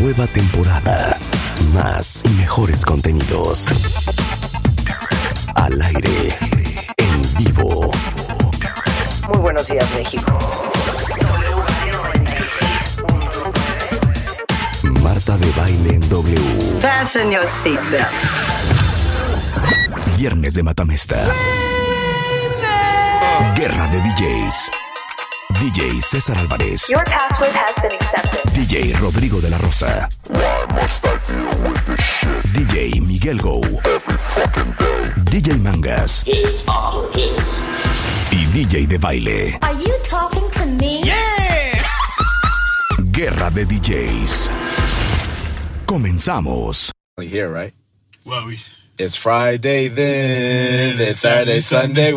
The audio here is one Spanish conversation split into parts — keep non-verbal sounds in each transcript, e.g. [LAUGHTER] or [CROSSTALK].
Nueva temporada. Más y mejores contenidos. Al aire. En vivo. Muy buenos días, México. Marta de baile en W. Fasten your seatbelts. Viernes de Matamesta. Guerra de DJs. DJ César Álvarez. Your password has been accepted. DJ Rodrigo de la Rosa. DJ Miguel Go. DJ Mangas. Y DJ de baile. Are you talking to me? Guerra de DJs. Comenzamos. Only here, right? Well, we. It's Friday then. It's Saturday, Sunday.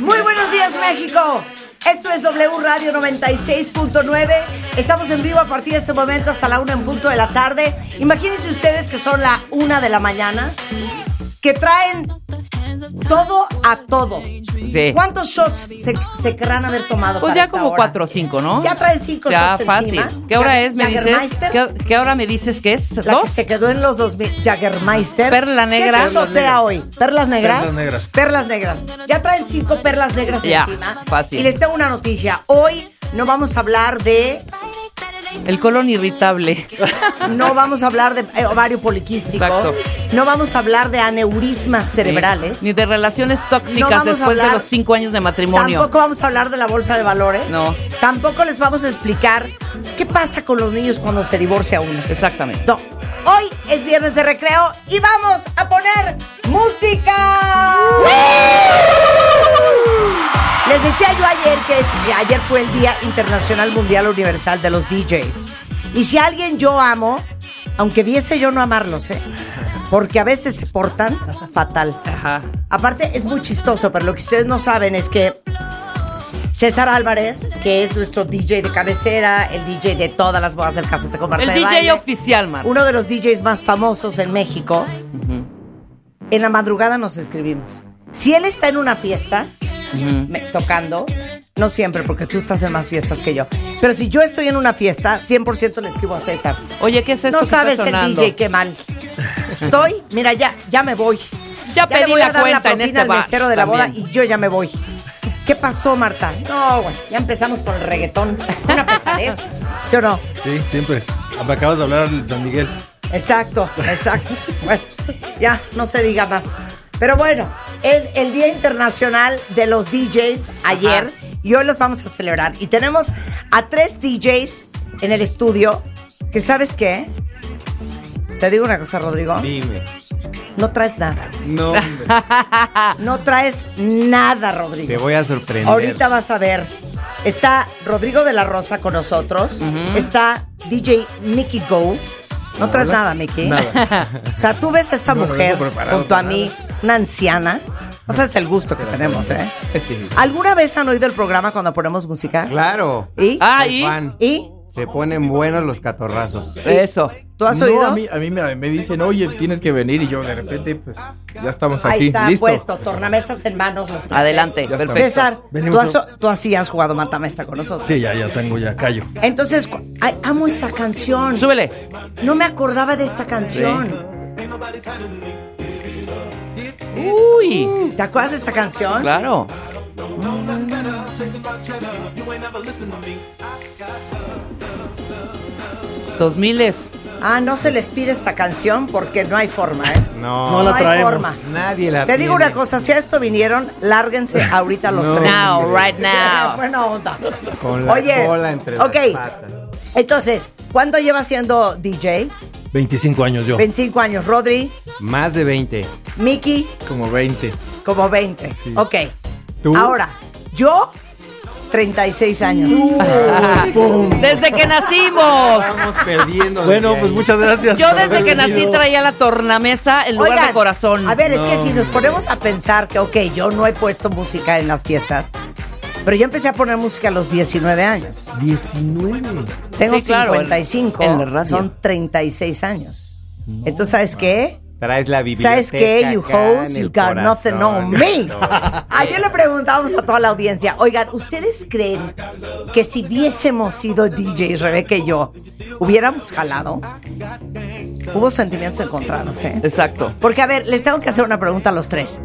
Muy buenos días México. Esto es W Radio 96.9. Estamos en vivo a partir de este momento hasta la una en punto de la tarde. Imagínense ustedes que son la una de la mañana, que traen todo a todo. Sí. ¿Cuántos shots se, se querrán haber tomado? Pues para ya esta como hora? cuatro o cinco, ¿no? Ya traen cinco Ya shots fácil. encima. ¿Qué hora Jag- es? Me dices. Jägermeister, ¿Qué, qué hora me dices que es? La que ¿Dos? se quedó en los 2000. Jaggermeister. Perla negra. ¿Qué se shotea hoy? ¿Perlas negras? Perlas negras. Perlas negras. Ya traen cinco perlas negras Ya, encima. fácil. Y les tengo una noticia. Hoy no vamos a hablar de. El colon irritable. No vamos a hablar de eh, ovario poliquístico. Exacto. No vamos a hablar de aneurismas cerebrales. Ni de relaciones No tóxicas vamos a después de hablar- los cinco años de matrimonio. Tampoco vamos a hablar de la bolsa de valores. No. Tampoco les vamos a explicar qué pasa con los niños cuando se divorcia uno. Exactamente. No. Hoy es viernes de recreo y vamos a poner música. Les decía yo ayer que es- que ayer fue el Día Internacional Mundial Universal de los DJs. Y si alguien yo amo, aunque viese yo no amarlos, ¿eh? Porque a veces se portan fatal. Ajá. Aparte, es muy chistoso, pero lo que ustedes no saben es que César Álvarez, que es nuestro DJ de cabecera, el DJ de todas las bodas del Casete con Marta El de DJ Baile, oficial, Mar. uno de los DJs más famosos en México, en la madrugada nos escribimos. Si él está en una fiesta, Ujú. me- tocando, no siempre, porque tú estás en más fiestas que yo, pero si yo estoy en una fiesta, 100% le escribo a César. Oye, ¿qué es esto? No que está sabes el sonando? DJ qué mal. Estoy, mira, ya, ya me voy. Ya le pedí voy a la dar cuenta en propina este al bar mesero de la boda también. y yo ya me voy. ¿Qué pasó, Marta? No, güey, ya empezamos con el reggaetón. Una pesadez. ¿Sí o no? Sí, siempre. Me acabas de hablar de San Miguel. Exacto, exacto. Bueno, ya, no se diga más. Pero bueno, es el Día Internacional de los DJs ayer y hoy los vamos a celebrar. Y tenemos a tres DJs en el estudio que, ¿sabes qué? Te digo una cosa, Rodrigo. Dime. No traes nada. No, hombre. No traes nada, Rodrigo. Ah. te voy a sorprender. Ahorita vas a ver. Está Rodrigo de la Rosa con nosotros. Está DJ Mickey Go. No traes nada, Mickey. Nada. [LAUGHS] O sea, tú ves a esta No, no mujer vengo preparado junto a para mí, una anciana. O sea, es el gusto que tenemos, ¿eh? Sí. ¿Alguna vez han oído el programa cuando ponemos música? Claro. ¿Y? Ah, Soy ¿y? fan. ¿Y? Se ponen buenos los catorrazos. Eso. ¿Tú has No, oído? A mí, a mí me, me dicen, oye, tienes que venir. Y yo de repente, pues, ya estamos Ahí aquí. está Listo. puesto, tornamesas en manos. los tres. Adelante. Ya Perfecto. César, ¿tú, Venimos has, tú así has jugado matamesta con nosotros. Sí, ya, ya tengo, ya callo. Entonces, cu- ay, amo esta canción. Súbele. No me acordaba de esta canción. Uy. ¿Te acuerdas de esta canción? Claro. Dos miles. Ah, no se les pide esta canción porque no hay forma, ¿eh? No, No la hay traemos. forma. nadie la Te digo tiene. una cosa, si a esto vinieron, [LAUGHS] lárguense ahorita los No. tres. Now, right [LAUGHS] Qué now. Buena onda. Con la Oye, cola entre ok. las patas. Entonces, ¿cuánto llevas siendo DJ? 25 años yo. 25 años. Rodri, Más de 20. Miki, Como 20. como 20. Ok. ¿Tú? Ahora, yo 36 Mm. años. Desde que nacimos. Estamos perdiendo. Bueno, pues muchas gracias. Yo por desde haber que nací venido. traía la tornamesa en lugar Oigan, de corazón. A ver, es que si nos ponemos a pensar que, ok, yo no he puesto música en las fiestas, pero yo empecé a poner música a los 19 años. 19. Tengo Sí, claro, en- 55, en la radio. son 36 años. Entonces, ¿sabes qué? Traes la Biblia. ¿Sabes qué? You hoes, you got nothing on me. Ayer le preguntábamos a toda la audiencia, oigan, ¿ustedes creen que si hubiésemos sido DJs, Rebeca y yo, hubiéramos jalado? Hubo sentimientos encontrados, ¿eh? Exacto. Porque, a ver, les tengo que hacer una pregunta a los tres.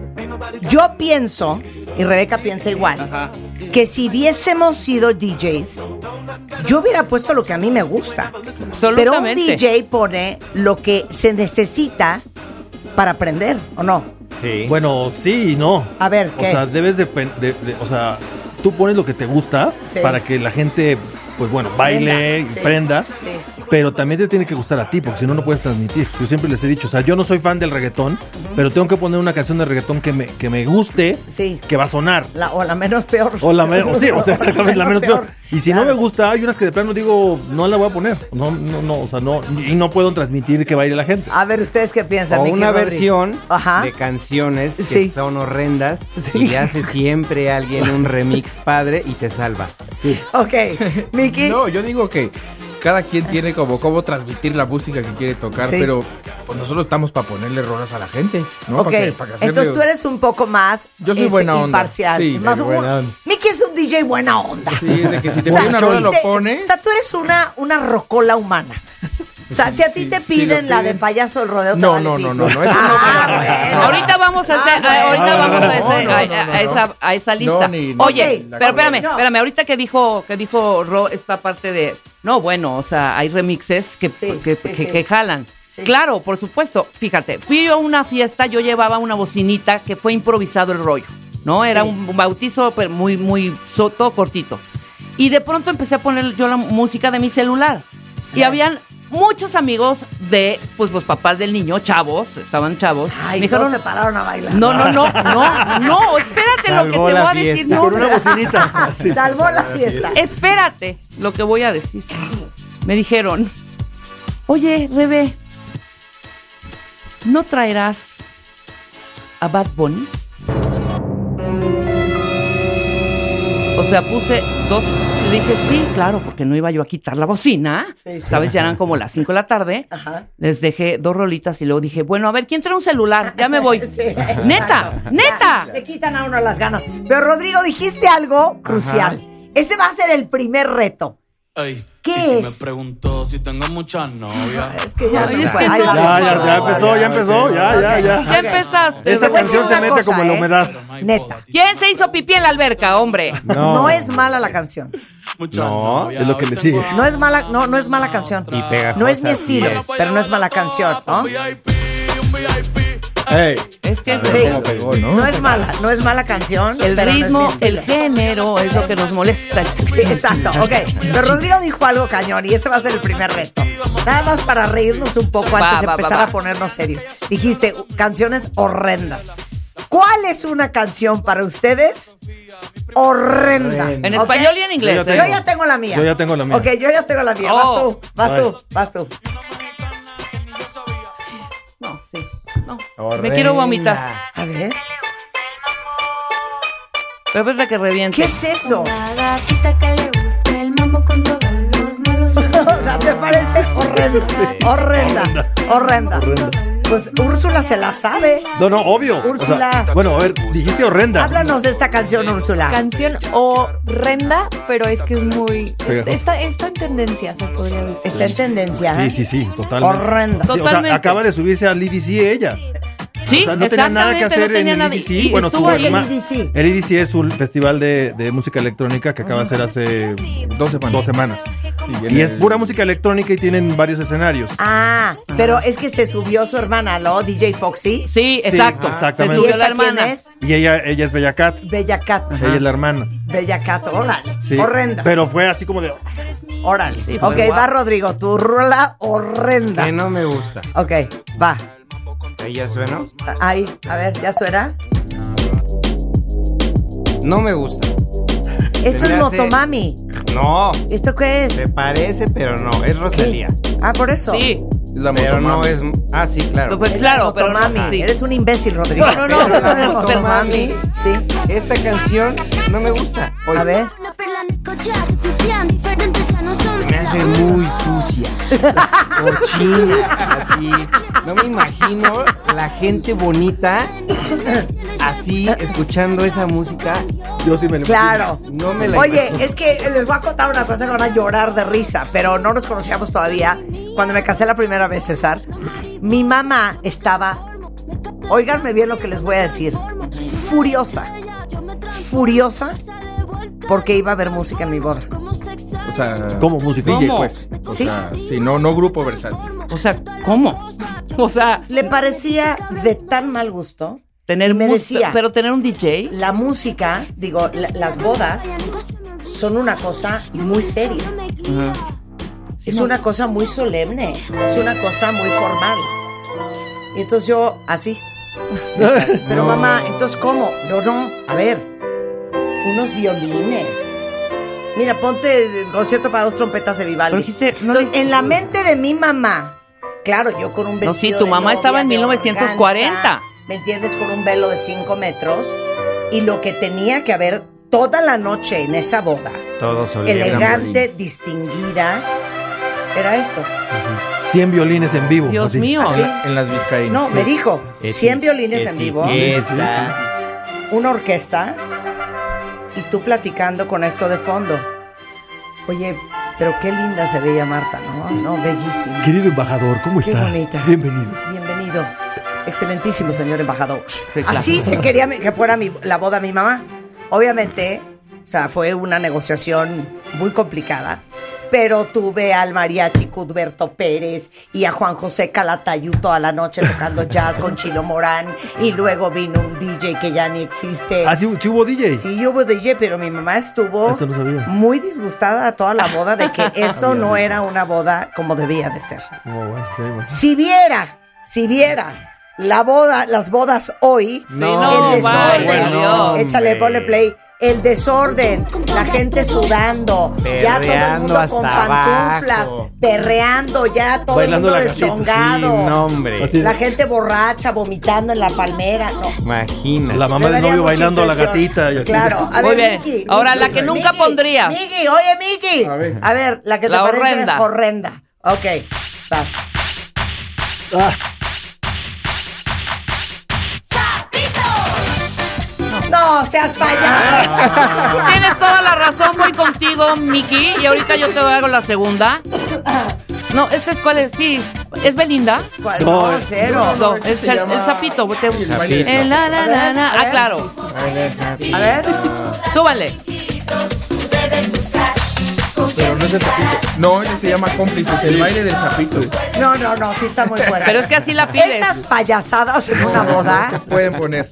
Yo pienso, y Rebeca piensa igual, que si hubiésemos sido DJs, yo hubiera puesto lo que a mí me gusta. Pero un Absolutamente. DJ pone lo que se necesita para aprender, ¿o no? Sí. Bueno, sí y no. A ver, O ¿qué? sea, debes de, pen- de- de- O sea, tú pones lo que te gusta Sí. para que la gente, pues bueno, baile Prenda, y sí. prenda. Sí. Pero también te tiene que gustar a ti, porque si no, no puedes transmitir. Yo siempre les he dicho, o sea, yo no soy fan del reggaetón, pero tengo que poner una canción de reggaetón que me, que me guste, Sí. que va a sonar. La- o la menos peor. O la menos, sí, o sea, exactamente, [LAUGHS] la menos peor. Y si no Claro. me gusta, hay unas que de plano digo, no la voy a poner. No, no, no, o sea, no, y no puedo transmitir que baile la gente. A ver, ¿ustedes qué piensan? O Miki una Rodríguez? versión Ajá. de canciones que Sí. son horrendas Sí. y le hace siempre a alguien un remix padre y te salva. [LAUGHS] Ok, Miki. No, yo digo que cada quien tiene como cómo transmitir la música que quiere tocar, Sí. pero pues, nosotros estamos para ponerle rolas a la gente, ¿no? Ok, Para que- para que hacerle- entonces tú eres un poco más este, Yo soy buena onda. imparcial. Sí, más de un- buena onda. Miki es un DJ buena onda. Sí, es de que si te O sea, pone una tú rola lo te- pones. O sea, tú eres una, una rocola humana. O sea, si a ti Sí, te sí, piden lo la de piden. payaso del rodeo, te No, vale no, pito. no, no, no, eso no, Ah, no, no, bueno. no. Ahorita vamos a ese- Ah, a- ahorita bueno. vamos a ese- No, no, a- no, a- no, a no. esa- a esa lista. No, ni- no, Oye, ni la pero espérame, corona. espérame, ahorita que dijo que dijo Ro esta parte de no, bueno, o sea, hay remixes que Sí, que, sí, que- sí. que jalan. Sí. Claro, por supuesto. Fíjate, fui yo a una fiesta, yo llevaba una bocinita que fue improvisado el rollo, ¿no? Era Sí. un bautizo pero muy muy so- todo cortito. Y de pronto empecé a poner yo la música de mi celular. Y habían muchos amigos de pues los papás del niño, chavos, estaban chavos. Ay, me todos dijeron, se pararon a bailar. no, no, no, no, no, espérate lo que te Salvó voy la a decir. fiesta. No, Con una bocinita. Sí. Salvó la fiesta. Eh, espérate lo que voy a decir. Me dijeron, oye, Rebe, ¿no traerás a Bad Bunny? O sea, puse dos, le dije sí, claro, porque no iba yo a quitar la bocina. Sí, sí. Sabes, ya eran como las 5 de la tarde. Ajá. Les dejé dos rolitas y luego dije, bueno, a ver, ¿quién trae un celular? Ya me voy. [LAUGHS] Sí, exacto. Neta, neta. Le quitan a uno las ganas. Pero Rodrigo, dijiste algo crucial. Ese va a ser el primer reto. ¿Qué es? preguntó si tengo muchas novias. Es que ya Ay, se es fue. que Ahí no. va. Ya, ya, ya empezó, ya empezó, ya, ya, ya. Ya empezaste. Esa Te voy a decir canción se una mete cosa, como en la ¿eh? humedad. Neta. ¿Quién se hizo pipí en la alberca, hombre? No. es mala la canción. No, es lo que le sigue. No es mala, no, no es mala canción. Y pegajosa, No es mi sí estilo, es. pero no es mala canción, ¿no? Ey, Es que es Sí. el, Pegó, ¿no? No es mala, no es mala canción. el pero no es mi ritmo, el estilo. género, es lo que nos molesta. Sí, exacto, ok. Pero Rodrigo dijo algo cañón y ese va a ser el primer reto. Nada más para reírnos un poco Va, antes de va, va, empezar va. a ponernos serios. Dijiste u- canciones horrendas. ¿Cuál es una canción para ustedes horrenda? En ¿Ok? español y en inglés. Yo ¿eh? Yo ya tengo la mía. Yo ya tengo la mía. Ok, yo ya tengo la mía. Oh. Vas Ay. tú, vas tú, vas tú. No, sí. No. Me quiero vomitar. A ver. Pero es la que revienta. ¿Qué es eso? [LAUGHS] Una gatita que le guste el mambo con todos los malos. O sea, ¿te parece horrenda? Horrenda, horrenda. Pues Úrsula se la sabe. No, no, obvio. O sea, Úrsula. bueno, a ver, dijiste horrenda. Háblanos de esta canción, Úrsula. canción horrenda, pero es que es muy... Pegajosa. Está, está en tendencia, se podría decir. Está en tendencia. Sí, ¿eh? sí, sí, totalmente. Horrenda. Sí, o sea, Totalmente. acaba de subirse al EDC ella. Sí, o sea, no tenía nada que exactamente, hacer no tenía en el nada. EDC. Y bueno, su estuvo ahí. E herma- El EDC. el EDC es un festival de, de música electrónica que acaba de ser hace Dos semanas. Dos semanas. Sí, Y es el- pura música electrónica y tienen varios escenarios. Ah, pero es que se subió su hermana, ¿no? DJ Foxy. Sí, exacto. exactamente. Se ¿Y subió la esta quién hermana. es? Y ella, ella es Bella Cat. Bella Cat. Ella es la hermana. Bella Cat, órale. Sí. Horrenda. Pero fue así como de. Órale. Sí, fue ok, guau. va Rodrigo, tu rola horrenda. Que no me gusta. Ok, va. Ahí ya suena. Ahí, a ver, ¿ya suena? No me gusta. Esto Se es me hace- Motomami. No. ¿Esto qué es? Se parece, pero no. Es Rosalía. Ah, por eso. Sí. "Oh, pues, pero no motomami. es. Ah, sí, claro. Eres motomami. Eres un imbécil, Rodrigo. No, no, no. Pero la [LAUGHS] Pero- motomami, Sí. Esta canción no me gusta. A ver. Se me hace muy sucia. Cochina. Así. No me imagino la gente bonita así escuchando esa música. Yo sí me Claro. No me la Oye, imagino. es que les voy a contar una cosa que van a llorar de risa, pero no nos conocíamos todavía. Cuando me casé la primera vez, César, mi mamá estaba, oiganme bien lo que les voy a decir, furiosa, furiosa porque iba a haber música en mi boda. O sea, ¿Cómo música? DJ, ¿Cómo? pues. O Sí. sea, sí, no, no grupo versátil. O sea, ¿cómo? O sea, le parecía de tan mal gusto. Tener y me música, decía, pero tener un [LAUGHS] DJ. La música, digo, la- las bodas son una cosa muy seria. Es una cosa muy solemne, es una cosa muy formal. Y entonces yo, así. Pero mamá, entonces ¿cómo? No, no, a ver, unos violines. Mira, ponte el concierto para dos trompetas de Vivaldi. Entonces, en la mente de mi mamá, claro, yo con un No, vestido sí, tu de mamá novia, estaba en de 1940. organza, ¿Me entiendes? Con un velo de 5 metros. Y lo que tenía que haber toda la noche en esa boda, Todo elegante, distinguida, era esto. 100 violines en vivo. Dios mío. En, Así. la- en las vizcaínas. Eh, No, me dijo, 100 violines en vivo, Etiqueta. una orquesta, y tú platicando con esto de fondo. Oye, pero qué linda se veía Marta, ¿no? No, bellísima. Querido embajador, ¿cómo Qué está? bonita. Bienvenido. Bienvenido. Excelentísimo señor embajador. claro. Así se quería mi- que fuera mi- la boda de mi mamá. Obviamente, o sea, fue una negociación muy complicada. Pero tuve al mariachi Cudberto Pérez y a Juan José Calatayú toda la [LAUGHS] noche tocando jazz con Chilo Morán. Y luego vino un DJ que ya ni existe. Ah, sí, sí hubo DJ. Sí, hubo DJ, pero mi mamá estuvo Eso no sabía. muy disgustada toda la boda de [LAUGHS] que eso no era una boda como debía de ser. Oh, bueno, Pues qué bueno. Si viera, si viera la boda, las bodas hoy, no, el desorden, vaya, no, échale, ponle play, el desorden, la gente sudando, ya todo el Perreando mundo con hasta pantuflas, abajo. perreando, ya todo Bailando el la mundo canción. deschongado, Sí, no, hombre. Así es. la gente borracha, vomitando en la palmera, no. Imagina. La mamá del Debería novio mucha bailando a la inversión. gatita. y así. Claro, a Muy ver, bien. Miki, Ahora, Miki, la que nunca Miki, pondría. Miki, oye, Miki. A ver, la que te La parece horrenda. horrenda. Ok, vas. Ah. No, seas payaso. Tienes toda la razón, voy contigo, Miki. Y ahorita yo te hago la segunda. No, ¿esta es cuál es? Sí, ¿es Belinda? ¿Cuál? No, No, cero. No, no, es ese se el, llama- el sapito. te- sapito. El la, la, la, la. A ver, a Ah, claro. A ver. Súbale. Pero no es el zapito. No, ese se llama cómplices. El baile del zapito. No, no, no, sí está muy fuerte. Pero es que así la pides. Esas payasadas en una boda. Pueden poner.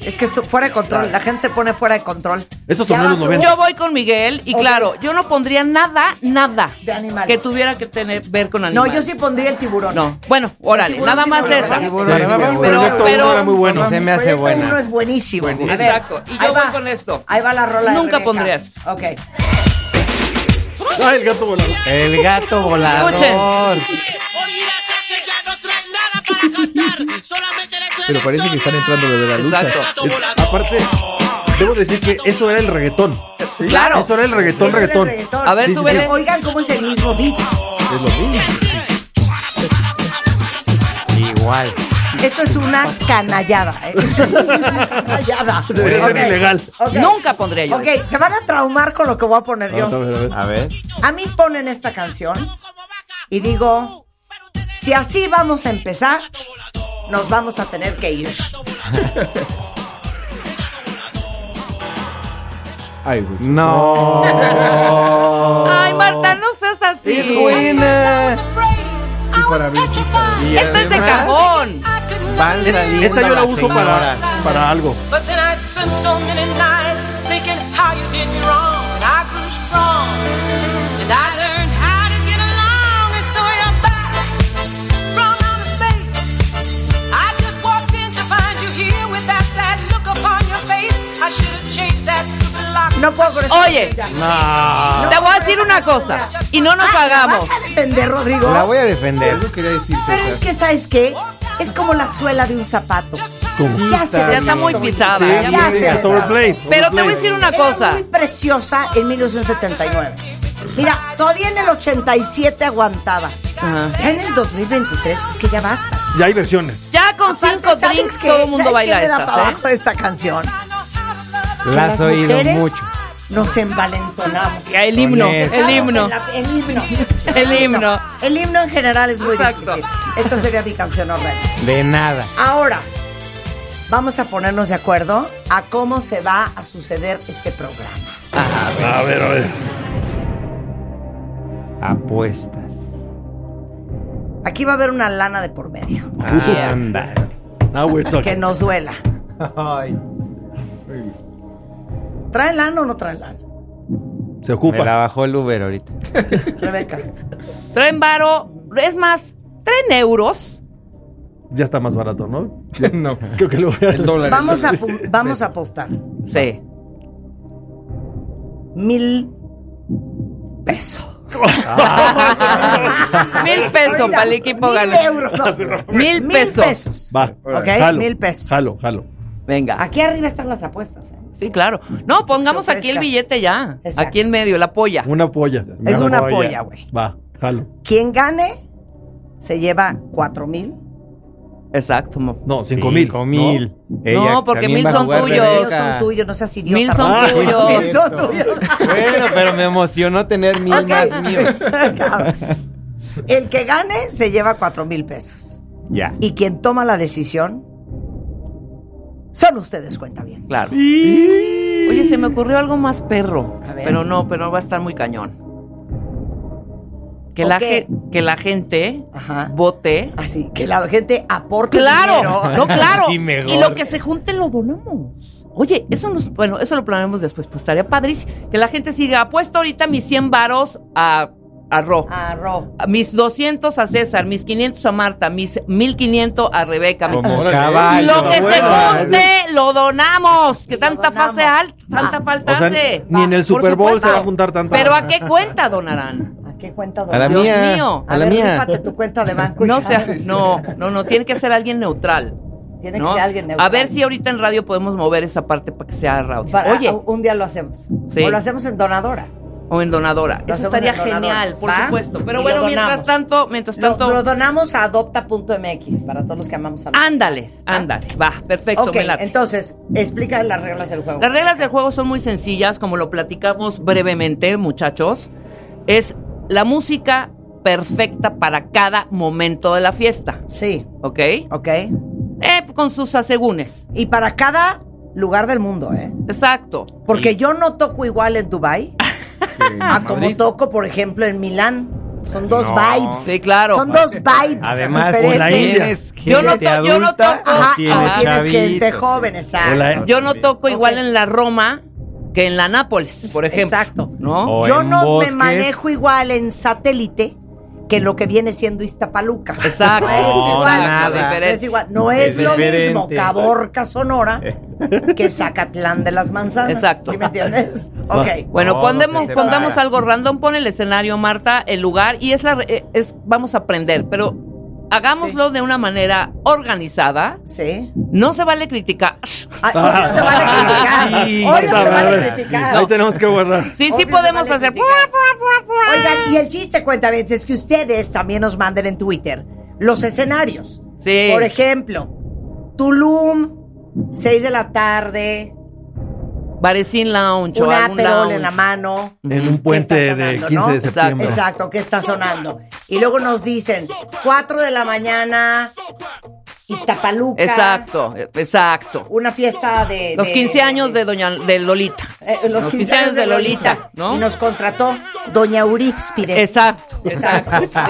Es que esto fuera de control. La gente se pone fuera de control. Esos son los 90. Yo voy con Miguel y Ok. claro, yo no pondría nada, nada De animales. que tuviera que tener ver con No, animales. yo sí pondría el tiburón. No, bueno, órale, tiburón nada sí más me esa. gusta. Sí, el proyecto uno era muy bueno. Se me hace Proyecto buena. uno es buenísimo. A ver, Exacto. Y ahí yo va. voy con esto. Ahí va la rola de Nunca Rebeca. pondrías. Ok. Ah, el gato volador. El gato volador. Pero parece que están entrando de la lucha. Exacto. Es- aparte, debo decir que eso era el reggaetón. Claro. Eso era el reggaetón, Ese era el reggaetón. reggaetón. Sí, sí, sí. Oigan cómo es el mismo beat. Es lo mismo. Igual. Esto es una canallada. ¿eh? [LAUGHS] Es una canallada. Debería ser Ok. ilegal. Ok. Nunca pondría yo. Ok, se van a traumar con lo que voy a poner yo. A ver. A mí ponen esta canción y digo, si así vamos a empezar, nos vamos a tener que ir. No. Ay, Marta, no seas así. Es Eh. buena. para mí. Y Esta es de además, cajón. van saliendo Esta yo la las uso para, señoras. para algo. But then I spent so many nights thinking how you did me wrong. And I grew strong. And I learned how to get along. And so you're back from outer space. I just walked in to find you here with that sad look upon your face. I should have changed that stupid lock. no puedo con esto. Oye, No. te voy a decir una cosa. Y no nos hagamos. Ah, ¿Vas a defender, Rodrigo? La voy a defender. Pero es que, ¿sabes qué? Es como la suela de un zapato. ¿Cómo? Ya se Ya está muy pisada. Sí, ya sí, muy sí, pisada. es overplayed, Pero te voy a overplayed. decir una Era cosa. muy preciosa en 1979. Mira, todavía en el 87 aguantaba. Ya en el 2023 es que ya basta. Ya hay versiones. Ya con cinco ¿Sabes drinks qué? todo el mundo ¿Sabes baila qué me da estas, para ¿eh? abajo esta canción. Que La las has oído mujeres mucho. Nos envalentonamos. El himno, Honesta. el himno. Estamos en la- el himno. [LAUGHS] El himno. El himno en general es muy difícil. Esta sería mi canción horrible. De nada. Ahora, vamos a ponernos de acuerdo a cómo se va a suceder este programa. A ver, a ver. Apuestas. Aquí va a haber una lana de por medio. Ah. Anda. Now we're Que talking. nos duela. Ay, ¿Trae lana o no trae lana? Se me la ocupa. bajó el Uber ahorita. [LAUGHS] Rebeca. Traen varo. Es más, traen euros. Ya está más barato, ¿no? no. Creo que lo voy a... El dólar. Vamos a, pu- vamos a apostar. Sí. Mil pesos. [LAUGHS] Mil pesos para el equipo Mil ganar. euros. [LAUGHS] Mil pesos. Va. Ok, jalo, mil pesos. Jalo, jalo. Venga. Aquí arriba están las apuestas. ¿eh? Sí, claro. No, pongamos Se aquí el ofrezca. billete ya. Exacto. Aquí en medio, la polla. Una polla. Es una polla, güey. Va, jalo. Quien gane se lleva cuatro mil. Exacto. mo. No, cinco mil. Cinco mil. No, porque también mil va a son jugar tuyos. Rebeca. Ellos son tuyos, no seas idiota. Mil son Rafa. tuyos. Mil son tuyos. Bueno, pero me emocionó tener mil Ok. más [LAUGHS] míos. El que gane se lleva cuatro mil pesos. Ya. Y quien toma la decisión son ustedes, cuenta bien. Claro. Oye, se me ocurrió algo más perro. A ver. Pero no, pero va a estar muy cañón. Que, la, Ok. ge- que la gente Ajá. vote. Así que la gente aporte dinero. Claro, no, [LAUGHS] claro. [LAUGHS] Y y, mejor. lo que se junte lo donamos. Oye, eso nos, bueno, eso lo planeamos después, pues estaría padrísimo. Que la gente siga, apuesto ahorita mis 100 varos a, a Ro, Ah, Ro. a mis 200 a César, mis 500 a Marta, mis 1500 a Rebeca. Como Órale. caballo. lo que se Bueno, junte lo donamos. Que lo tanta donamos. fase al- tanta Va. falta O sea, hace. ni en el Por Super Bowl supuesto. se va a juntar tanta. Pero a qué cuenta [LAUGHS] donarán. ¿A qué cuenta A la Dios. mía. mío. A, A la ver, mía. rífate tu cuenta de banco. No hija. sea, no, no, no, tiene que ser alguien neutral. Tiene que ¿no? ser alguien A neutral. ver si ahorita en radio podemos mover esa parte para que sea radio. Para- Oye, u- un día lo hacemos. Sí. O lo hacemos en donadora. o en donadora. lo Eso hacemos estaría en donadora. genial, por ¿Va? supuesto. Y Pero lo bueno, donamos. mientras tanto, mientras Lo, tanto, lo donamos a adopta.mx para todos los que amamos a los ándales, ándale, va, perfecto, Ok, me late. entonces, explica las reglas del juego. Las reglas del juego son muy sencillas, como lo platicamos brevemente, muchachos. Es la música perfecta para cada momento de la fiesta, Sí, ¿ok? Eh, ok. con sus asegúnes, Y para cada lugar del mundo, ¿eh? exacto. Porque yo no toco igual [LAUGHS] en Dubai a como Madrid. toco, por ejemplo, en Milán. Son dos No. vibes. Sí, claro. Son dos vibes. Además, diferentes. la India. tienes gente Yo no to- yo no adulta toco- o Ajá, tienes ajá, tienes gente chavitos. joven, exacto. Hola, ¿eh? Yo no toco igual Ok. en la Roma que en la Nápoles, por ejemplo. Exacto. ¿No? O Yo en no me bosques. manejo igual en satélite que lo que viene siendo Iztapaluca. Exacto. No No, es igual. nada. No es igual. No Es es, lo diferente. mismo Caborca [LAUGHS] Sonora que Zacatlán de las Manzanas. Exacto. ¿Sí me entiendes? Ok. Bueno, No, pondemos, no se pongamos separa. algo random, pon el escenario, Marta, el lugar, y es la re- eh, es, vamos a aprender, pero hagámoslo de una manera organizada. Sí. No se vale criticar. Sí, Ay, obvio se van a criticar. Ah, sí. Obvio se Marta, van a ver. a criticar. Ahí tenemos que borrar. Obvio sí se podemos vale hacer. criticar. Oigan, y el chiste, cuenta es que ustedes también nos manden en Twitter los escenarios. Sí. Por ejemplo, Tulum, 6 de la tarde, Barecín Lounge o un algún aperol lounge. en la mano. En un ¿Qué puente está de sonando, 15 de no? septiembre. Exacto, que está sonando. Y luego nos dicen, 4 de la mañana, Iztapaluca. Exacto, eh, exacto. Una fiesta de... Los de- 15 años de doña de Lolita. eh, los, 15, años de Lolita. ¿no? Y nos contrató Doña Euríspides. Exacto, Exacto. exacto.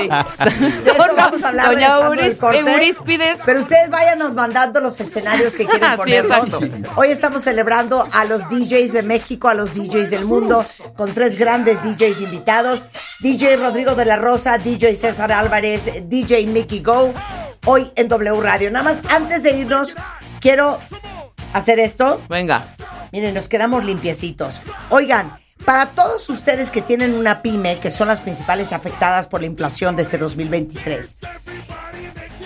sí. [LAUGHS] De eso vamos a hablar Doña regresando del Euris- corte. Euríspides. Pero ustedes váyanos mandando los escenarios que quieren Sí, ponernos. exacto. Hoy estamos celebrando a los DJs de México, a los DJs del mundo, con tres grandes DJs invitados. DJ Rodrigo de la Rosa, DJ César Álvarez, DJ Mickey Go, hoy en W Radio. Nada más, antes de irnos, quiero hacer esto. Venga. Miren, nos quedamos limpiecitos. Oigan, para todos ustedes que tienen una pyme, que son las principales afectadas por la inflación de este 2023,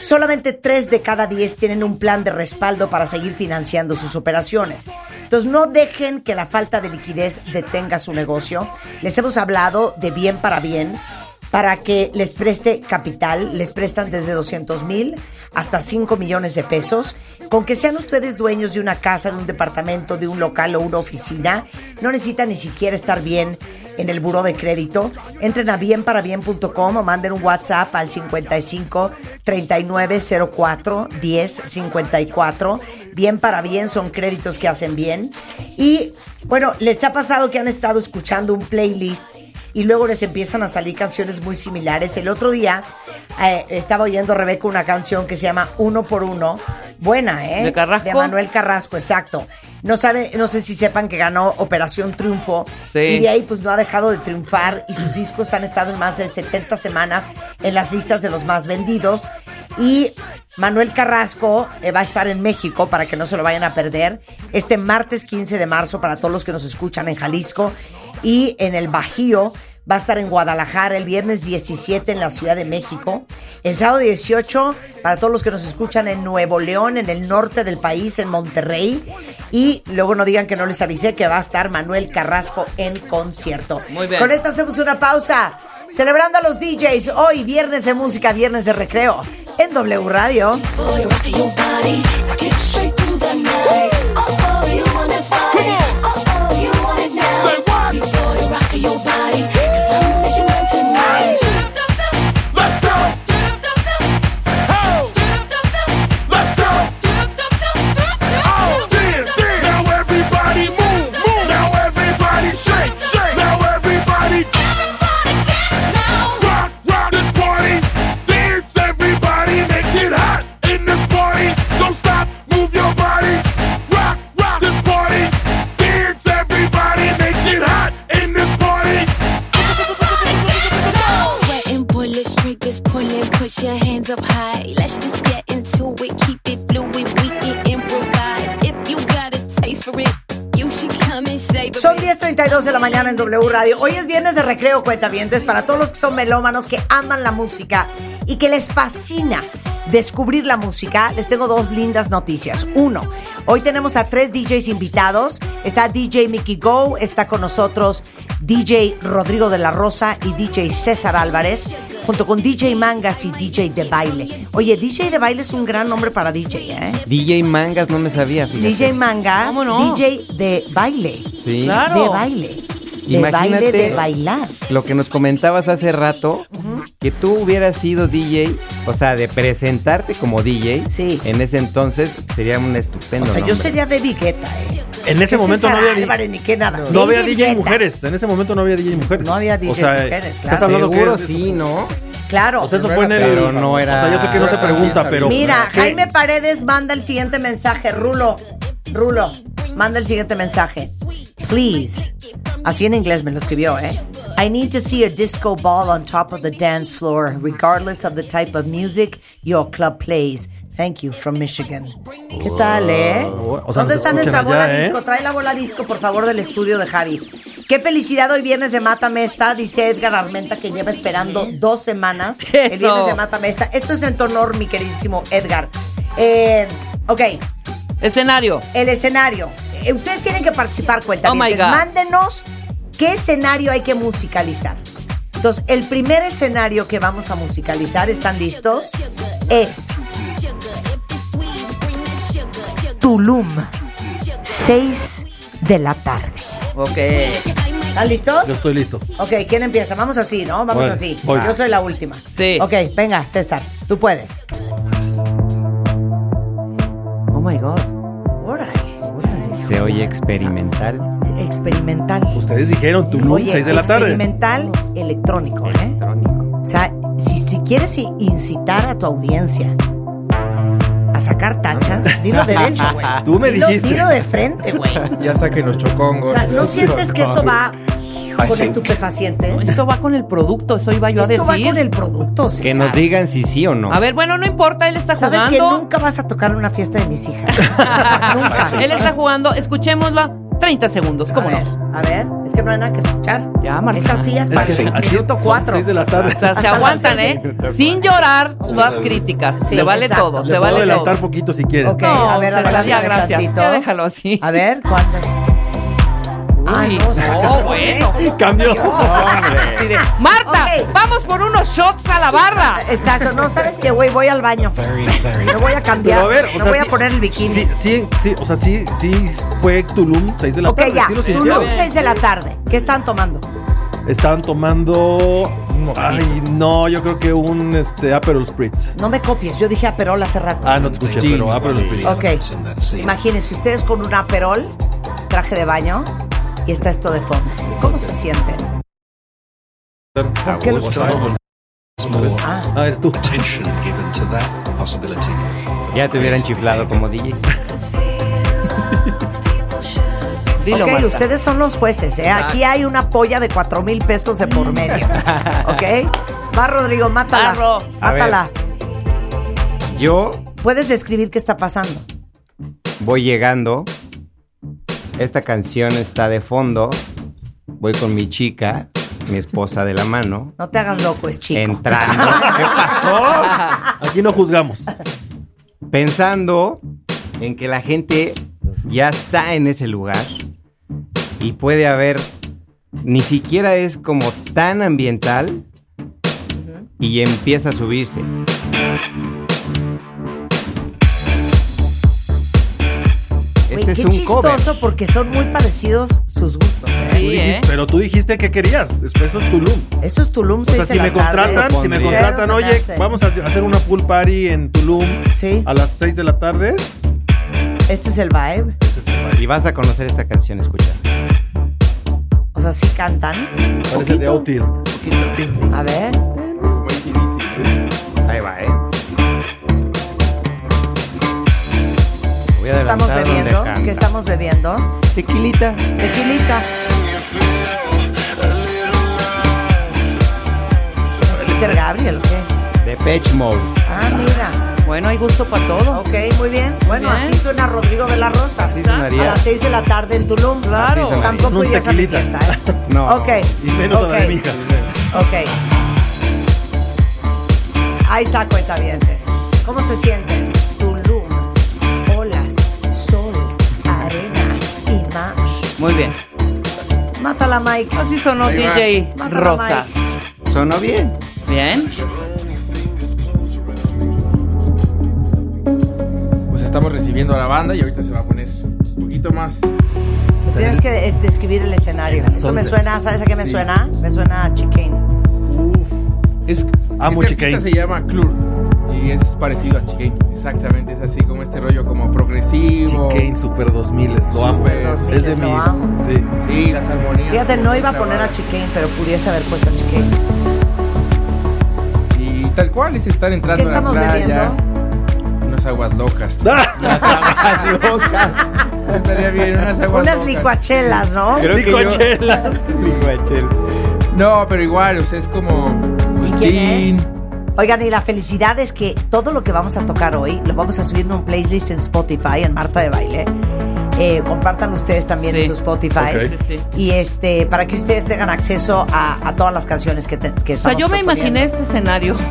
solamente 3 de cada 10 tienen un plan de respaldo para seguir financiando sus operaciones. Entonces no dejen que la falta de liquidez detenga su negocio. Les hemos hablado de bien para bien para que les preste capital, les prestan desde 200 mil hasta 5 millones de pesos. Con que sean ustedes dueños de una casa, de un departamento, de un local o una oficina, no necesitan ni siquiera estar bien en el buro de crédito. Entren a bienparabien.com o manden un WhatsApp al 55 39 04 10 54. Bien para bien son créditos que hacen bien. Y bueno, les ha pasado que han estado escuchando un playlist y luego les empiezan a salir canciones muy similares. El otro día eh, estaba oyendo Rebeca una canción que se llama Uno por Uno. Buena, ¿eh? De Carrasco. Manuel Carrasco, exacto. No, sabe, no sé si sepan que ganó Operación Triunfo Sí. y de ahí pues no ha dejado de triunfar y sus discos han estado en más de 70 semanas en las listas de los más vendidos. Y Manuel Carrasco eh, va a estar en México para que no se lo vayan a perder este martes 15 de marzo para todos los que nos escuchan en Jalisco y en el Bajío. Va a estar en Guadalajara el viernes 17 en la Ciudad de México. El sábado 18 para todos los que nos escuchan en Nuevo León, en el norte del país, en Monterrey. Y luego no digan que no les avisé que va a estar Manuel Carrasco en concierto. Muy bien. Con esto hacemos una pausa. Celebrando a los DJs hoy, viernes de música, viernes de recreo, en W Radio. Sweating bullets, triggers pulling, push your hands up high. Let's just get into it, keep it fluid, we can improvise. If you got a taste for it, you should come and savor Pues Son 10.32 de la mañana en W Radio. Hoy es viernes de recreo, cuentavientes, para todos los que son melómanos, que aman la música y que les fascina descubrir la música. Les tengo dos lindas noticias. Uno, hoy tenemos a tres DJs invitados. Está DJ Mickey Go, está con nosotros DJ Rodrigo de la Rosa y DJ César Álvarez, junto con DJ Mangas y DJ de Baile. Oye, DJ de Baile es un gran nombre para DJ, ¿eh? DJ Mangas no me sabía, fíjate. DJ Mangas, ¿Cómo no? DJ de Baile. De Sí. baile. De Imagínate. baile, de bailar. Lo que nos comentabas hace rato, que tú hubieras sido DJ, o sea, de presentarte como DJ, en ese entonces sería un estupendo. O sea, yo nombre. sería de Vigueta, ¿eh? En ese ¿Qué momento César no había di- Álvarez ni qué nada. No David había DJ Guetta. mujeres. En ese momento no había DJ mujeres. No había DJ mujeres, claro. Estás hablando Seguro que sí, ¿no? Claro. O sea, eso fue en el. Pero no era- O sea, yo sé que no se pregunta, pero. Mira, Jaime Paredes manda el siguiente mensaje. Rulo, Rulo, manda el siguiente mensaje. Please. Así en inglés me lo escribió, ¿eh? I need to see a disco ball on top of the dance floor, regardless of the type of music your club plays. Thank you from Michigan. ¿Qué tal, eh? O sea, ¿Dónde nos está nuestra escuchan bola allá, eh? disco? Trae la bola disco, por favor, del estudio de Javi. Qué felicidad hoy viernes de Mata Mesta, dice Edgar Armenta, que lleva esperando dos semanas el Eso. viernes de Mata Mesta. Esto es en tu honor, mi queridísimo Edgar. Eh, ok. Escenario. El escenario. Eh, Ustedes tienen que participar, cuenta. Oh, my God. Mándenos qué escenario hay que musicalizar. Entonces, el primer escenario que vamos a musicalizar, ¿están listos? Es Tulum, 6 de la tarde. Ok. ¿Están listos? Yo estoy listo. Ok, ¿quién empieza? Vamos así, ¿no? Vamos Bueno, así. voy. Yo soy la última. Sí. Ok, venga, César, tú puedes. Oh my God. Se oye experimental. Experimental. Ustedes dijeron Tulum, Oye, 6 de la tarde. Experimental electrónico, ¿eh? O sea, si, si quieres i- incitar a tu audiencia a sacar tachas, dilo derecho, [LAUGHS] güey. Tú me Dilo- dijiste. Dilo de frente, güey. Ya saquen los chocongos. O sea, ¿no sientes que esto va Ay, con sí. estupefacientes? Esto va con el producto, eso iba yo a Esto decir. va con el producto, Que César. nos digan si sí o no. A ver, bueno, no importa, él está Sabes que jugando. [LAUGHS] Ah, nunca vas a tocar una fiesta de mis hijas. Él está jugando, escuchémosla. 30 segundos, ¿cómo no? A ver, es que no hay nada que escuchar. Ah, Ya, Martina. Es así hasta el minuto 4. de la tarde. O sea, se aguantan, ¿eh? Sin llorar las críticas. Sí, se vale exacto. todo, Le se puedo vale todo. adelantar poquito si quieren. Ok, No, a ver, se- adelante ya, un gracias. tantito. Ya déjalo así. A ver, Ah, ¿cuándo? Uy, no, bueno. Cambió. Así de, Marta, vamos por unos shots a la barra. Exacto, no sabes qué, güey, voy al baño. Me voy a cambiar. Pero a ver, o me sea, voy a sí- poner el bikini. Sí, sí, sí, o sea, sí, sí fue Tulum 6 de la ok, tarde. ya. sí lo Tulum, sintieron. 6 de la tarde. ¿Qué están tomando? Estaban tomando. Ay, no, yo creo que un este, Aperol Spritz. No me copies, yo dije Aperol hace rato. Ah, no te escuché, pero Aperol Spritz. Ok. Imagínense ustedes con un Aperol, traje de baño, y está esto de fondo. ¿Cómo se sienten? ¿Por qué los traigo? Ah, eres tú. Ya te hubieran chiflado como DJ. Dilo, ok, Marta. ustedes son los jueces, ¿eh? Aquí hay una polla de 4 mil pesos de por [LAUGHS] medio. ¿Ok? Va, Rodrigo, mátala. A ver. Mátala. Yo Puedes describir qué está pasando. voy llegando. Esta canción está de fondo. Voy con mi chica, mi esposa de la mano. No te hagas loco, es chico. Entrando. ¿Qué pasó? [LAUGHS] Aquí no juzgamos. Pensando en que la gente ya está en ese lugar y puede haber. Ni siquiera es como tan ambiental y empieza a subirse. Güey, Este qué es un cover. chistoso porque son muy parecidos sus gustos. ¿eh? Tú dijiste- Pero tú dijiste que querías. Después eso es Tulum. Eso es Tulum. O sea, seis de si me la tarde. contratan, si me Cero se contratan, me oye, hace. vamos a hacer una pool party en Tulum a las 6 de la tarde. Este es el vibe. Y vas a conocer esta canción, escucha. O sea, sí cantan. Parece de Outfield. A ver. Ahí va, ¿eh? Voy a ¿Qué estamos adelantar donde bebiendo? canta. ¿Qué estamos bebiendo? Tequilita. Tequilita. ¿Es Peter Gabriel o qué? De Pech Mode. Ah, mira. Bueno, hay gusto para todo. Ok, muy bien. Bueno, Bien. así suena Rodrigo de la Rosa. Así sonaría. A las 6 de la tarde en Tulum. Así sonaría. Con Tampoco un irías a mi tequilita. fiesta, ¿eh? [LAUGHS] No. Ok. Y menos a la de Ok. mi hija. Ok. Ahí está, cuentavientes. ¿Cómo se sienten? Tulum, olas, sol, arena y más. Muy bien. Mátala, Mike. Así sonó Ahí va. DJ Mátala, Rosas. Sonó bien. Bien. Pues estamos recibiendo a la banda y ahorita se va a poner un poquito más. Tienes que des- describir el escenario. Esto me Entonces- suena, ¿sabes a qué me Sí. suena? Me suena a Chicane. Es, Amo este Chicane. artista se llama Clur y es parecido a Chicane. Exactamente, es así como este rollo como progresivo. Chicane Super 2000, lo amo. Super 2000, Es de lo mis. amo. Sí. Sí, las armonías. Fíjate, como no bien iba a poner a grabadas. Chicane, pero pudiese haber puesto a Chicane. Y tal cual es estar entrando ¿Qué a la estamos playa. Unas [LAUGHS] aguas locas. Unas aguas locas. Estaría bien, unas aguas Unas locas. licuachelas, ¿no? Licuachelas. No, pero igual, o sea, es como. ¿Y quién es? Oigan, y la felicidad es que todo lo que vamos a tocar hoy lo vamos a subir en un playlist en Spotify, en Marta de Baile. Eh, compartan ustedes también en su Spotify. Ok. Sí, sí, Y este, para que ustedes tengan acceso a, a todas las canciones que, te, que O sea, yo me imaginé este escenario. [LAUGHS]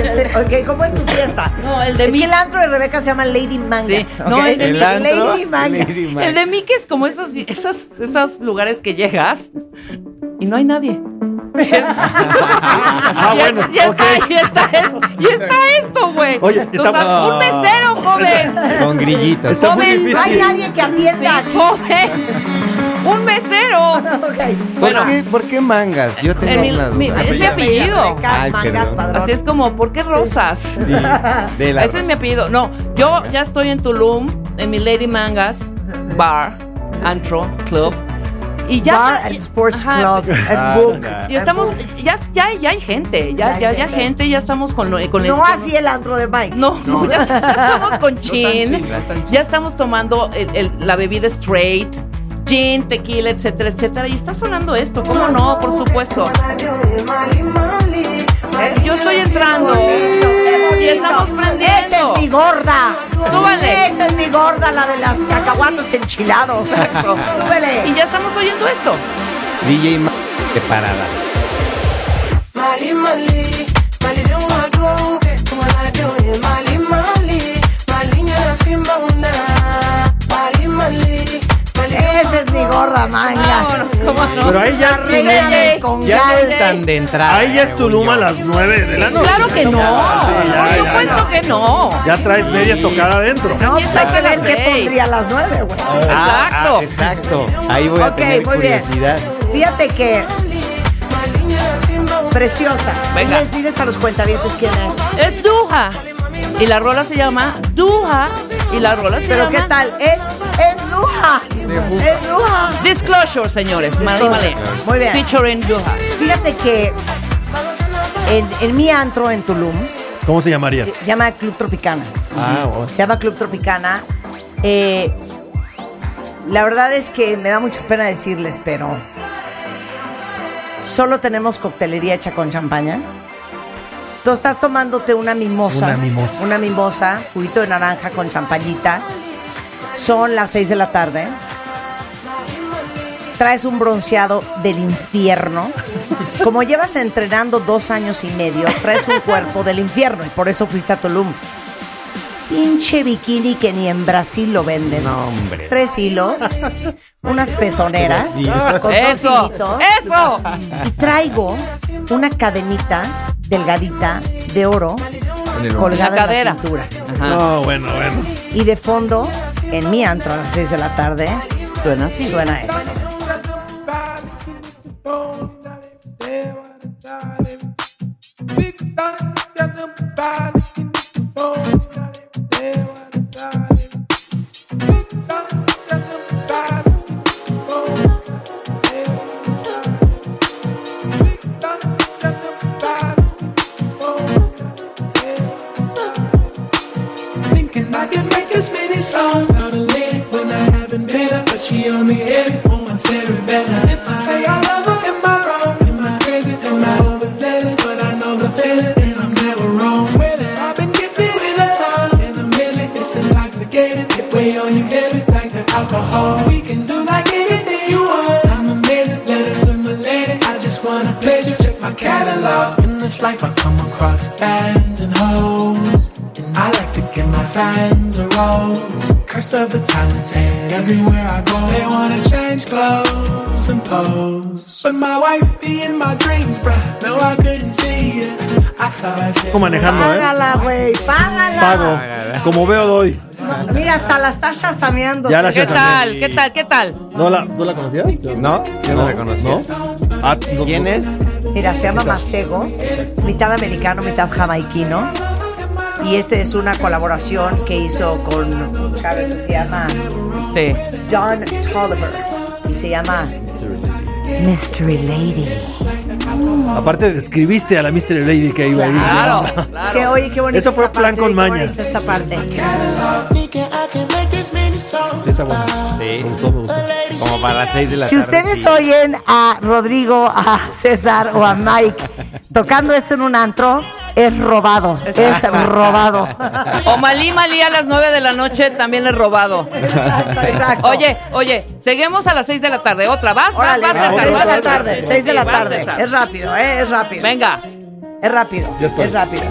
Ok, ¿cómo es tu fiesta? No, el de es mí. que el antro de Rebeca se llama Lady Mangas. Sí. ¿ok? No, el de El mí. antro, Lady Mangas. Lady El de mí que es como esos, esas, esos lugares que llegas y no hay nadie. [LAUGHS] Ah, Ya- bueno. ya, está, ya está, es- ya está esto, güey. Oye, O sea, está- un mesero, [LAUGHS] joven. Con grillitos. Está muy Joven, difícil. no hay nadie que atienda Sí, joven. Un mesero. ¿Por, Bueno, qué, por qué mangas? Yo tengo en mi- una duda. mi- es mi apellido. Ay, perdón. Así es como, ¿por qué rosas? de la Ese es mi apellido. No, yo ya estoy en Tulum, en mi Lady Mangas Bar, Antro, Club. Y ya Bar and Sports Club and Ah, Book. Y estamos, ya, ya, ya hay gente, ya, Ya ya, hay ya gente. gente, ya estamos con, lo- con el- No con- así el antro de Mike. No, no, [LAUGHS] ya, ya estamos con No chin, tan chill, no tan chill. ya estamos tomando el- el- la bebida straight, gin, tequila, etcétera, etcétera. Y está sonando esto, ¿cómo no? Por supuesto. Yo estoy entrando y estamos prendiendo. ¡Esa es mi gorda! Súbale. Esa es mi gorda, la de las cacahuatos enchilados. Exacto. Súbele. Y ya estamos oyendo esto. DJ Ma- de parada. Mali, Mali, Mali don't want groove it, when I do it. Mali, Mali, Mali nyara fimba una. Mali, Mali, Mali Esa es mi gorda manga. Pero ahí ya es Arréglame Tulum. con Ya no ganas. es tan de entrada. Ahí ya es Tulum a las 9 de la noche. Claro que no. Sí, ya, Por ya, supuesto que no. Ya traes medias tocadas adentro. Aquí No, pues está hay que hasta ver las qué seis. pondría a las nueve, güey. Ah, ah, exacto. Ahí voy a Ok, tener muy bien. curiosidad. Fíjate que. Preciosa. Venga. Diles, diles a los cuentavientes quién es. Es Duja. Y la rola se llama Duja. Y la rola se Pero llama qué tal, es, es Duja. Es Duja. Disclosure, señores. Malé, Disclosure. malé. Muy bien. Featuring Duja. Fíjate que en, en mi antro en Tulum, ¿Cómo se llamaría? que se llama Club Tropicana. Ah, bueno. Se llama Club Tropicana. Eh, la verdad es que me da mucha pena decirles, pero solo tenemos coctelería hecha con champaña. Tú estás tomándote una mimosa. Una mimosa. Una mimosa, juguito de naranja con champañita. Son las 6 de la tarde. Traes un bronceado del infierno. Como llevas entrenando dos años y medio, traes un cuerpo del infierno y por eso fuiste a Tulum. Pinche bikini que ni en Brasil lo venden. No, hombre. Tres hilos, unas pezoneras, Sí. con dos Eso. hilitos. Eso. Y traigo una cadenita delgadita de oro En el hombro. colgada La en la cadera. cintura. Ajá. No, bueno, bueno. Y de fondo, en mi antro a las 6 de la tarde, Suena así. suena esto. Thinking I can make as many songs out of lyric when I haven't been her, but she only hit it when I said it better. If I say I love her, am I wrong? Am I crazy? Am I overzealous? But I know the feeling, and I'm never wrong. Swear that I've been gifted with a song in a minute. It's intoxicated. It weigh on you heavy like the alcohol. We can do like anything you want. I'm a minute, letter to my lady. I just wanna pleasure. Check my catalog. In this life, I come across bands and hoes. And I like to give my fans a rose. Curse of the talented, everywhere I go. They wanna change clothes and pose. But my wife be in my dreams, bruh. No, I couldn't see it. I saw it. Como manejando, ¿eh? Págala, güey, págala. Pago. Como veo, doy. Mira, hasta la está chasameando. Ya la ¿Qué Gracias, tal? Andrea. ¿Qué tal? ¿Qué tal? ¿No la, ¿no la conocías? No, yo no, la conocía. ¿No? Ah, no, ¿Quién no. es? Mira, se llama Masego, es mitad americano, mitad jamaiquino. Y esta es una colaboración que hizo con un chavo que se llama Sí. Don Tolliver. Y se llama Mystery Lady. Aparte, describiste a la Mystery Lady que iba a ir. Claro, Es que, claro. oye, qué bonito. Eso fue plan con maña. Esta parte. Thinking I can make this many songs. Sí, está bueno. Sí, Me gustó, me gustó. como para las 6 de la Si tarde. ustedes sí. oyen a Rodrigo, a César o a Mike tocando esto en un antro, es robado. Es robado. O Malí Malí a las 9 de la noche también es robado. [LAUGHS] Exacto, exacto. Oye, oye, seguimos a las 6 de la tarde. Otra, vas, vas, Órale, vas, va, César, seis de vas, la César. tarde, seis de la Sí, vas, tarde. César. Es rápido, eh, es rápido. Venga. Es rápido, Ya estoy. es rápido.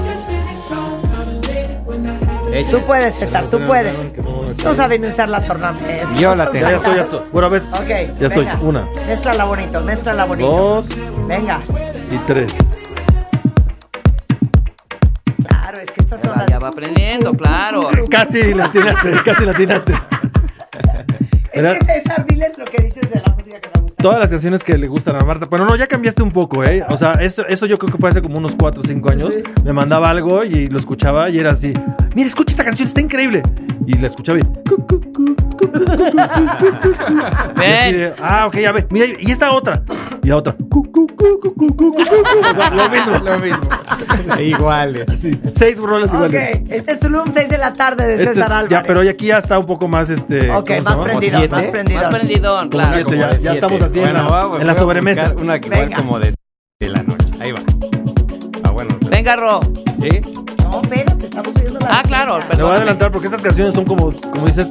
Echa. Tú puedes, César, tú Tenemos puedes. algo que no- No saben usar la tornamesa. Yo la tengo. Ya estoy, ya estoy. Bueno, a ver. Ok. Ya estoy. venga. Una, Mézclala bonito, mézclala bonito. dos Venga. y tres. Claro, es que estas son las. Ya va aprendiendo, claro. Casi la atinaste, casi la atinaste. Era- Es que César, diles lo que dices de la música que me gusta. Todas las canciones que le gustan a Marta. Pero no, ya cambiaste un poco, ¿eh? O sea, eso, eso yo creo que fue hace como unos 4 o 5 años. Me mandaba algo y lo escuchaba y era así. Mira, escucha esta canción, está increíble. Y la escuchaba y... "Cu, cu, cu, cu, cu, cu, cu, cu, cu, cu". Y así eh. Ven. de, ah, ok, ya ve. Mira, y esta otra. Y la otra. "Cu, cu, cu, cu, cu, cu, cu, cu". O sea, lo mismo. Lo mismo. Iguales. Sí, seis rolas Ok, iguales. este es Tulum, 6 de la tarde de Este es- César Álvarez. ya, pero aquí ya está un poco más este. Ok, ¿cómo se más llama? prendido, prendido. siete? más prendido. Más prendidón, claro. siete, ya- ya estamos así en la- en la sobremesa. Una que Venga. igual como de, de la noche. Ahí va. Ah, bueno. Venga, Ro. ¿Sí? No, espérate, estamos subiendo la Ah, Te claro, voy a perdón. adelantar porque estas canciones son como, como dices,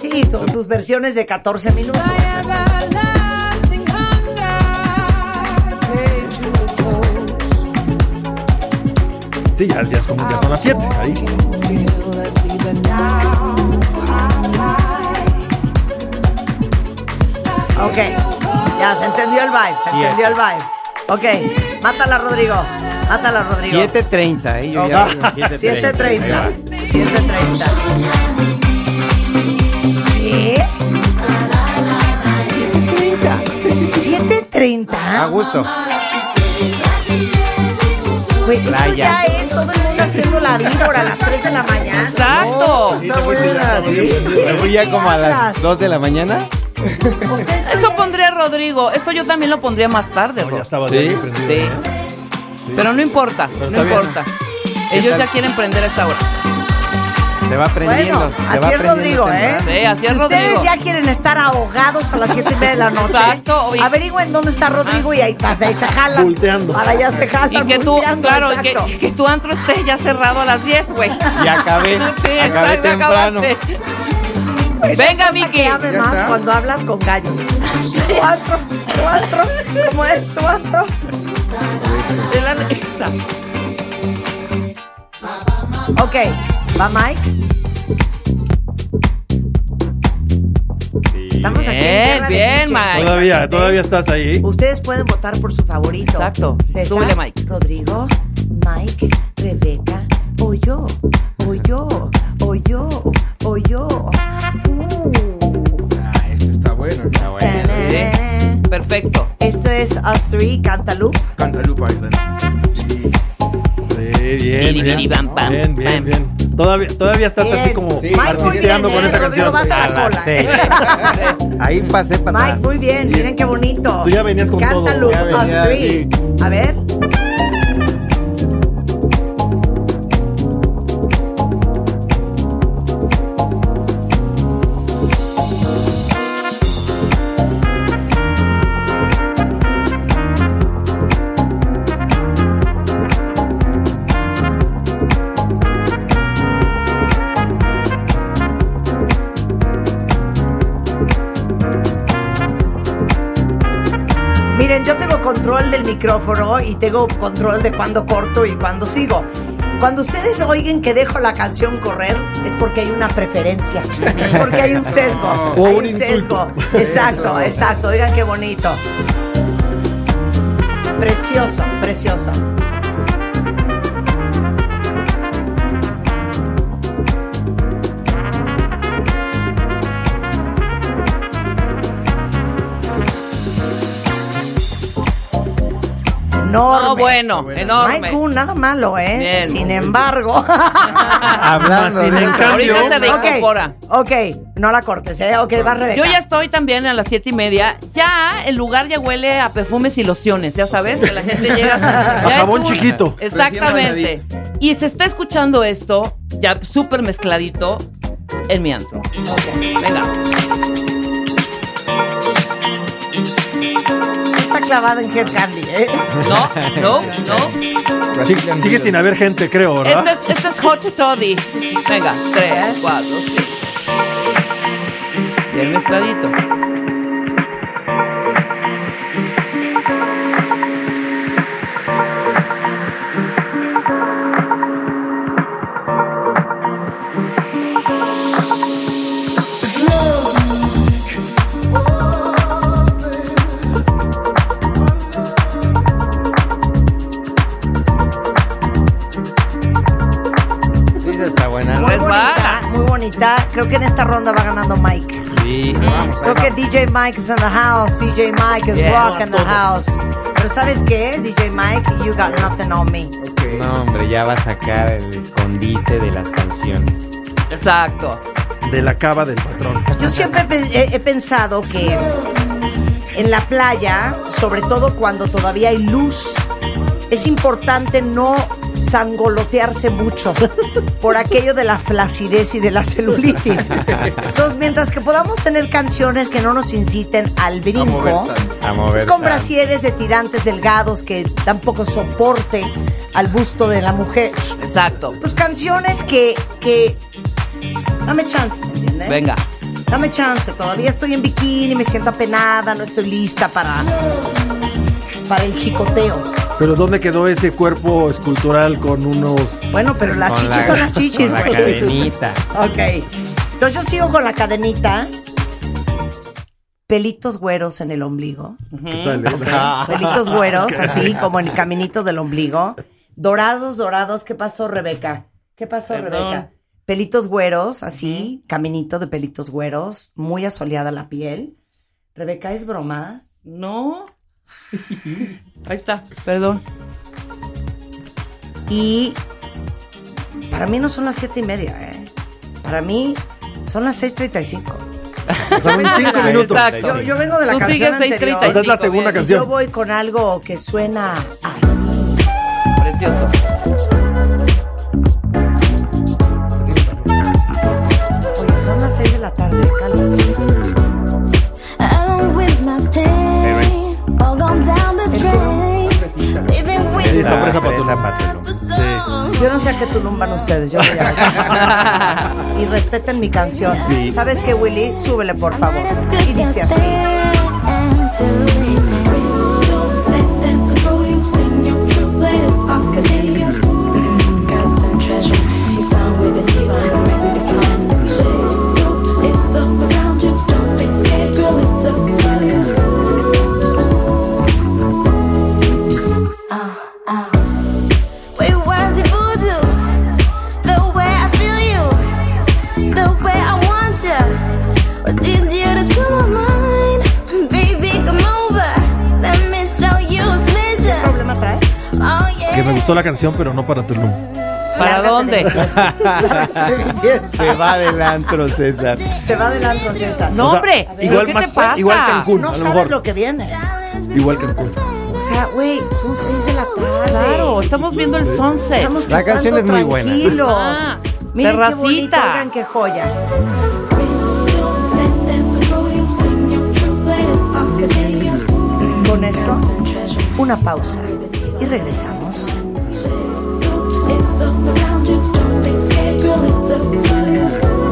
Sí, son tus versiones de 14 minutos. sí, ya, ya es como, ya son las 7. Ahí. Ok, ya se entendió el vibe, se Siete. entendió el vibe. Ok, mátala, Rodrigo. Mátala, Rodrigo. 7.30, ¿eh? Yo Ok. ya digo 7:30. Ahí va. 730. ¿Qué? 730. A gusto. Güey, esto Playa. ya es todo el mundo haciendo la víbora a las 3 de la mañana. Exacto. Está buena, ¿sí? Me fui ya como a las 2 de la mañana. Eso pondría Rodrigo. Esto yo también lo pondría más tarde, Ro. ¿Sí? Sí. Pero no importa, no está bien. importa. Ellos tal? ya quieren prender a esta hora. Se va aprendiendo. Bueno, se va así es aprendiendo Rodrigo, ¿eh? temprano. Sí, así es si ustedes Rodrigo. ya quieren estar ahogados a las 7 y media de la noche, Exacto, oye. averigüen dónde está Rodrigo y ahí pasa, y se jalan. Volteando. Para allá se Y jalan. que tú, volteando, claro, y exacto. que, que tu antro esté ya cerrado a las 10, güey. [LAUGHS] Y acabé, acabé exacto, temprano. acabaste. Pues, Venga, cosa Vicky. que ame Ya más está. cuando hablas con gallos. Cuatro, cuatro, ¿cómo es? Cuatro. De la Alexa. Ok, va Mike. Estamos aquí en Bien, tierra de bien, DJs. Mike. Todavía, todavía estás ahí. Ustedes pueden votar por su favorito. Exacto. César, Súbele, Mike. Rodrigo, Mike, Rebeca, o yo, o yo, o yo, o yo. Ah, esto está bueno. Está Sí. Perfecto. Esto es Us Three, Cantaloupe. Cantalupa Island. Sí, bien, Biri, biri, bam, bien. bam, Bien, bien, bien. Todavía, todavía estás así Bien. como Sí. Mike, muy artisteando bien, con ¿eh? esta Rodrigo, canción. vas a la las cola. seis. [LAUGHS] Ahí pasé para Mike, Ah, atrás. muy bien, miren qué bonito. Tú ya venías con todo. Cantaloupe, Ya Us venía, Three. A ver. Miren, yo tengo control del micrófono y tengo control de cuándo corto y cuándo sigo. Cuando ustedes oigan que dejo la canción correr, es porque hay una preferencia, es porque hay un sesgo. [LAUGHS] O hay un sesgo. insulto. Exacto, exacto. Oigan qué bonito. Precioso, precioso. Enorme. No, bueno, enorme. Mike Gu, nada malo, ¿eh? Bien. [LAUGHS] Sin embargo. Hablando. Sin de- en cambio, Ahorita se reincorpora. ok, no la cortes, ¿eh? Ok, va Rebeca. Yo ya estoy también a las siete y media. Ya el lugar ya huele a perfumes y lociones, ya sabes, que la gente llega así. Ya es jabón chiquito. Exactamente. Y se está escuchando esto, ya súper mezcladito, en mi antro. Venga. Está clavada en Head Candy, ¿eh? No, no, no. Sí, sigue sin haber gente, creo, ¿verdad? Esto es, esto es Hot Toddy. Venga, tres, cuatro, cinco. Bien mezcladito. Sí, está buena. Muy Pues bonita, va. muy bonita. Creo que en esta ronda va ganando Mike. Sí, vamos. ahí Creo que va. DJ Mike is in the house, DJ Mike is Bien. rock in the house. Pero ¿sabes qué, DJ Mike? You got nothing on me. No, hombre, ya va a sacar el escondite de las canciones. Exacto. De la cava del patrón. Yo siempre pe- he, he pensado que en la playa, sobre todo cuando todavía hay luz, es importante no sangolotearse [LAUGHS] mucho por aquello de la flacidez y de [LAUGHS] la celulitis. Entonces, mientras que podamos tener canciones que no nos inciten al brinco, es con brasieres de tirantes delgados que tampoco soporte al busto de la mujer. Exacto. Pues canciones que, que dame chance, ¿me entiendes? Venga. Dame chance, todavía estoy en bikini, me siento apenada, no estoy lista para, para el chicoteo. Pero ¿dónde quedó ese cuerpo escultural con unos... Bueno, pero las Con chichis la- [LAUGHS] son las chichis, con la güey. cadenita. Ok. Entonces yo sigo con la cadenita. Pelitos güeros en el ombligo. tal, eh? Ok. Pelitos güeros, así como en el caminito del ombligo. Dorados, dorados. ¿Qué pasó, Rebeca? ¿Qué pasó, Perdón. Rebeca? Pelitos güeros, así, caminito de pelitos güeros, muy asoleada la piel. Rebeca, ¿es broma? No. Ahí está, perdón. Y para mí no son las siete y media, ¿eh? Para mí son las 6.35. Pasaron cinco minutos. Exacto. Yo, yo vengo de la Tú canción sigues anterior. 6:35, O sea, es la segunda Y canción. Yo voy con algo que suena así. [LAUGHS] Precioso. Oye, son las 6 de la tarde, cálmate. Alone with my pain, all gone down the drain. Living with Sí, está my fresa patulón. Yo no sé a qué tulumban ustedes, yo voy a Y respeten mi canción. Sí. ¿Sabes qué, Willy? Súbele, por favor. Y dice así. Wait, where's your voodoo? The way I feel you, the way I want you. What you do to tune my mind? Baby, come over. Let me show you a pleasure. Oh, yeah. Que me gustó la canción, pero no para Tulum. ¿Para dónde? Se va del antro, César. Se va del antro, César. No, hombre, A ver, igual ¿qué te Mac- pasa? igual Cancún, No a lo sabes mejor. lo que viene. Igual que en Cancún. O sea, güey, son 6 de la tarde. Claro, estamos viendo el sunset. Estamos La canción chupando es muy buena. Tranquilos. Ah, Miren qué terracita. bonito, oigan qué joya. Con esto, una pausa y regresamos.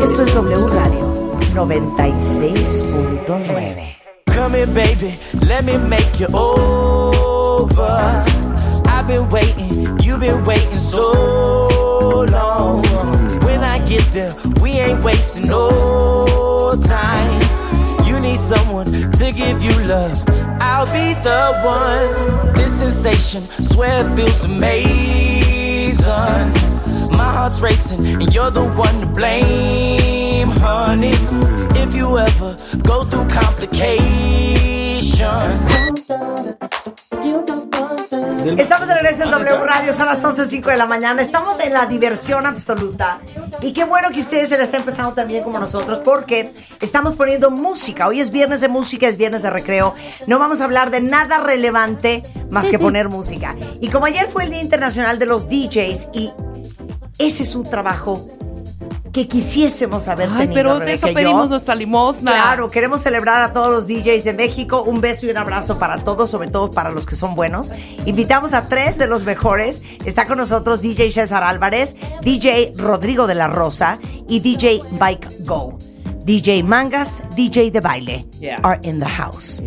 Esto es W Radio 96.9. Come here, baby, let me make you over. I've been waiting, you've been waiting so long. When I get there, we ain't wasting no time. You need someone to give you love. I'll be the one. This sensation, swear it feels amazing. My heart's racing, and you're the one to blame, honey. If you ever go through complications. Estamos de regreso en W Radio, son las 11.05 de la mañana. Estamos en la diversión absoluta. Y qué bueno que ustedes se la están empezando también como nosotros, porque estamos poniendo música. Hoy es viernes de música, es viernes de recreo. No vamos a hablar de nada relevante más [LAUGHS] que poner música. Y como ayer fue el Día Internacional de los DJs, y ese es un trabajo que quisiésemos haber Ay, tenido. pero de Rebeca eso y yo. pedimos nuestra limosna. Claro, queremos celebrar a todos los DJs de México. Un beso y un abrazo para todos, sobre todo para los que son buenos. Invitamos a tres de los mejores. Está con nosotros DJ César Álvarez, DJ Rodrigo de la Rosa y DJ Bike Go. DJ Mangas, DJ de baile, Yeah. are in the house.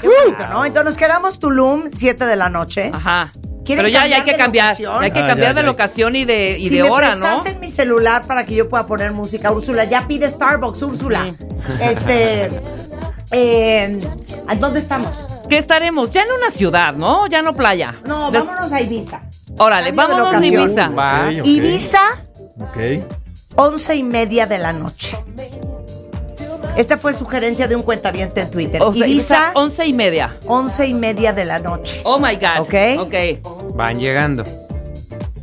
¡Qué bonito, ¿no? Entonces nos quedamos Tulum, 7 de la noche. Ajá. ¿Quieren Pero ya, ya hay cambiar que de cambiar. locación? ya hay que Ah, ya, cambiar ya. de locación y de, y si de me hora, ¿no? prestas en mi celular para que yo pueda poner música, Úrsula, ya pide Starbucks, Úrsula. Este, eh, ¿a ¿dónde estamos? ¿Qué estaremos? Ya en una ciudad, ¿no? Ya no playa. No, Des- vámonos a Ibiza. Órale, Cambio de vámonos a locación. Ibiza. Ok, ok. Ibiza, Ok. once y media de la noche. Esta fue sugerencia de un cuentaviente en Twitter. O sea, Ibiza, Ibiza, once y media. once y media de la noche. Oh my God. Ok. Van llegando.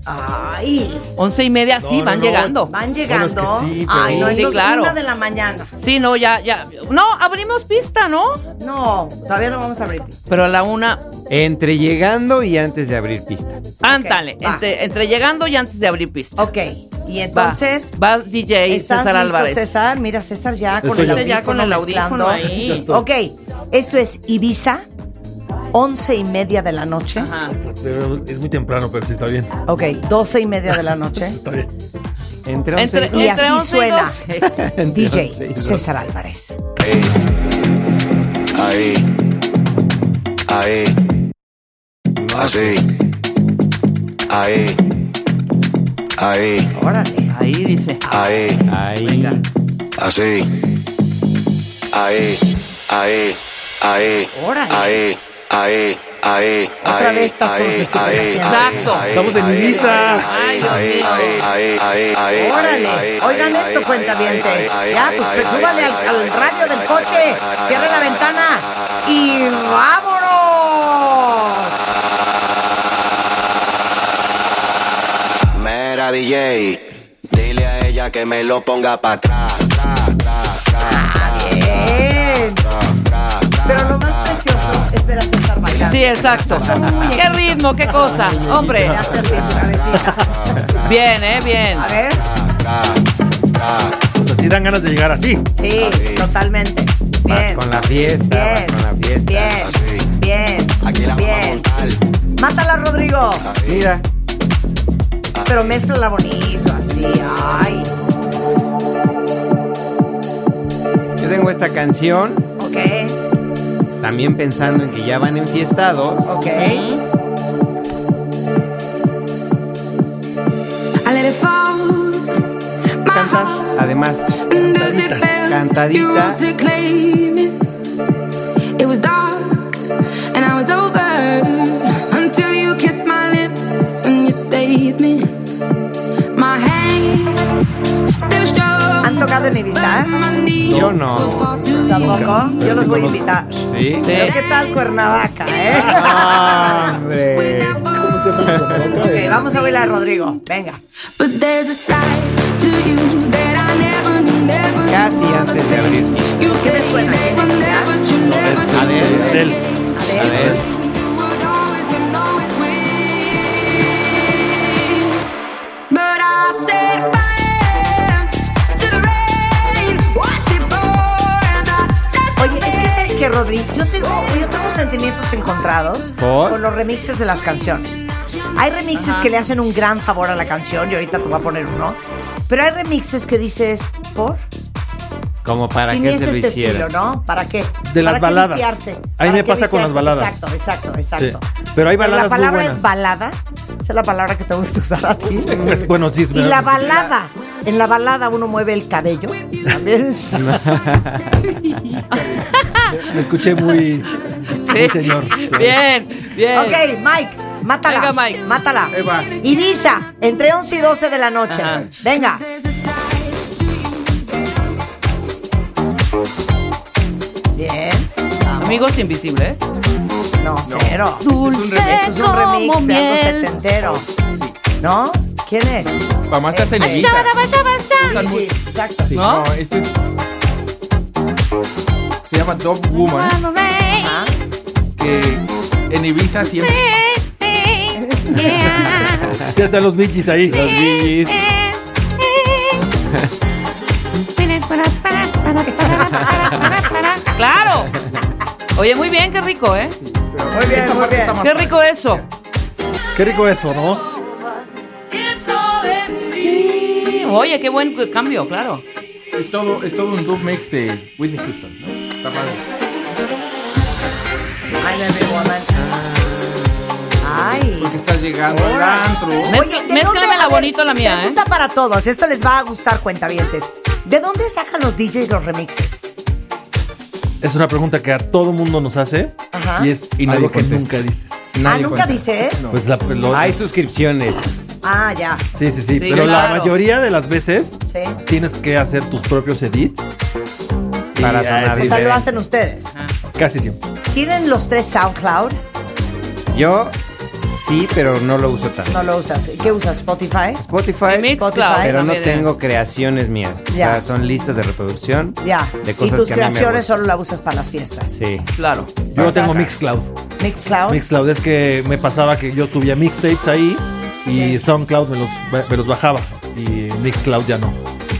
Ay. Once y media, sí, No, van no, no. llegando. Van llegando. Ay, no, sí, entonces, claro. una de la mañana. Sí, no, ya, ya. No, abrimos pista, ¿no? No, todavía no vamos a abrir pista. Pero a la una, Entre llegando y antes de abrir pista. ándale, entre, entre llegando y antes de abrir pista. Ok, y entonces... Va, DJ ¿Estás César listo, Álvarez. César? Mira, César ya con Estoy el ya. audífono, Ya con el audífono mezclando. ahí. Ya estoy. Ok, esto es Ibiza, once y media de la noche. Pero Es muy temprano, pero sí está bien. Ok, doce y media de [LAUGHS] la noche. Está bien. Entre Entre- y así suena [LAUGHS] Entre once y DJ doce. César Álvarez. Ahí. Ahí. Así. Ahí. Ahí. Ahí dice. Ahí. Ahí. Así. Ahí. Ahí. Ahí. Ahí. Ahí. Ahí. Otra Ahí. vez estás con Ahí. gesticulación. Ahí. Exacto. Ahí. Estamos en Ahí. Ibiza. Ahí. Ahí. Ahí. Ahí. Eh, Ahí. Órale. Ahí. Oigan Ahí. esto, Ahí. cuentavientes. Ahí. Ahí. Ya, Ahí. pues, Ahí. pues, súbale al, al radio del coche. Cierra la ventana. Y vámonos. Mera DJ, dile a ella que me lo ponga para atrás. Ah, Pero lo más precioso es ver a César bailando. Sí, exacto. Qué ritmo, qué cosa. Hombre. Bien, eh, bien. A ver. O sea, sí dan ganas de llegar así. Sí, totalmente. Bien, Ah, Con la fiesta, vas con la fiesta. ah, bien, bien. bien. Mátala, Rodrigo. Ah, Mira. Pero mézclala bonito, así. Ay. Yo tengo esta canción, Ok. también pensando en que ya van enfiestados. Ok. Mm. I let it fall. Cantan, además, cantaditas. You Cantaditas. used to claim it. It was dark and I was over until you kissed my lips and you saved me. My hands, they're strong. ¿Han tocado en Ibiza? Yo no. ¿Tampoco? Pero Yo los sí voy a conozco. invitar. Sí. Ah, Pero ¿Qué tal Cuernavaca, eh? Eh, Hombre. Ok, vamos a bailar, Rodrigo. Venga. But there's a side to you that I never knew, never knew. Casi antes de abrir. You say they were never true, never true. Adel. Adel. But I set fire to the rain. Watch it pour as I Oye, es que sabes que, Rodrigo, yo tengo, yo tengo sentimientos encontrados ¿Por? con los remixes de las canciones. Hay remixes Ajá. que le hacen un gran favor a la canción, y ahorita te voy a poner uno. Pero hay remixes que dices, ¿por? Como para si ni que es se lo este hiciera. estilo, ¿no? ¿Para qué? De las ¿Para qué baladas. viciarse? A mí ¿Para me qué pasa con las baladas. Exacto, exacto, exacto. Sí. Pero hay baladas la palabra muy buenas. es balada. Esa es la palabra que te gusta usar a ti. [LAUGHS] Es- bueno, sí, es Y la verdad. balada. En la balada uno mueve el cabello. También es- Me escuché muy. muy señor. Bien, bien. Ok, Mike, mátala. Venga, Mike. Mátala. Ahí va. Ibiza, entre 11 y 12 de la noche. Ajá. Venga. Bien. Amigos invisibles. ¿eh? No, cero. Dulce Esto es un remix como de algo miel. setentero. ¿No? ¿Quién es? Mamá, estás en Ibiza. Sí, sí, exacto. Sí, ¿No? ¿No? esto es... Se llama Dog Woman, Ajá. que en Ibiza siempre... Ya están los Biggies ahí. Los Biggies. ¡Claro! Oye, muy bien, qué rico, ¿eh? Muy bien, muy bien. Qué rico eso. Qué rico eso, ¿no? Oye, qué buen cambio, claro. Es todo, es todo un dub mix de Whitney Houston, ¿no? Está padre. I love you, woman. Ay. Porque estás llegando al Ahora. antro. Oye, ¿de dónde- Mézclemela a ver, bonito la mía, ¿eh? Pregunta para todos, esto les va a gustar, cuentavientes. ¿De dónde sacan los DJs los remixes? Es una pregunta que a todo mundo nos hace. Ajá. Y es Y nadie algo que contesta. nunca dices. ah, ¿nunca dices? Pues la, lo- Hay suscripciones. Ah, ya. Sí, sí, sí. pero claro. la mayoría de las veces Sí. tienes que hacer tus propios edits. Y Para a sonar eso- O sea, lo hacen Ah. ustedes. Casi siempre. ¿Tienen los tres SoundCloud? Yo Sí, pero no lo uso tanto. No lo usas. ¿Qué usas? ¿Spotify? Spotify, Spotify. pero no tengo creaciones mías. Ya. O sea, son listas de reproducción Ya. de y cosas tus que a mí me creaciones solo la usas para las fiestas. Sí. Claro. Yo tengo Mixcloud. Mixcloud. Mixcloud Pues es que me pasaba que yo subía mixtapes ahí y SoundCloud me los, me los bajaba y Mixcloud ya no.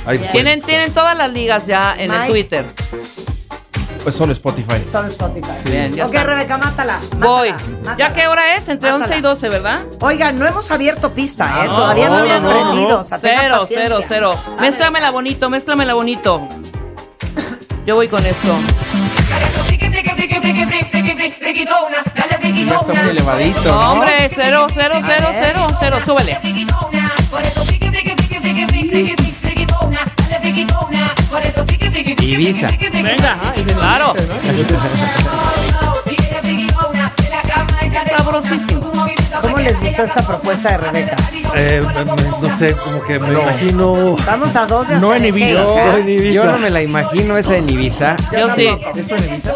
Ahí pues, Tienen, tienen todas las ligas ya en el Mike. Twitter. pues solo Spotify. Solo Spotify. Bien, ya ok, está. Rebeca, mátala. Voy. mátala. ¿Ya qué hora es? Entre Mátala. 11 y 12, ¿verdad? Oigan, no hemos abierto pista, ¿eh? Todavía no, hemos prendido. o sea, tengan Cero, paciencia. cero, cero. Mézclamela bonito, mézclamela bonito. Yo voy con esto. No está muy elevadito, No, ¿no? hombre, cero, cero, cero, cero, cero. Súbele. Ibiza. Venga, claro. Sabrosísimo. ¿Cómo les gustó esta propuesta de Rebeca? Eh, me- no sé, como que me imagino. Vamos a dos de No en hacer Ibiza. el cake, ¿eh? No en Ibiza. Yo no me la imagino esa en Ibiza. Yo sí.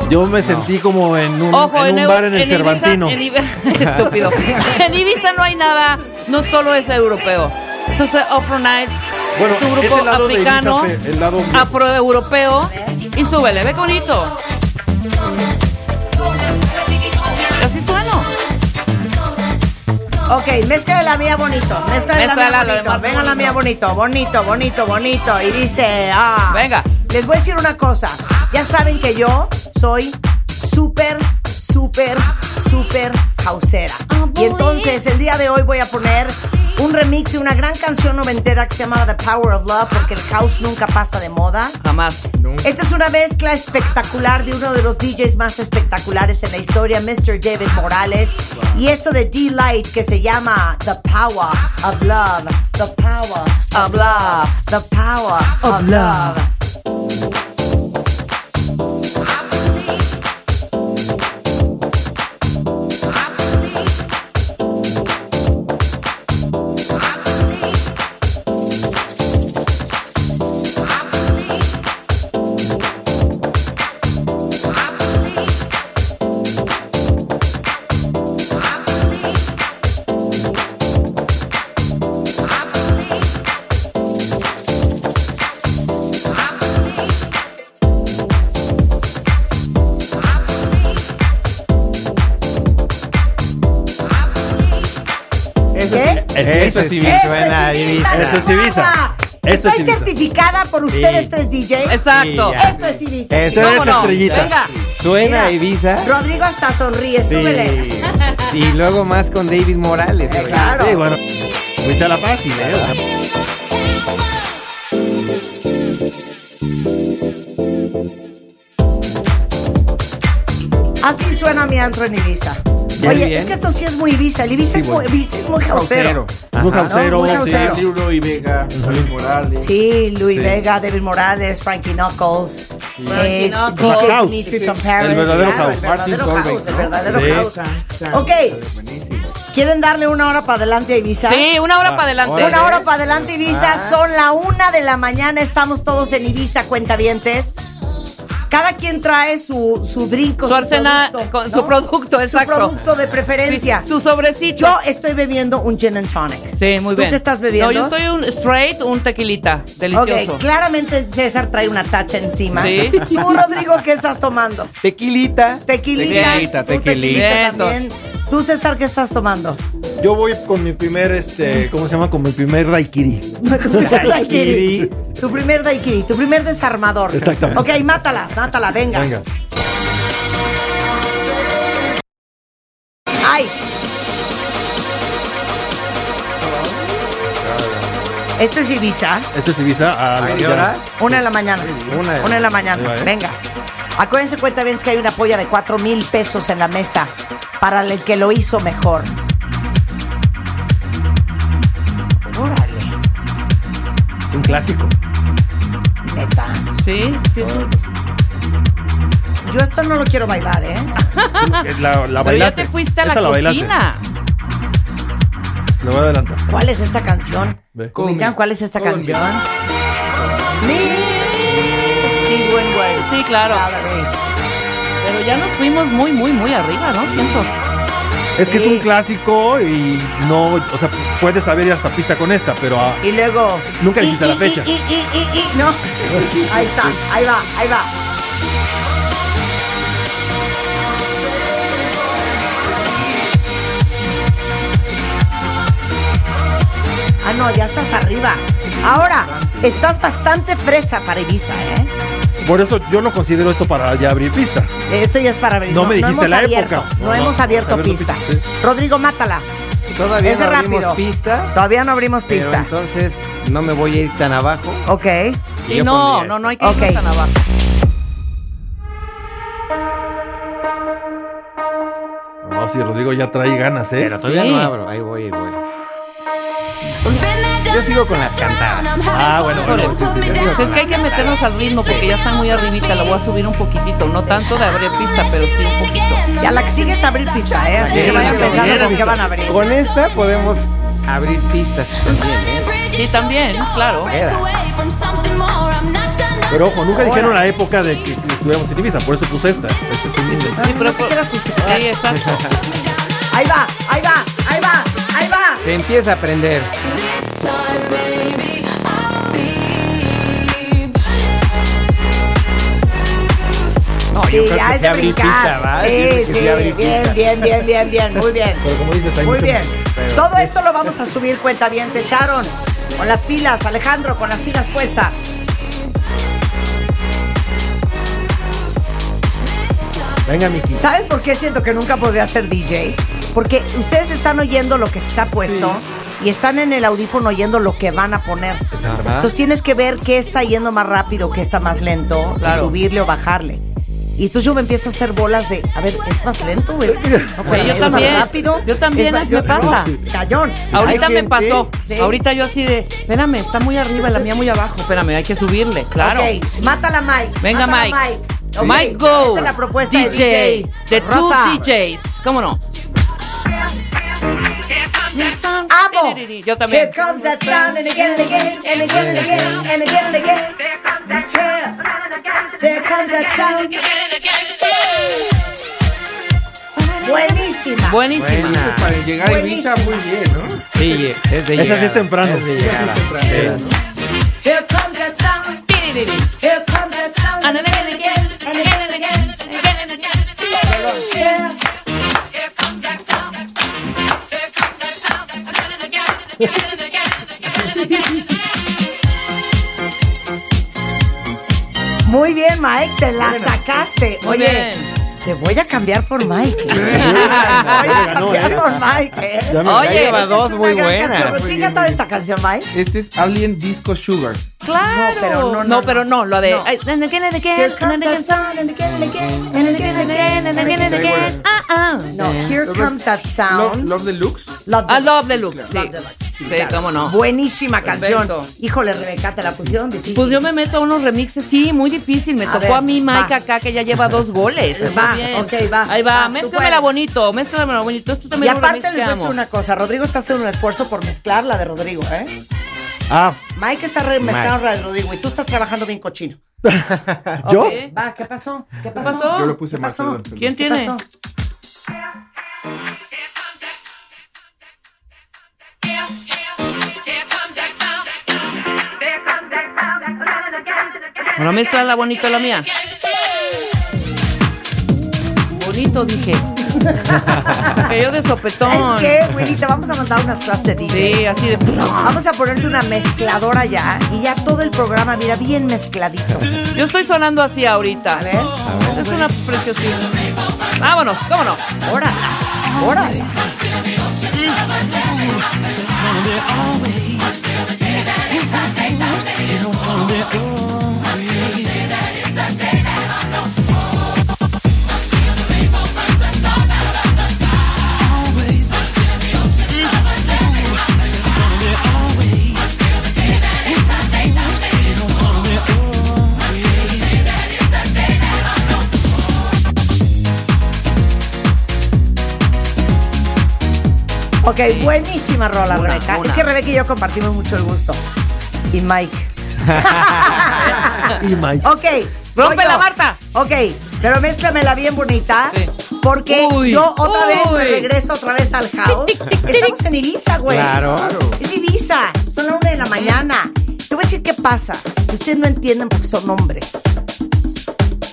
Yo me sentí como en un, Ojo, en un Eu- bar en el Ibiza- Cervantino. en Ibiza- [LAUGHS] estúpido. en Ibiza no hay nada, no solo es europeo. Entonces, Afro Nights, Bueno, tu grupo ese lado de Ibiza, africano, Fe, el lado- afroeuropeo, y súbele, ve qué bonito. Así sueno. Ok, mezcla de la mía bonito. Mezcla de Mézclala, la mía lo bonito. demás Venga la bonito. mía bonito, bonito, bonito, bonito. Y dice, ah. Venga. Les voy a decir una cosa. Ya saben que yo soy súper, súper, súper hausera. Y entonces el día de hoy voy a poner un remix de una gran canción noventera que se llama The Power of Love, porque el house nunca pasa de moda. Jamás. Esta es una mezcla espectacular de uno de los DJs más espectaculares en la historia, Mr. David Morales. Y esto de D-Light que se llama The Power of Love. The Power of Love. The Power of Love. ¿Qué? Eso sí ¿Eh? Eso suena a Ibiza. Ibiza, Eso es Ibiza. Eso es Estoy Ibiza. certificada por ustedes Sí. tres DJs. Exacto. Sí, ya. Esto es Ibiza. Eso ¿Cómo es no? estrellitas. Venga. Suena a Mira, Ibiza. Rodrigo hasta sonríe, Sí. súbele. Y luego más con David Morales. oye. claro. Sí, bueno. Ahorita la fácil, ¿eh? O sea, Así suena mi antro en Ibiza. Muy Oye, bien. es que esto sí es muy Ibiza. El Ibiza, Sí, es, muy, bueno. Ibiza es muy jausero. Ajá. Muy jausero, No, muy sí. jausero. Libro y Vega, Luis Morales. Sí, Luis Sí. Vega, David Morales, Frankie Knuckles, Frankie eh, Knuckles. DJ House. Dimitri from El Paris, verdadero claro, el house. Martin verdadero Solveig, house, el ¿no? verdadero Sí. house. Ok, ¿quieren darle una hora para adelante a Ibiza? Sí, una Ah, hora para adelante. Una hora para adelante, Ibiza. Son la una de la mañana. Estamos todos en Ibiza, cuentavientes. Cada quien trae su, su drink o Su arsenal, con su producto, exacto. Su producto de preferencia. Sí, Su sobrecito. Yo estoy bebiendo un gin and tonic. Sí, muy ¿Tú bien. qué estás bebiendo? No, yo estoy un straight, un tequilita. Delicioso. Ok, claramente César trae una tacha encima. Sí. [LAUGHS] Tú, Rodrigo, ¿qué estás tomando? Tequilita. Tequilita. Tequilita, Tú, tequilita. también. Tú, César, ¿qué estás tomando? Yo voy con mi primer, este, ¿cómo se llama? Con mi primer Daikiri. [LAUGHS] Tu primer daiquiri. Tu primer daiquiri, tu primer desarmador. Exactamente. Ok, mátala, mátala, venga. Venga. ¡Ay! Esto Este es Ibiza. Esto es Ibiza a la ¿A qué hora? Una de la mañana. Una de la- Una de la Ahí mañana. va, ¿eh? Venga. Acuérdense cuenta bien que hay una polla de 4 mil pesos en la mesa para el que lo hizo mejor. Órale, Es un clásico. neta. Sí, sí, es un- Yo esto no lo quiero bailar, ¿eh? Es La, Ah, la Pero ya bailaste. te fuiste a la Esa bailaste. cocina. Lo voy a adelantar. ¿Cuál es esta canción? Ve. ¿Ubican cuál es esta canción? Steve Winwood. Sí, claro. Pero ya nos fuimos muy, muy, muy arriba, ¿no? Siento. Es que es un clásico y no, o sea, puedes haber ido hasta pista con esta, pero ah, Y luego. nunca Y, dijiste la y, fecha. y, y, y, y, no. Ahí está, ahí va, ahí va. Ah, no, ya estás arriba. Ahora, estás bastante fresa para Ibiza, ¿eh? Por eso yo no considero esto para ya abrir pista. Esto ya es para abrir. No me dijiste hemos la abierto, época. No, No, no, hemos no abierto hemos abierto pista. pista, Rodrigo, mátala. Todavía Es no de abrimos rápido. pista. Todavía no abrimos Pero pista. entonces no me voy a ir tan abajo. Ok. Y Y yo no, pondría no, esto. no hay que irnos Ok. tan abajo. No, si Rodrigo ya trae ganas, ¿eh? Pero todavía no abro. Ahí voy, ahí voy. Yo sigo con las cantadas. Ah, bueno, bueno. Sí, sí, sí, yo sigo Pues con es que hay que meternos al ritmo porque ya está muy arribita, la voy a subir un poquitito, no tanto de abrir pista, pero sí un poquito. Ya la que sigue es abrir pista, ¿eh? Así Sí, que vayan sí, pensando sí, con sí. qué van a abrir. Con esta podemos abrir pistas también, ¿eh? Sí, también, claro. Pero ojo, nunca dijeron la época de que estuviéramos en Ibiza, por eso puse esta. Este es un niño. No se quiera asustar. Sí, exacto. Ahí va, ahí va, ahí va, ahí va. Se empieza a aprender. No, yo creo que sí abrí pista, ¿va? Yo creo Sí, que sí, sí abrí bien, pista. bien, bien, bien, bien, muy [LAUGHS] bien. Pero [LAUGHS] como dices, hay Muy mucho bien. más, pero- Todo esto lo vamos a subir cuenta bien, Sharon. Con las pilas, Alejandro, con las pilas puestas. Venga, Miki. ¿Saben por qué siento que nunca podría ser DJ? Porque ustedes están oyendo lo que está puesto y están en el audífono oyendo lo que van a poner. Exacto. Entonces tienes que ver qué está yendo más rápido, qué está más lento, y Claro. subirle o bajarle. Y entonces yo me empiezo a hacer bolas de, a ver, ¿es más lento o es, o Oye, yo es también, más rápido? yo también, Es más- me pasa. Cañón. Ahorita Hay me gente- pasó. Sí. Ahorita yo así de, espérame, está muy arriba, la mía muy abajo. Espérame, hay que subirle, claro. Ok, mátala Mike. Venga, mátala, Mike. Ok, Mike Go. Esta es la propuesta de DJ. DJ. The Two Rosa. DJs. ¿Cómo no? Yo Amo. Here también. comes that sound and again and again and again and again and again and again. Yeah. There comes that sound. Buenísima. Buenísima. Buena. Para llegar a Ibiza muy bien, ¿no? Sí, es de Esa sí es llegada, temprano. es de llegada. Here comes that sound. Here comes that sound. And again and again and again and again and again and again. Yeah. Here comes that sound. Here comes that sound. Again and again and again and again and again and again. Muy bien, Mike, te la sacaste. Muy Oye, bien. te voy a cambiar por Mike. Te voy a ganó, cambiar ¿eh? por Mike. ¿eh? Ya me- Ya Oye, lleva dos muy Una gran canción. buenas. ¿Pero quién cantaba esta canción, Mike? Este es Alien Disco Sugar. claro. No, pero no, no, no. pero no, lo de. No. ay, and again and again, Here comes and that again, sound and again and again and and again again and and again, and again and again. Ah, ah. No, here comes that Love, sound. Love Deluxe. Love I Ah, love the the look look, Love sí. the look, Sí, claro. cómo no. Buenísima canción. Perfecto. Híjole, Rebeca, te la pusieron difícil. Pues yo me meto a unos remixes, sí, muy difícil. Me A tocó ver, a mí Mike va. acá que ya lleva dos goles. Muy Va, bien. ok, va, Ahí va, va, tú mézclamela puedes. bonito, mézclamela bonito. Esto Y también lo aparte les voy a decir remixeamos. una cosa, Rodrigo está haciendo un esfuerzo por mezclar la de Rodrigo, ¿eh? Ah, Mike está re- mezclando la de Rodrigo y tú estás trabajando bien cochino. ¿yo? Ok. Va, ¿qué pasó? ¿Qué pasó? pasó? Yo lo puse ¿Qué mal, pasó? perdón, perdón. ¿Quién ¿Qué tiene? pasó? Bueno, mezclala bonito la mía. Bonito, [LAUGHS] dije. que yo de sopetón. ¿Sabes qué, Willy? Te vamos a mandar unas clases de DJ. Sí, así de. Vamos a ponerte una mezcladora ya y ya todo el programa, mira, bien mezcladito. Yo estoy sonando así ahorita. A ver, Es una preciosidad. Vámonos, vámonos. ahora, ahora. Ok, buenísima rola, Rebeca. Es que Rebeca y yo compartimos mucho el gusto. Y Mike. y Mike. Ok. voy Rómpela, yo. Marta. Ok, pero mézclamela bien bonita. Sí. Porque Uy. yo otra vez me Uy. regreso otra vez al house. Estamos en Ibiza, güey. Claro. Es Ibiza. Son las una de la mañana. Te voy a decir qué pasa. que Ustedes no entienden porque son hombres.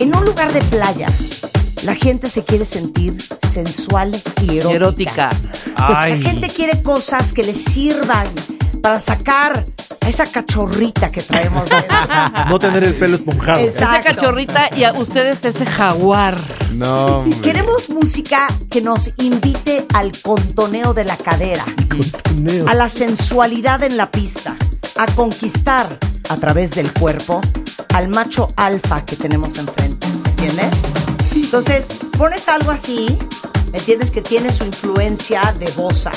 En un lugar de playa, la gente se quiere sentir sensual y erótica. Erótica. Ay. La gente quiere cosas que les sirvan para sacar a esa cachorrita que traemos. No tener el pelo esponjado. Esa cachorrita y a ustedes ese jaguar. No. Queremos música que nos invite al contoneo de la cadera, a la sensualidad en la pista, a conquistar a través del cuerpo al macho alfa que tenemos enfrente. ¿Me entiendes? Entonces, pones algo así, ¿me entiendes? Que tiene su influencia de bosa.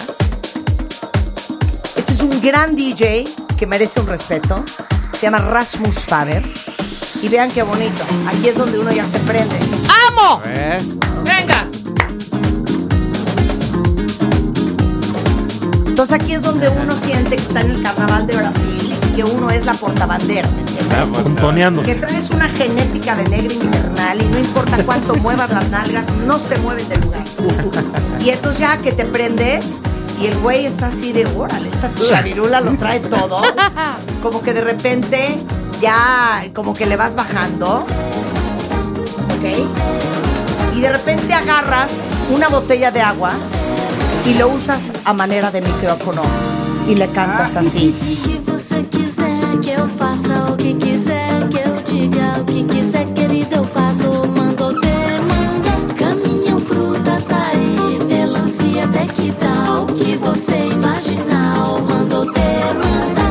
Este es un gran DJ que merece un respeto. Se llama Rasmus Faber. Y vean qué bonito. Aquí es donde uno ya se prende. ¡Amo! Venga. Entonces aquí es donde uno siente que está en el carnaval de Brasil y que uno es la portabandera. ¿me entiendes? Que Contoneándose. traes una genética de negro invernal y no importa cuánto [LAUGHS] muevas las nalgas, no se mueven del lugar. Y entonces ya que te prendes y el güey está así de, órale, esta chavirula lo trae todo. Como que de repente ya, como que le vas bajando. ¿Ok? Y de repente agarras una botella de agua y lo usas a manera de micrófono y le cantas así. que você quiser, que eu faça o que quiser, que eu diga o que quiser, querida, eu faço, mando demanda. Caminhão, fruta, tare, melancia, até que tal, o que você imaginar, eu mando demanda.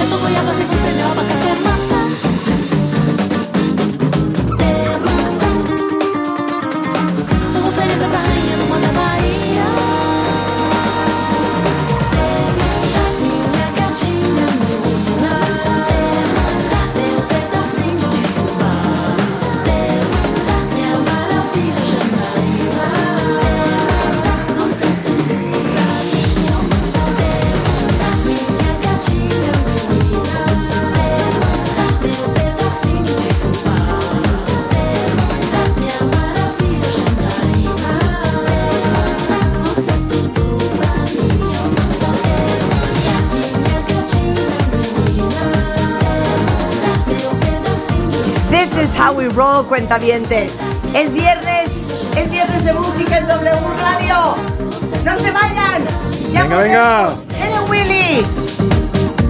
Eu tô goiaba sem você, meu abacate é massa. Demanda. Uma oferenda pra rainha do Manda Bahia. This is how we roll, cuentavientes. Es viernes, es viernes de música en W Radio. No se vayan. Ya Venga, venga. volvemos. Viene Willy.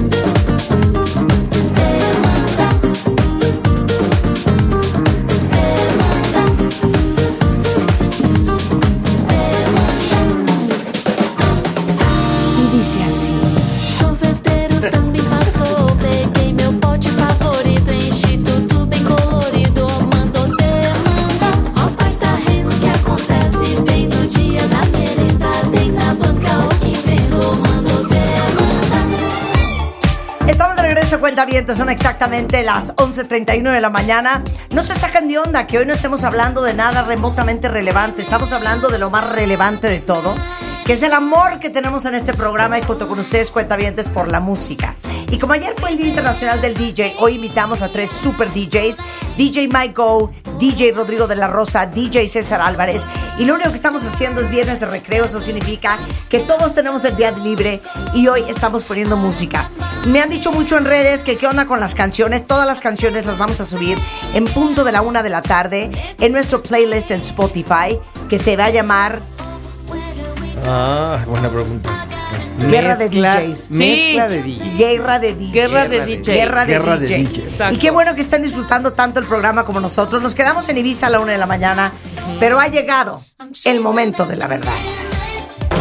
Y dice así. Sorveteiro também passou. Peguei meu pote favorito, enchi tudo bem colorido. Mandou demanda. Ó, pai, tá rindo que acontece. Bem no dia da merenda. Tem na banca o que pegou. Mandou demanda. Estamos de regreso, cuentavientos. Son exactamente las 11.39 de la mañana. No se sacan de onda que hoy no estemos hablando de nada remotamente relevante. Estamos hablando de lo más relevante de todo, que es el amor que tenemos en este programa y junto con ustedes, cuentavientes, por la música. Y como ayer fue el Día Internacional del DJ, hoy invitamos a tres super DJs: DJ Mike Go, DJ Rodrigo de la Rosa, DJ César Álvarez. Y lo único que estamos haciendo es viernes de recreo. Eso significa que todos tenemos el día libre y hoy estamos poniendo música. Me han dicho mucho en redes que qué onda con las canciones. Todas las canciones las vamos a subir en punto de la una de la tarde en nuestro playlist en Spotify que se va a llamar Ah, buena pregunta. Guerra de DJs. Mezcla de DJ. Guerra de DJs. Guerra de DJs. Guerra de Guerra de DJs. DJs. Y qué bueno que están disfrutando tanto el programa como nosotros. Nos quedamos en Ibiza a la una de la mañana, pero ha llegado el momento de la verdad. [LAUGHS]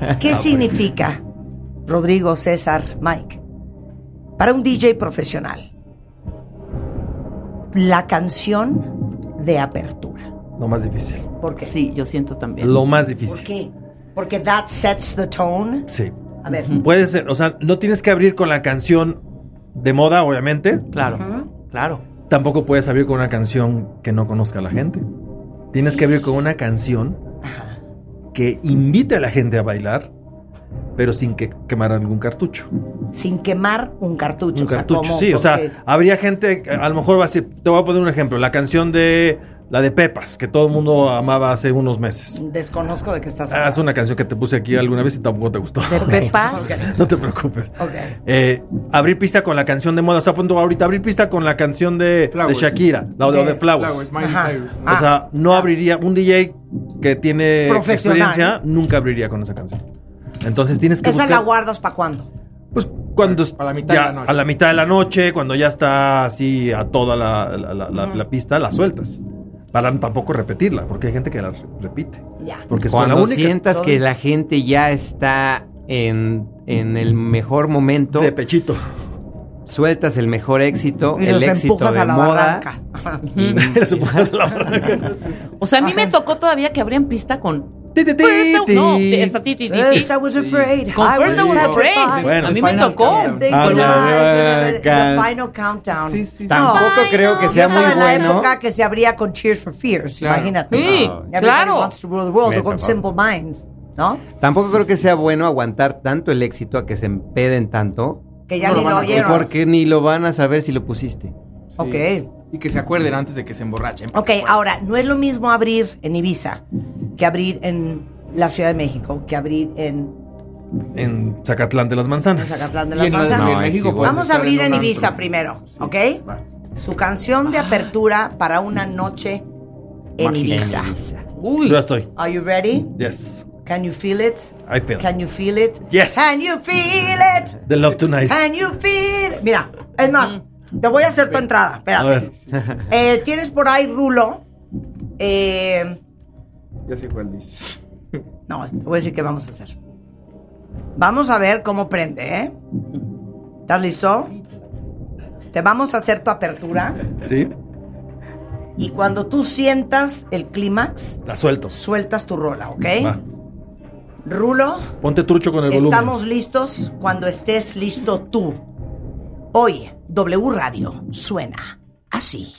Ah, ¿Qué significa, Rodrigo, César, Mike, para un DJ profesional? La canción de apertura. Lo más difícil. ¿Por qué? Sí, yo siento también. Lo más ¿Por difícil. qué? Porque that sets the tone. Sí. A ver. Puede ser, o sea, no tienes que abrir con la canción de moda, obviamente. Mm. Claro, Ujú. claro. Tampoco puedes abrir con una canción que no conozca a la gente. Tienes que abrir con una canción que invite a la gente a bailar, pero sin que quemaran algún cartucho. Sin quemar un cartucho. Un o sea, cartucho, ¿cómo? sí. O ¿Por sea, qué? habría gente, que a lo mejor va a decir, te voy a poner un ejemplo, la canción de la de Pepas, que todo el mundo amaba hace unos meses. desconozco de qué estás Ah, Es hablando. una canción que te puse aquí alguna vez y tampoco te gustó. ¿De Pepas? Ok. [LAUGHS] No te preocupes. Ok. Eh, abrir pista con la canción de moda. O sea, pon tú ahorita abrir pista con la canción de, de Shakira, la de, de Flowers. Ajá. Ah. O sea, no abriría un DJ que tiene Profesional. experiencia, nunca abriría con esa canción. Entonces tienes que ¿Esa buscar pues, la guardas para cuándo? cuando a la, mitad de la noche. a la mitad de la noche, cuando ya está así a toda la, la- la- la- la pista, la sueltas. Para tampoco repetirla, porque hay gente que la re- repite. Porque es con cuando la única- sientas que la gente ya está en, en el mejor momento. De pechito. Sueltas el mejor éxito, Y el los éxito empujas de a la moda. barranca. Los empujas a la barranca. O sea, a mí me tocó todavía que abrían pista con. Pues, Ti, ti, Eh. ti, No, ti. esta ti, ti, ti, ti. First I was afraid. Con I First I was afraid. Bueno, a mí el me final tocó. countdown. Ah, Con ya, la- ya, the ya. final countdown. Tampoco creo que Yo sea estaba muy en la bueno. época que se abría con Cheers for Fears, Claro. imagínate. Sí, Everybody claro. Wants to rule the world, Vete, o con papá. Simple Minds, ¿no? Tampoco creo que sea bueno aguantar tanto el éxito a que se empeden tanto. Pues Que ya No ni lo lo van a- oyeron. Porque ni lo van a saber si lo pusiste. Ok. Y que se acuerden antes de que se emborrachen. Ok, ahora, no es lo mismo abrir en Ibiza que abrir en la Ciudad de México, que abrir en En Zacatlán de las Manzanas. Zacatlán de las Manzanas. pues. Vamos a abrir en, Ibiza primero, ¿ok? Su canción Ah. de apertura para una noche en Ibiza. Yo ya estoy. Are you ready? Yes. Can you feel it? I feel. Can you feel it? Yes. Can you feel it? The Love [LAUGHS] Tonight. Can you feel? Mira, es más, te voy a hacer tu entrada. Espera. Mm. A ver. [LAUGHS] Eh, Tienes por ahí Rulo. Eh, Ya sé cuál dices. [LAUGHS] no, te voy a decir qué vamos a hacer. Vamos a ver cómo prende, ¿eh? ¿Estás listo? Te vamos a hacer tu apertura ¿Sí? y cuando tú sientas el clímax, La suelto. sueltas tu rola, ¿ok? Va. Rulo, Ponte trucho con el volumen. Estamos listos cuando estés listo tú. Hoy, W Radio suena así.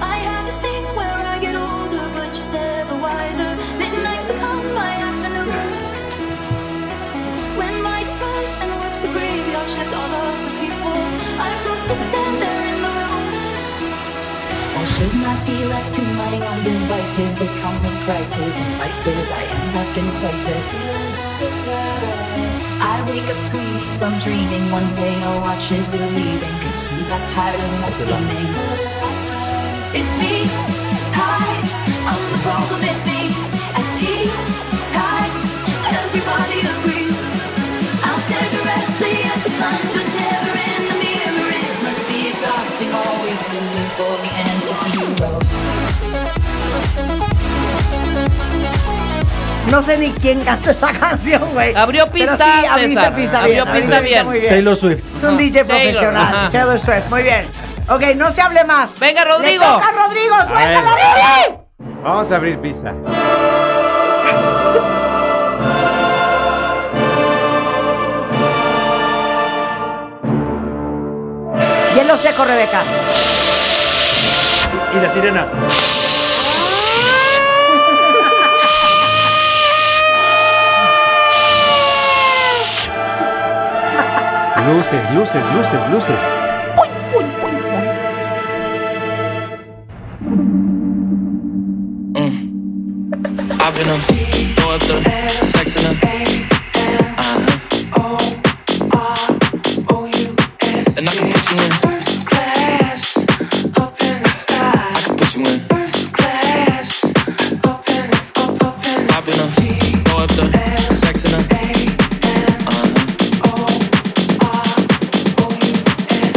I have this thing where I get older, but just never wiser. Midnights become my afternoons. When my rush and works the graveyard shift all of the people, I'm ghosted, stand there in the room. I should not be left to my own devices. They come with prices and vices. I end up in places. I wake up screaming from dreaming. One day I'll watch as you're leaving. Cause you got tired of my scheming. It's me. Hi, I'm the problem. It's me. At tea time, everybody agrees. I'll stare directly at the sun, but never in the mirror. It must be exhausting, always moving for the anti-hero. No sé ni quién canta esa [LAUGHS] canción, güey. Abrió Pero pista, sí, abriste César. pista Abrió bien, pista abriste bien. Ah. muy bien. Taylor Swift. Es un DJ Taylor, profesional. ajá. Taylor Swift, muy bien. Ok, no se hable más. Venga, Rodrigo. Le toca a Rodrigo, suéltala, Rodrigo. Vamos a abrir pista. Hielo seco, Rebeca. Y la sirena. Luces, luces, luces, luces. I've been up, going through, sexing up. Uh-huh. And I can put you in. I can put you in. I've been up, going through, sexing up. Uh-huh.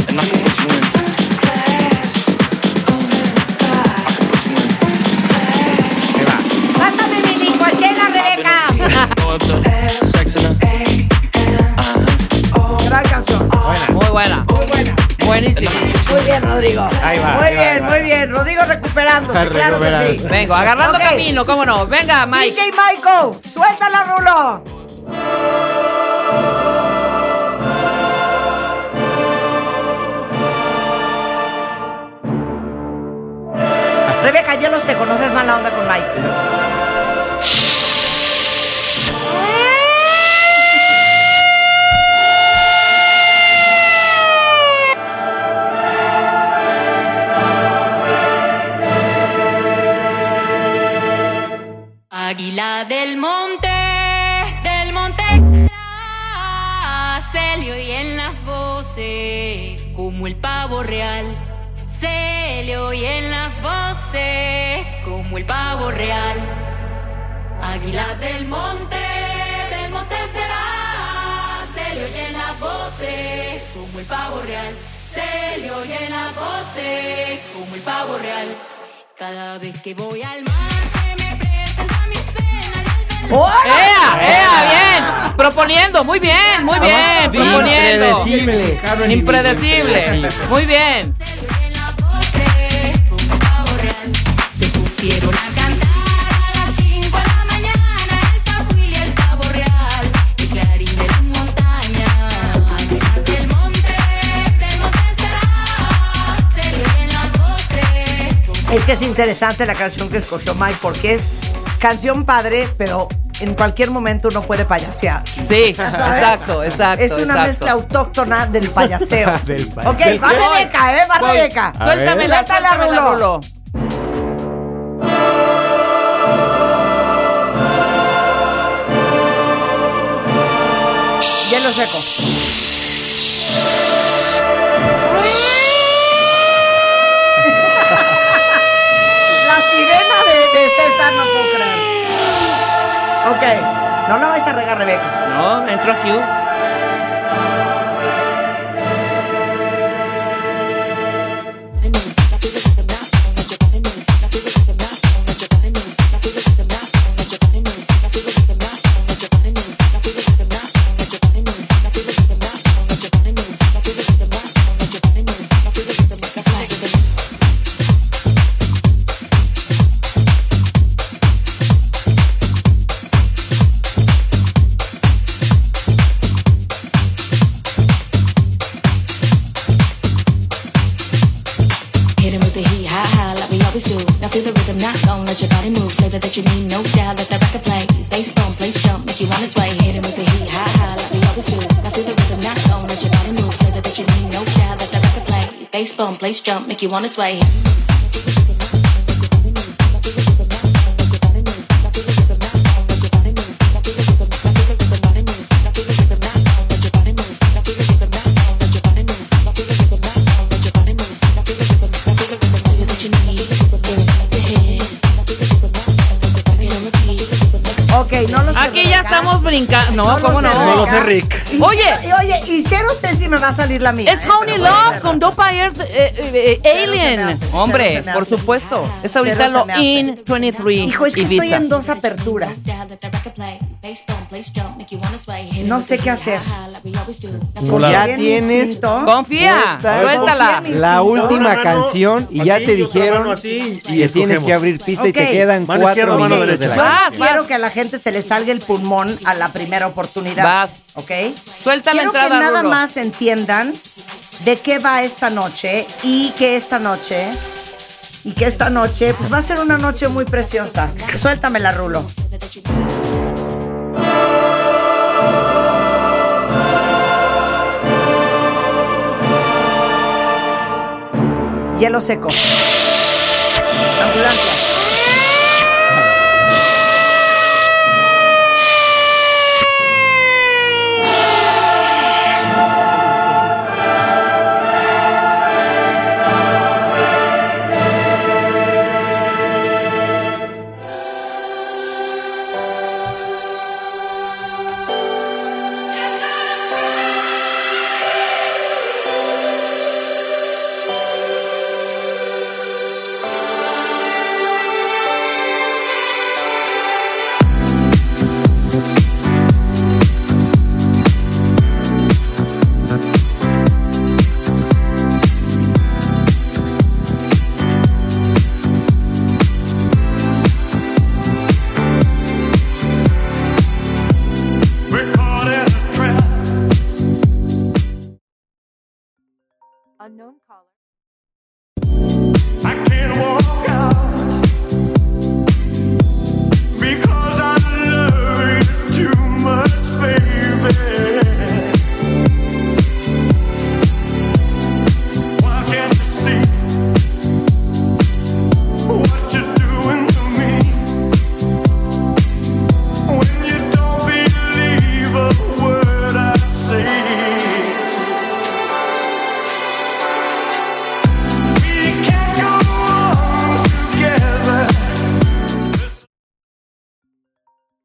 And I can put you in. I can put you in. Buenísimo. Muy bien, Rodrigo. Ahí va, Muy ahí va, bien, ahí va. muy bien. Rodrigo recuperándose, claro que sí. Vengo, agarrando Ok. camino, cómo no. Venga, Mike. DJ Michael, suéltala, Rulo. Rebeca, ya lo sé, conoces mala onda con Mike. Águila del monte, del monte se le oyen las voces como el pavo real. Se le oyen las voces como el pavo real. Águila del monte, del monte será. Se le oyen las voces como el pavo real. Se le oyen las voces como el pavo real. Cada vez que voy al mar. ¡Eh! ¡Ea! ¡Ea! Bien. Proponiendo, muy bien, muy bien. Proponiendo. Impredecible. Impredecible. Muy bien. eh, Quiero la cantar a las 5 de la mañana El cahuil y el pavo real El clarín de las montañas Águila del monte, del monte será Se le oyen las voces Es que es interesante la canción que escogió Mike porque es canción padre, pero en cualquier momento uno puede payasear. Sí, exacto, exacto. Es una exacto. mezcla [LAUGHS] autóctona del payaseo. Del ok, payaseo. va Rebeca, ¿eh? Va Voy. Rebeca. A ver. Suéltamela, suéltamela, Rulo. Hielo [LAUGHS] seco. La sirena de, de César no puedo creer. Ok, no la vais a regar, Rebeca. No, entró aquí. Hit 'em with the heat, high, high, like we always do. Now feel the rhythm, not long, let your body move. Flavor that you need, no doubt, let that record play. Bass bump, place jump, make you wanna sway. Hit 'em with the heat, high, high, like we always do. Now feel the rhythm, not long, let your body move. Flavor that you need, no doubt, let that record play. Bass bump, place jump, make you wanna sway. Ok, no lo sé. Aquí ya estamos brincando. No, cómo no. No lo sé, Rick. Oye, oye, y cero sé si me va a salir la mía. Es Honey Love con Dope Ayers, eh, eh, eh, Alien. Hombre, por supuesto. Es ahorita Cero se lo me hace. in 23. Hijo, es que estoy Ibiza. en dos aperturas. No sé qué hacer. Ya tienes Confía. puesta Suéltala. la última mano canción y ya te dijeron que tienes que abrir pista y Ok. te quedan cuatro minutos de la Yo canción. quiero que a la gente se le salga el pulmón a la primera oportunidad. Vas. ¿Ok? Suelta quiero entrada, que nada Rulo. más entiendan de qué va esta noche y que esta noche... Y que esta noche pues, va a ser una noche muy preciosa. Suéltamela, Rulo. Hielo seco. Ambulancia. Quiero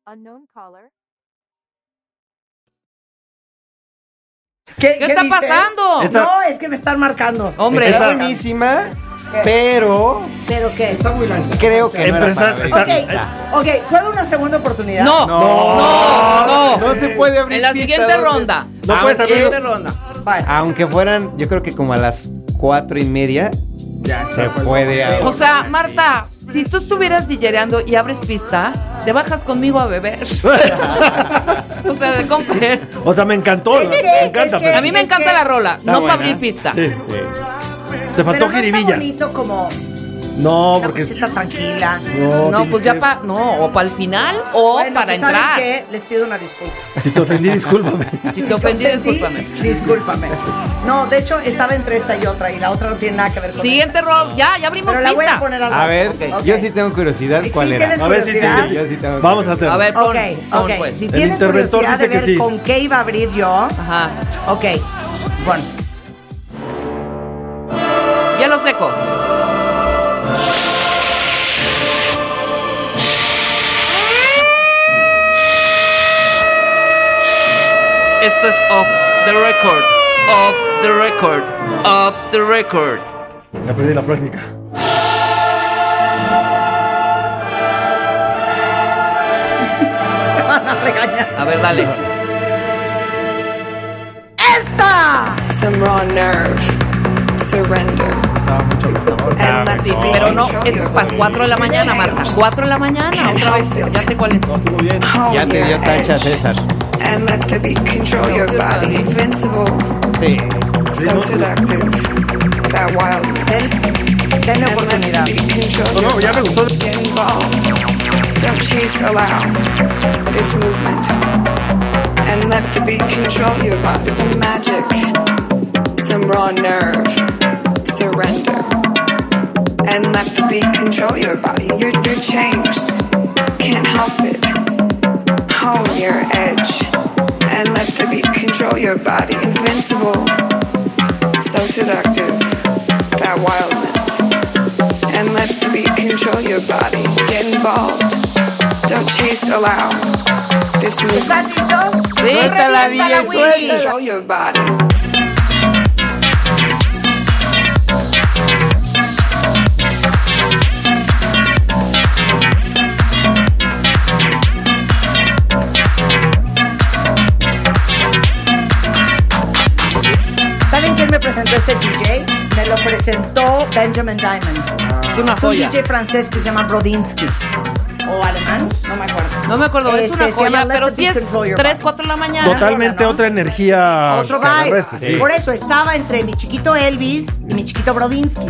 Unknown caller. ¿Qué, ¿Qué está pasando? Esa- No, es que me están marcando. Oh. Hombre, está buenísima, pero ¿Pero qué? Está muy lenta. creo que no era Empezar- para está- Benita. Ok, ¿puedo una segunda oportunidad? No, no, no, no, se puede abrir En la pista siguiente dos veces. ronda. No En puedes la abrir- siguiente ronda. Aunque fueran, yo creo que como a las cuatro y media se puede O abrir. sea, Marta, si tú estuvieras dillereando y abres pista, te bajas conmigo a beber. [LAUGHS] o sea, de comprar. O sea, me encantó. Es me que- encanta. es que- A mí me es encanta que- la rola, Está no pa' buena. abrir pista. Sí. Te Pero faltó no está jiribilla. bonito como No, una porque. cosita tranquila. No, No, pues ya para. No, o para el final o Bueno, para pues, ¿sabes entrar. qué? Les pido una disculpa. Si te ofendí, discúlpame. Si te ofendí, discúlpame. Discúlpame. No, de hecho, estaba entre esta y otra y la otra no tiene nada que ver con Siguiente round, ya, ya abrimos Pero la pista. voy a poner al A ver, rato. Ok. yo sí tengo curiosidad cuál era. tienes A ver si sí, curiosidad. sí, sí. Yo sí tengo Vamos a hacerlo. curiosidad. A ver, Ok, ok. pues. Si tienes curiosidad de ver con qué iba a abrir yo. Ajá. Ok. Bueno. Hielo seco. Esto es off the record. Off the record. Off the record. Ya perdí la práctica. [LAUGHS] Van a regañar. A ver, dale. ¡Esta! Some raw nerve. Surrender. And let it be. Pero no, es para 4 de la mañana, Marta. 4 de la mañana, otra vez. Ya sé cuál es. Ya te dio tacha, César. And let the beat control your body. Invincible. Sí. So seductive. That wildness. Denle oportunidad. No, no, ya me gustó. Get involved. Don't chase, allow this movement. And let the beat control your body. Some magic. Some raw nerve. Surrender. And let the beat control your body. You're, you're changed. Can't help it. Hone your edge. And let the beat control your body. Invincible. So seductive. That wildness and let the beat control your body. Get involved. Don't chase, allow this movement. Suéltala, DJ, Control your body. ¿Saben quién me presentó este DJ? Me lo presentó Benjamin Diamond. Es una Es un joya. DJ francés que se llama Brodinsky. ¿O alemán? No me acuerdo. No me acuerdo, es Este, una se llama joya, Let pero the sí Beat es Control Your 3, Body. 4 de la mañana. Totalmente otra energía. Otro que al vibe. resto, sí. Por eso estaba entre mi chiquito Elvis y mi chiquito Brodinsky.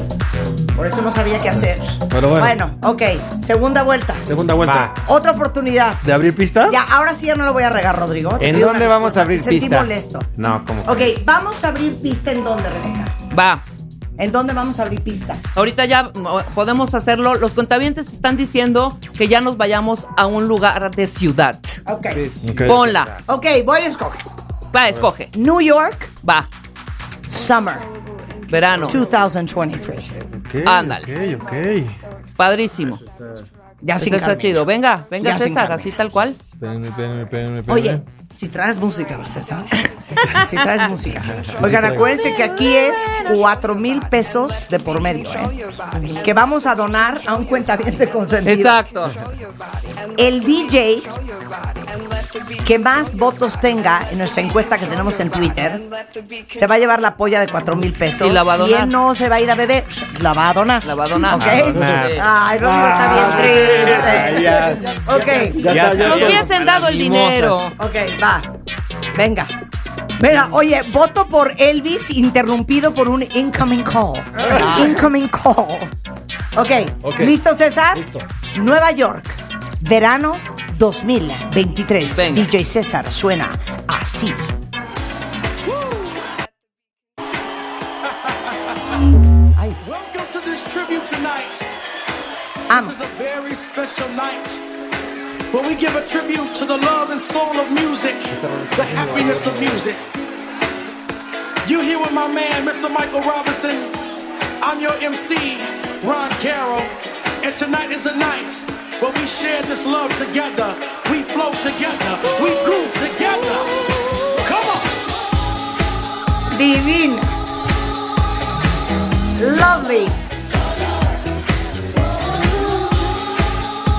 Por eso no sabía qué hacer. Pero bueno. Bueno, ok. Segunda vuelta. Segunda vuelta. Otra oportunidad. ¿De abrir pista? Ya, ahora sí ya no lo voy a regar, Rodrigo. Te ¿En pido dónde una vamos a disculpa, abrir te sentí pista? molesto. No, como. Ok, vamos a abrir pista en dónde, Rebeca. Va. ¿En dónde vamos a abrir pista? Ahorita ya mm, podemos hacerlo. Los contabientes están diciendo que ya nos vayamos a un lugar de ciudad. Ok. Ponla. Ok, voy a escoger. Va, escoge. New York. Va. Summer. Ah, Verano. 2023. Ándale. Padrísimo. Ya Este sin está Carmen. chido. Venga, venga Ya sin César, Carmen. así tal cual. Oye, si traes música, [LAUGHS] César. si traes música. Oigan, acuérdense que aquí es 4 mil pesos de por medio, ¿eh? Que vamos a donar a un cuentaviente [LAUGHS] consentido. Exacto. El DJ que más votos tenga en nuestra encuesta que tenemos en Twitter se va a llevar la polla de 4 mil pesos. Y la va a donar. él no se va a ir a beber, la va a donar. La va a donar. ¿Ok? Ah. La va a donar. Ah, Ay, Rodrigo está bien triste. Ok. Ya está, ya Nos está. hubiesen dado el Mimosas. dinero. Ok, va. Venga. Mira, oye, voto por Elvis interrumpido por un incoming call. Incoming call. Ok, Ok. ¿listo César? Nueva York, verano 2023. DJ César suena así. Welcome to this tribute tonight. Amo. This is a very special night where we give a tribute to the love and soul of music, the happiness of music. You here with my man, Mr. Michael Robinson. I'm your MC, Ron Carroll. And tonight is a night But we share this love together. We flow together. We groove together. Come on. Divina. Lovely.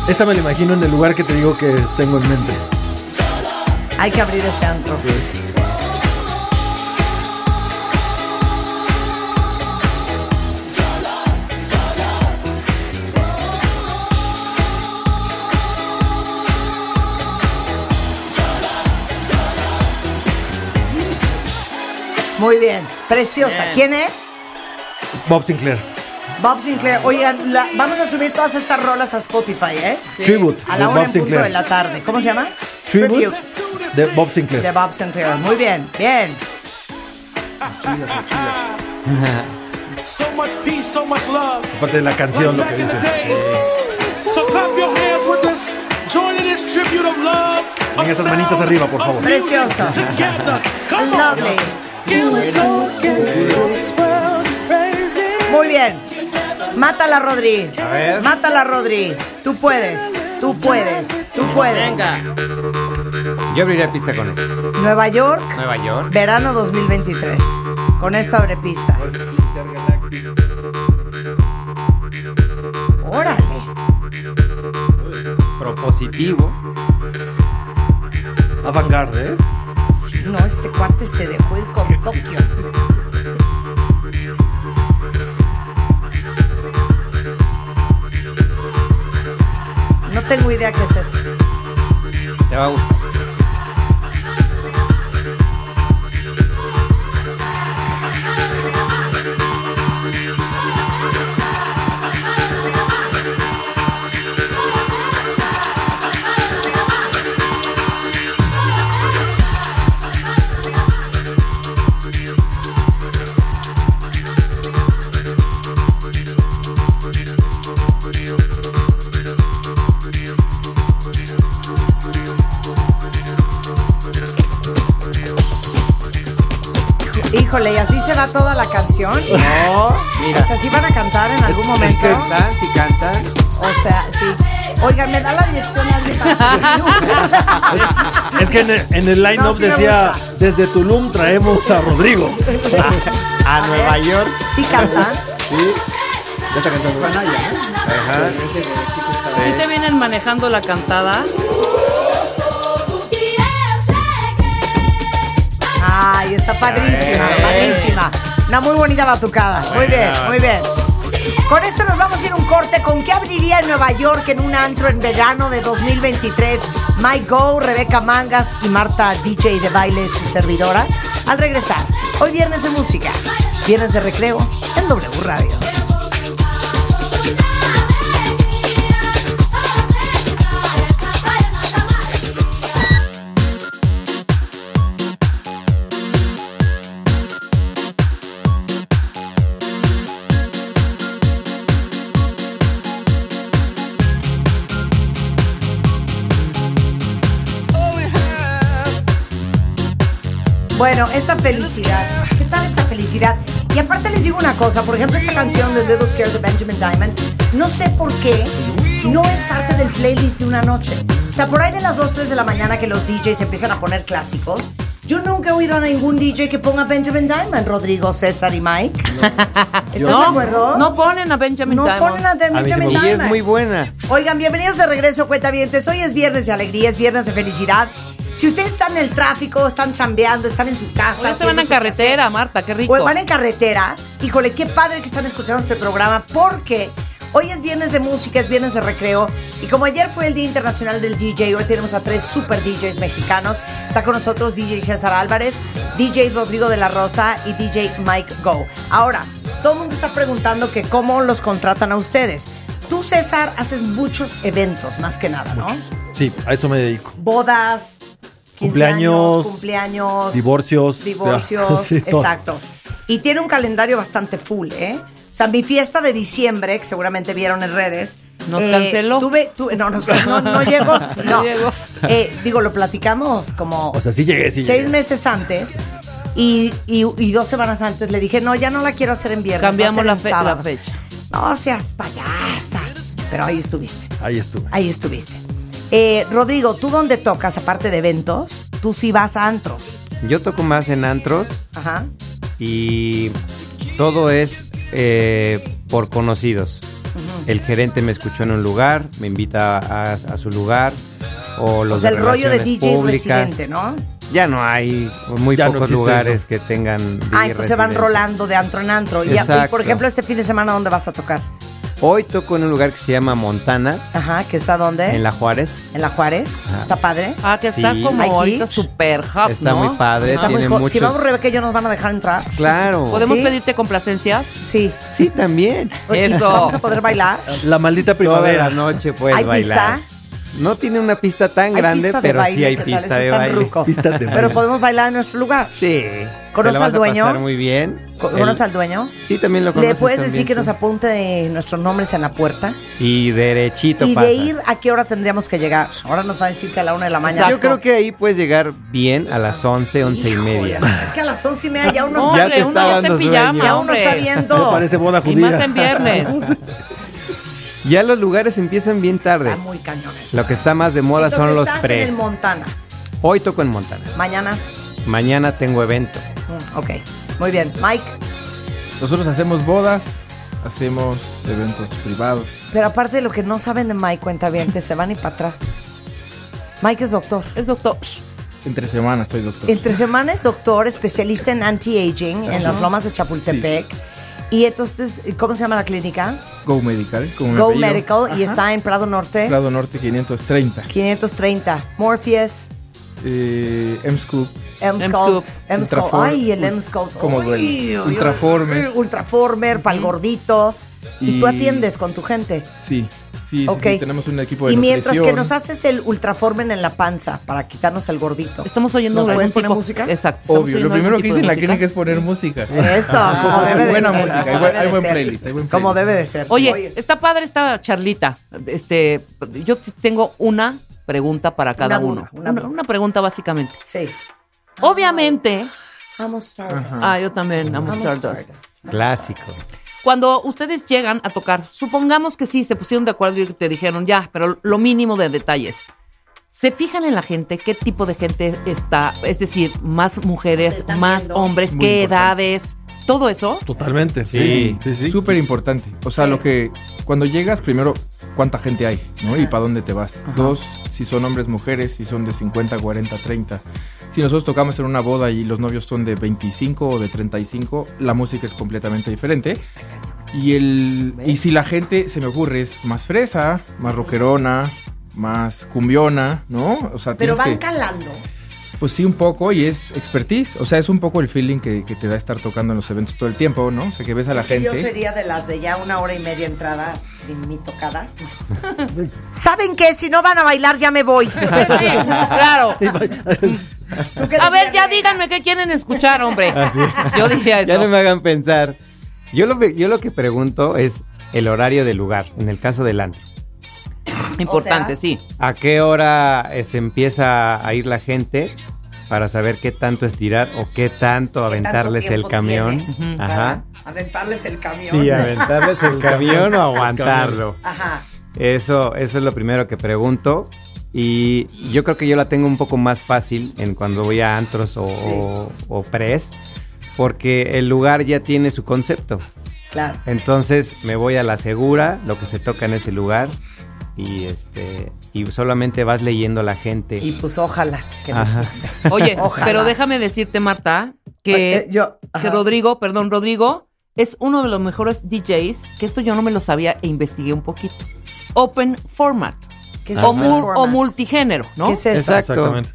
Esta me la imagino en el lugar que te digo que tengo en mente. Hay que abrir ese antro. Muy bien, preciosa. Bien. ¿Quién es? Bob Sinclair. Bob Sinclair. Oigan, la- vamos a subir todas estas rolas a Spotify, ¿eh? Sí. Tribute A de la una Bob en punto Sinclair. de la tarde. ¿Cómo se llama? Tribute de Bob De Sinclair. Bob Sinclair. Muy bien, bien. So much peace, so much love. Aparte de la canción, lo que dice. So clap your hands with us. Join in this tribute of love. Venga, esas manitas arriba, por favor. Preciosa. Together. Come on. Lovely. Muy bien. Mátala, Rodri. Mátala, Rodri. Tú puedes. Tú puedes. Tú puedes. Yo abriría pista con esto. Nueva York, Nueva York. verano 2023. Con esto abre pista. Órale. Propositivo. Avantgarde, ¿eh? No, este cuate se dejó ir con Tokio. No tengo idea qué es eso. Te va a gustar. Híjole, ¿y así se va toda la canción? No, mira. O sea, ¿sí van a cantar en algún momento? Si cantan, si cantan. O sea, sí. Oigan, ¿me da la dirección alguien para Es que en el, en el line-up No, sí me decía, desde Tulum traemos a [LAUGHS] Rodrigo. A Nueva York. Sí cantan. Sí. Ya está cantando. Ajá. ¿Y te vienen manejando la cantada? Ay, está padrísima, Ya ves. padrísima. Una muy bonita batucada. Muy Bueno. bien, muy bien. Con esto nos vamos a ir a un corte. ¿Con qué abriría en Nueva York en un antro en verano de 2023? Mike Go, Rebeca Mangas y Marta, DJ de baile, su servidora. Al regresar, hoy viernes de música, viernes de recreo en W Radio. Bueno, esta felicidad. ¿Qué tal esta felicidad? Y aparte les digo una cosa, por ejemplo, esta canción de Little Scared de Benjamin Diamond, no sé por qué no es parte del playlist de una noche. O sea, por ahí de las 2, 3 de la mañana que los DJs empiezan a poner clásicos. Yo nunca he oído a ningún DJ que ponga Benjamin Diamond, Rodrigo, César y Mike. [LAUGHS] ¿Estás No, de acuerdo? no ponen a Benjamin no Diamond. No ponen a Benjamin Diamond. Y es muy buena. Oigan, bienvenidos de regreso, cuentavientes. Hoy es viernes de alegría, es viernes de felicidad. Si ustedes están en el tráfico, están chambeando, están en su casa. Hoy se van en haciendo sus carretera, quehaceres, Marta, qué rico. o van en carretera. Híjole, qué padre que están escuchando este programa porque hoy es viernes de música, es viernes de recreo. Y como ayer fue el Día Internacional del DJ, hoy tenemos a tres super DJs mexicanos. Está con nosotros DJ César Álvarez, DJ Rodrigo de la Rosa y DJ Mike Go. Ahora, todo el mundo está preguntando que cómo los contratan a ustedes. Tú, César, haces muchos eventos, más que nada, ¿no? Sí, a eso me dedico. Bodas, 15 Cumpleaños, años, cumpleaños, divorcios, divorcios, o sea, [LAUGHS] sí, todo. exacto. Y tiene un calendario bastante full, ¿eh? O sea, mi fiesta de diciembre, que seguramente vieron en redes. eh, Nos canceló. tuve- tuve- no, nos- no, no llegó. No, [LAUGHS] No llegó. Eh, digo, lo platicamos como O sea, sí llegué, sí seis llegué. meses antes y, y- y dos semanas antes le dije, no, ya no la quiero hacer en viernes. va a Cambiamos ser la, en fe- la sábado". fecha. No seas payasa. Pero ahí estuviste. Ahí estuve. Ahí estuviste. Eh, Rodrigo, ¿tú dónde tocas, aparte de eventos? Tú sí vas a antros. Yo toco más en antros Ajá. y todo es eh, por conocidos. Ujú. El gerente me escuchó en un lugar, me invita a, a su lugar, o los o sea, de el rollo de relaciones DJ públicas. residente, ¿no? Ya no hay muy Ya no pocos existe lugares eso. que tengan. DJ Ah, entonces se van residente. rolando de antro en antro. Y, a- y, por Exacto. ejemplo, este fin de semana, ¿dónde vas a tocar? Hoy toco en un lugar que se llama Montana, Ajá, ¿que está dónde? en La Juárez. ¿En la Juárez. Ajá. ¿Está padre? Ah, que está Sí. como Aquí. ahorita super hot, Está ¿no? muy padre, Está muy tiene jo- muchos. Si vamos Rebeca y yo, ¿nos van a dejar entrar? Claro. ¿Podemos pedirte complacencias? Sí. Sí, también. Eso. ¿Vamos a poder bailar? La maldita primavera. primavera. Toda la noche puedes ¿Hay Pues bailar. No tiene una pista tan Hay grande, pista de pero sí baile, hay ¿qué tal? Eso pista de, está en baile. Ruco. pista de Pero podemos bailar en nuestro lugar. Sí. ¿Conoces Te la al vas dueño? A pasar muy bien. El- ¿Conoces al dueño? Sí, también lo conoces. ¿Le puedes también decir que tú. nos apunte nuestros nombres en la puerta? Y derechito Y pasas. de ir, ¿a qué hora tendríamos que llegar? Ahora nos va a decir que a la una de la mañana. Yo creo que ahí puedes llegar bien a las 11, 11 y media. Es que a las once y media ya uno No, está, [LAUGHS] Ya te hombre, está uno ya está dando en pijama, sueño. Ya uno está hombre. viendo. Me parece boda Y judía. más en viernes. [LAUGHS] Ya los lugares empiezan bien tarde. Está muy cañón eso. Lo que está más de moda Entonces son los estás en pre. el Montana. Hoy toco en Montana. Mañana. Mañana tengo evento. mm, Ok. Muy bien. Mike, Nosotros hacemos bodas, hacemos eventos privados. pero aparte de lo que no saben de Mike, cuenta bien, se van y para atrás. Mike es doctor. Es doctor. Entre semanas soy doctor. Entre semanas es doctor, especialista en anti-aging en Así las es. lomas de Chapultepec. Y entonces, ¿cómo se llama la clínica? Go Medical. como mi Go apellido. Medical y Ajá. está en Prado Norte, Lado Norte 530. 530. Morpheus, Eh, M-Scoop. M-Scope. M-Scope. Ultrafor- Ay, el ul- M-Scope. ¿Cómo Ay, duele? ay, ay. Ultraforme. Ultraformer, pal gordito. Y, Y- tú atiendes con tu gente. Sí, sí, sí, Ok. sí, tenemos un equipo de Y mientras que nutrición. nos haces el ultraformen en la panza para quitarnos el gordito. Estamos oyendo ¿Nos algún puedes poner tipo- música? Exacto. estamos Obvio, oyendo lo primero algún que tipo hice en de la música. clínica es poner música. [LAUGHS] Eso, como Hay debe de Ah, buena ser, música, como hay buen, debe hay de buen ser. playlist, hay buen Como playlist. debe de ser. Oye, está padre esta charlita. Este, yo t- tengo una pregunta para cada duda, uno. una Una, duda. una pregunta básicamente. Sí. Obviamente. I'm a Stardust. Ah, yo también. amo I'm a Stardust. Stardust. Clásico. Cuando ustedes llegan a tocar, supongamos que sí, se pusieron de acuerdo y te dijeron ya, pero lo mínimo de detalles. ¿Se fijan en la gente? ¿Qué tipo de gente está? Es decir, más mujeres, más hombres, Muy qué importante. edades, todo eso. Totalmente. Sí, Sí, sí, sí. súper importante. O sea, lo que cuando llegas, primero, cuánta gente hay, ¿no? Y para dónde te vas. Dos, si son hombres, mujeres, si son de 50, 40, 30. Si nosotros tocamos en una boda y los novios son de 25 o de 35, la música es completamente diferente. Y, el, y si la gente, se me ocurre, es más fresa, más rockerona, más cumbiona, ¿no? O sea, Pero tienes van que- calando. pues sí, un poco, y es expertise. O sea, es un poco el feeling que, que te da estar tocando en los eventos todo el tiempo, ¿no? O sea, que ves a la Es que gente. Yo sería de las de ya una hora y media entrada en mi [LAUGHS] tocada. ¿Saben qué? Si no van a bailar, ya me voy. [LAUGHS] Sí, claro. ¿Tú qué A ver, ya dirías, díganme qué quieren escuchar, hombre. Así es. Yo diría Ah, Ya eso. no me hagan pensar. Yo lo, pe- yo lo que pregunto es el horario del lugar, en el caso del antro. Importante, O sea, sí. ¿A qué hora eh, se empieza a ir la gente para saber qué tanto estirar o qué tanto tanto aventarles el tiempo camión? tienes Ajá. para Aventarles el camión. Sí, aventarles el camión o aguantarlo. Ajá. Eso, eso es lo primero que pregunto. Y yo creo que yo la tengo un poco más fácil en cuando voy a antros o, o pres, porque el lugar ya tiene su concepto. Claro. Entonces me voy a la segura, lo que se toca en ese lugar, y este, y solamente vas leyendo a la gente. Y pues ojalá que les Ajá. guste. Oye, Ojalá. pero déjame decirte, Marta, Eh, que, yo, que ajá. Rodrigo, perdón, Rodrigo es uno de los mejores DJs, que esto yo no me lo sabía e investigué un poquito. Open format. ¿Qué es O, open mul- format? o multigénero, ¿no? ¿Qué es eso? Exacto. Exactamente.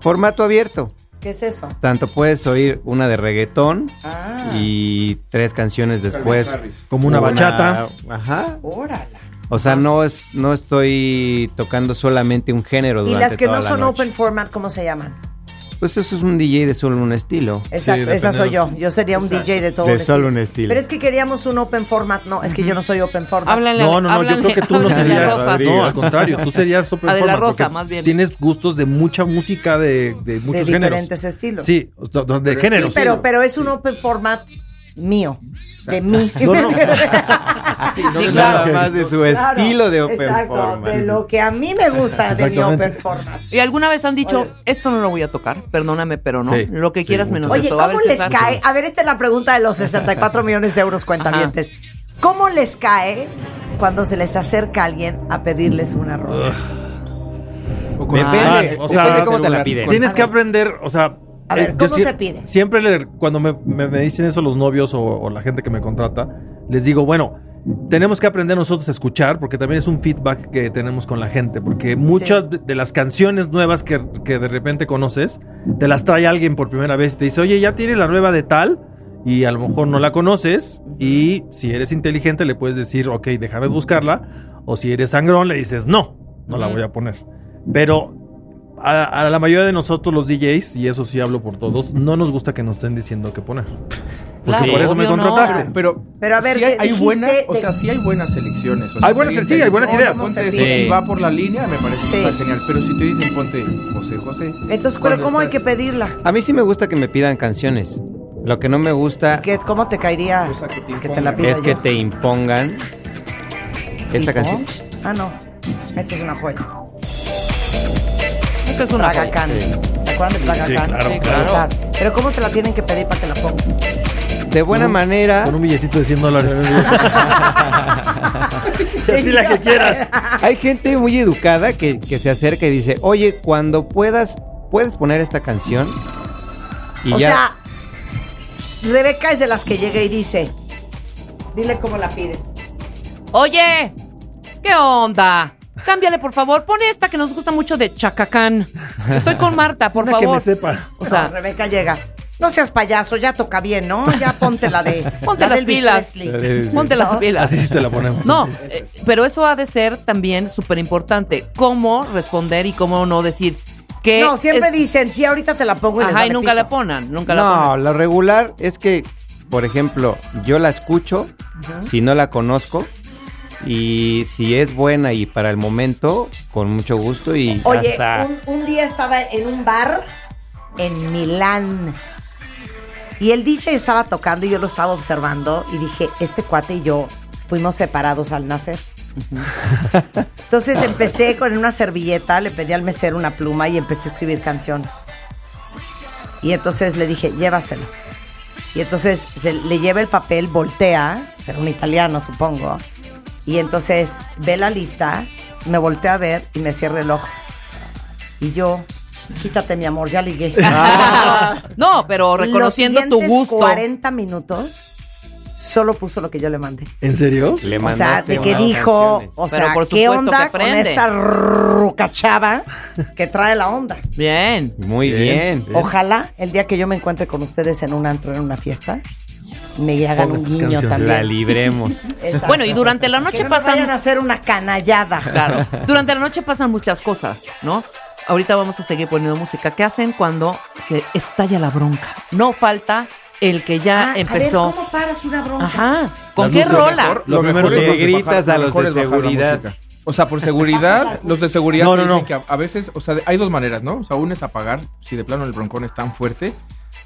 Formato abierto. ¿Qué es eso? Tanto puedes oír una de reggaetón Ah, y tres canciones después. Harris. Como una bachata. Ajá. órala. O sea, no es, no estoy tocando solamente un género Y durante las que toda no la son noche. open format, ¿cómo se llaman? Pues eso es un DJ de solo un estilo. Exacto, depende esa soy de- yo. Yo sería un DJ de todo De un solo un estilo. Pero es que queríamos un open format. No, es que yo no soy open format. Háblale, No, no, no, yo háblale- creo que [LAUGHS] tú no háblale a serías. Rosas. No, al contrario, tú serías [LAUGHS] súper A Ah, de la formal, Rosa, porque más bien. Tienes gustos de mucha música de, de muchos géneros. diferentes estilos. Sí, o sea, de géneros. Sí, pero, pero es un open format mío, de mí. No, no. [LAUGHS] Sí, no de nada más de su Claro, estilo de open exacto, performance. de lo que a mí me gusta de mi Exactamente. open format. Y alguna vez han dicho, esto no lo voy a tocar, perdóname, pero no. Sí, lo que quieras menos Oye, esto. A ¿cómo ver, les César. cae? A ver, esta es la pregunta de los 64 millones de euros cuentavientes. ¿Cómo les cae cuando se les acerca alguien a pedirles una rola? Depende, depende cómo te la piden. Tienes A que ver. aprender, o sea. eh, A ver, yo ¿cómo sie- se pide? Siempre le- cuando me, me- me dicen eso los novios o, o la gente que me contrata, les digo, bueno, tenemos que aprender nosotros a escuchar porque también es un feedback que tenemos con la gente, porque muchas de- de las canciones nuevas que, que de repente conoces, te las trae alguien por primera vez y te dice, oye, ya tienes la nueva de tal. Y a lo mejor no la conoces y si eres inteligente le puedes decir, ok, déjame buscarla. O si eres sangrón le dices, no, no la Ujú. voy a poner. Pero a, a la mayoría de nosotros los DJs, y eso sí hablo por todos, no nos gusta que nos estén diciendo qué poner. Pues Claro, por eso me obvio no. contrataste. Pero, Pero a ver, sí hay, ¿qué hay dijiste buenas, o de- sea, sí hay buenas selecciones. o Hay buenas- si alguien sí, te hay dice, buenas "Oh, ideas". Ponte Sí. esto y va por la línea, me parece Sí. que está genial. Pero si te dicen, ponte José José. Entonces, ¿pero cuando ¿cómo hay estás- que pedirla? A mí sí me gusta que me pidan canciones. Lo que no me gusta ¿Qué- ¿Cómo te caería que te la pida es que yo? te impongan ¿Tipo? esta canción. Ah, no. Esto es una joya. Esto es una Tragacán. ¿Te acuerdan de Tragacán? Sí, claro, claro. Pero ¿cómo te la tienen que pedir para que la pongas? De buena manera. Con un billetito de 100 dólares. Así la que quieras. Hay gente muy educada que, que se acerca y dice, oye, cuando puedas, puedes poner esta canción. Y o ya. sea, Rebeca es de las que llega y dice, dile cómo la pides. Oye, ¿qué onda? Cámbiale, por favor. Pone esta que nos gusta mucho de Chacacán. Estoy con Marta, por Una que favor. me sepa. O sea, No, Rebeca llega. No seas payaso, ya toca bien, ¿no? Ya ponte la de. [LAUGHS] Ponte la de las Elvis pilas. Presley. Ponte las pilas. Así sí te la ponemos. No, eh, pero eso ha de ser también súper importante. Cómo responder y cómo no decir que. No, siempre Eh, es- dicen, sí, ahorita te la pongo y les Ajá, y vale nunca pito. la ponan, nunca la no, ponan. lo regular es que, por ejemplo, yo la escucho, Ujú. si no la conozco, y si es buena y para el momento, con mucho gusto y ya Oye, está. un, un día estaba en un bar en Milán. Y el DJ estaba tocando y yo lo estaba observando y dije, este cuate y yo fuimos separados al nacer. Entonces empecé con una servilleta, le pedí al mesero una pluma y empecé a escribir canciones. Y entonces le dije, llévaselo. Y entonces se le lleva el papel, voltea, será un italiano supongo, y entonces ve la lista, me voltea a ver y me cierra el ojo. Y yo, quítate mi amor, [LAUGHS] ya ligué. [LAUGHS] Ah. No, pero Los reconociendo tu siguientes gusto. 40 minutos solo puso lo que yo le mandé. ¿En serio? Le O sea, mandaste de que unas dijo, canciones. o Pero sea, por ¿qué supuesto que onda con aprende. esta rucachava que trae la onda? Bien. Muy bien. Ojalá el día que yo me encuentre con ustedes en un antro, en una fiesta, me hagan Ponga un sus guiño canciones. también. La libremos. [LAUGHS] Exacto. Bueno, y durante la noche que no me pasan- vayan a hacer una canallada. Claro. Durante la noche pasan muchas cosas, ¿no? Ahorita vamos a seguir poniendo música. ¿Qué hacen cuando se estalla la bronca? No falta el que ya Ah, A empezó. ver, ¿cómo paras una bronca? Ah, Ajá. ¿Con qué rola? Lo mejor es le bajar- gritas lo a los mejor de es bajar la seguridad. música. O sea, [LAUGHS] por seguridad, los de seguridad No, te no, no. dicen que a, a veces, o sea, de- hay dos maneras, ¿no? O sea, una es apagar, si de plano el broncón es tan fuerte,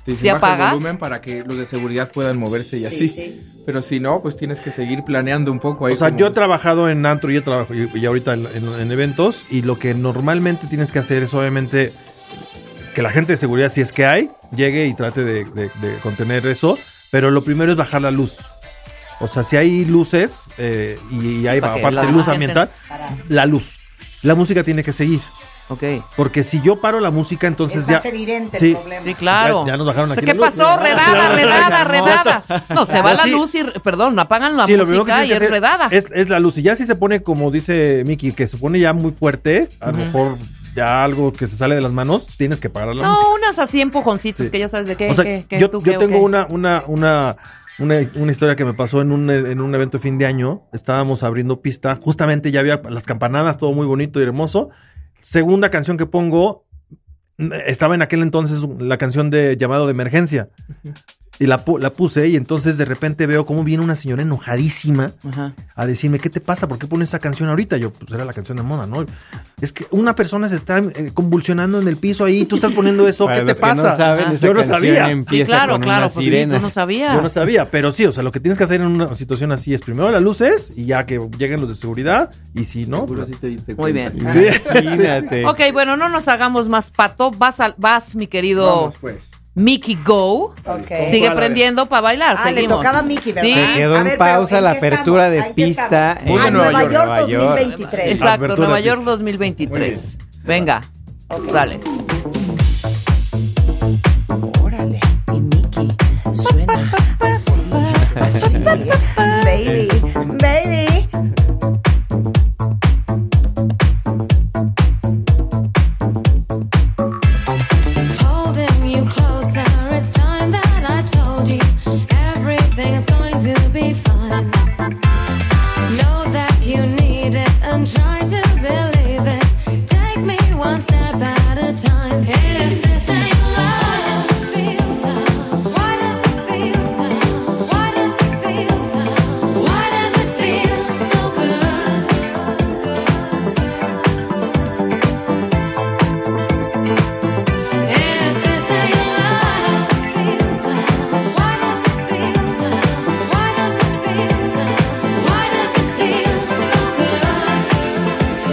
te dicen Si baja apagas. el volumen para que los de seguridad puedan moverse y Sí, así. sí. Pero si no, pues tienes que seguir planeando un poco ahí. O sea, como- yo he trabajado en antro, yo trabajo y, y ahorita en, en- en eventos, y lo que normalmente tienes que hacer es obviamente que la gente de seguridad, si es que hay, llegue y trate de, de- de contener eso, pero lo primero es bajar la luz. O sea, si hay luces eh, y, y hay para que la aparte luz gente- ambiental, la luz. La música tiene que seguir. Ok. Porque si yo paro la música, entonces Es ya. más evidente el problema. Sí, claro. Ya, ya nos bajaron O sea, aquí. ¿Qué la luz. pasó? Redada, redada, No, redada. No, se va Pero la sí. luz y, perdón, apagan la Sí, lo primero que música tiene y que es hacer redada. Es, es la luz. Y ya si se pone, como dice Miki, que se pone ya muy fuerte, a lo Ujú. mejor ya algo que se sale de las manos, tienes que parar la no, música. unas así empujoncitos que ya sabes de qué. o sea, qué, qué, yo, tú yo qué, o tengo qué. una, una, una, una, una historia que me pasó en un, en un evento de fin de año. Estábamos abriendo pista, justamente ya había las campanadas, todo muy bonito y hermoso. Segunda canción que pongo, estaba en aquel entonces la canción de Llamado de Emergencia. Y la, pu- la puse y entonces de repente veo cómo viene una señora enojadísima a decirme, ¿qué te pasa? ¿Por qué pones esa canción ahorita? Yo, pues era la canción de moda, ¿no? Es que una persona se está eh, convulsionando en el piso ahí, tú estás poniendo eso, Para ¿qué te los que pasa? no saben, Ah. esa Yo no canción sabía. empieza Sí, claro, con claro, unas pues sí, tú sirenas. no sabías. Yo no sabía, pero sí, o sea, lo que tienes que hacer en una situación así es primero las luces y ya que lleguen los de seguridad y si no... pues- Muy bien. Ah. [LAUGHS] Sí. Ok, bueno, no nos hagamos más pato. Vas, al- vas mi querido Vamos, pues. Eh, Mickey Go. Sigue ¿Cuál? prendiendo para bailar. Ah, le Seguimos. tocaba a Mickey, ¿verdad? Sí. Se quedó A en ver, pero pausa ¿en la qué apertura de estamos? Ahí pista estamos. en Ah, Nueva York, Nueva York. 2023. Exacto, Apertura Nueva de York pista. 2023. Venga, dale. Suena así, así. Baby, baby. Holding you closer, it's time that I told you everything's going to be fine. Know that you need it and try to believe it. Take me one step at a time. If this ain't love, why does it feel down? Why does it feel down? Why does it feel so good? If this ain't love, why does it feel down? Why does it feel down? Why does it feel so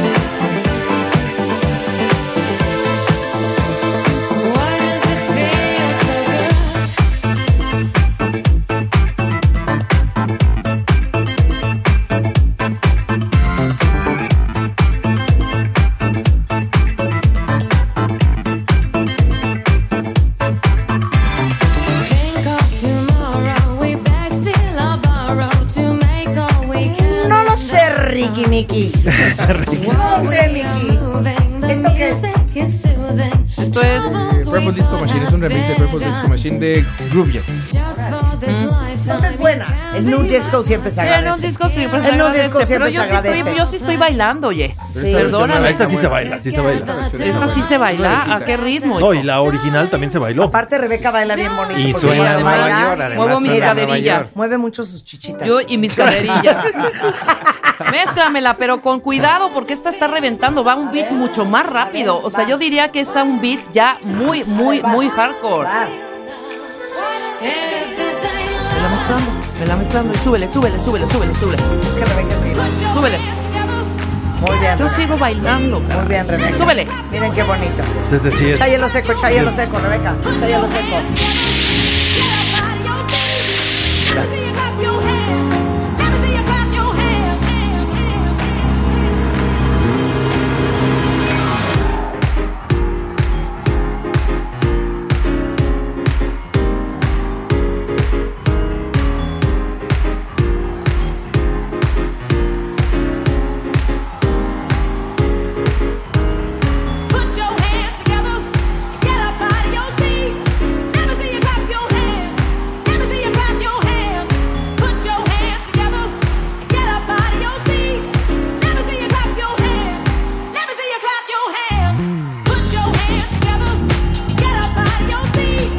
good? Why does it feel so good? No lo sé, Ricky [LAUGHS] Mickey. No lo sé, Mickey. ¿Esto qué es? Esto es Purple Disco Machine, es un remix de Purple Disco Machine de Groovy. Mm. Entonces, buena. En un disco siempre se Sí, agradece. en un disco siempre se En un agradece, disco pero siempre se yo sí, agradece. estoy, yo sí estoy bailando, oye. Pero esta versión, Perdóname. Esta sí se baila, sí se baila. Esta sí se baila. ¿A qué ritmo? No, y la original también se bailó. Aparte, Rebeca baila bien bonito. Y porque suena cuando de Nueva baila, York, además, Muevo mis suena de Nueva caderillas. York. Mueve mucho sus chichitas. Yo y mis [LAUGHS] caderillas. Mézclamela, pero con cuidado porque esta está reventando. Va un beat mucho más rápido. O sea, yo diría que es un beat ya muy, muy, muy hardcore. Me la mezclando, me la mezclando. Súbele, súbele, súbele, súbele, súbele. Es que Rebeca es Súbele. Muy bien. Yo sigo bailando. Muy bien, Rebeca. Súbele. Miren qué bonito. Pues este sí es. Cháyelo seco, cháyelo seco, Rebeca. Cháyelo seco. Put your hands together, get up out of your seat. Let me see you clap your hands. Let me see you clap your hands. Put your hands together, get up out of your seat. Let me see you clap your hands. Let me see you clap your hands. Put your hands together, get up out of your seat.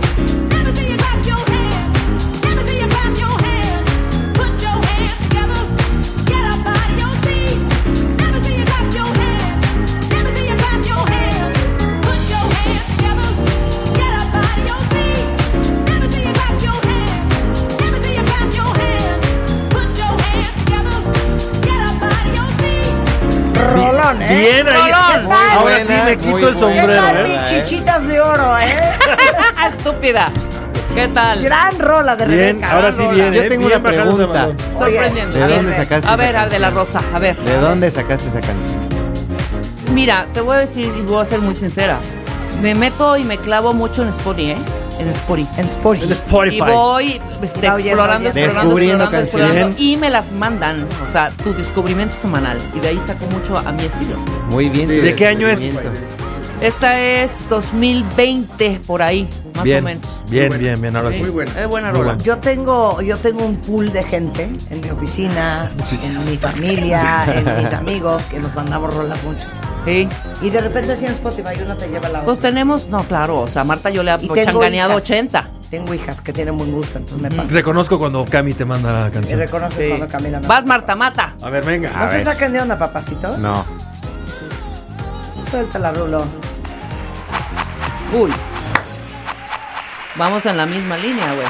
Let me see you clap your hands. Let me see you clap your hands. Put your hands together, get up out of your seat. Let me see you clap your hands. Let me see you clap your hands. Put your hands together. Get up out of your seat. Let me see you clap your hands. Let me see you clap your hands. Put your hands together. Get up out of your seat. Rolón, ¿eh? Bien ahí. Rolón. Ahora sí me quito el ¿Qué sombrero, tal ¿eh? mis chichitas de oro, eh? Estúpida. ¿Qué tal? Gran rola de Bien, Rebeca. ahora sí gran rola. bien. ¿eh? Bien bajado ese balón. Sorprendiendo. ¿de A dónde ver, sacaste A esa ver, al de la rosa. A ver. ¿De dónde sacaste esa canción? Mira, te voy a decir y voy a ser muy sincera. Me meto y me clavo mucho en Spotify, ¿eh? En Spotify. En Spotify. En Spotify. Y voy este, Va oyendo, explorando, oyendo. explorando, Descubriendo explorando, canciones. explorando, Y me las mandan. O sea, tu descubrimiento semanal. Y de ahí saco mucho a mi estilo. Muy bien. ¿De tu qué año es? descubrimiento. Esta es 2020, por ahí, más Bien, o menos. bien, bien, bien, ahora sí. Es buena Muy rola. buena. Yo tengo, yo tengo un pool de gente en mi oficina, en mi familia, en mis amigos, que nos mandamos rolas mucho. Sí. Y de repente así en Spotify uno te lleva la Pues otra. tenemos, no, claro, o sea, Marta yo le Y hablo tengo changaneado hijas. 80. Tengo hijas que tienen buen gusto, entonces me pasa. Reconozco cuando Cami te manda la Y canción. reconoces cuando Camila me- Vas, Marta, mata. A ver, venga. ¿No se sacan de onda, papacitos? No. Suéltala, Rulo. Uy. Vamos en la misma línea, güey.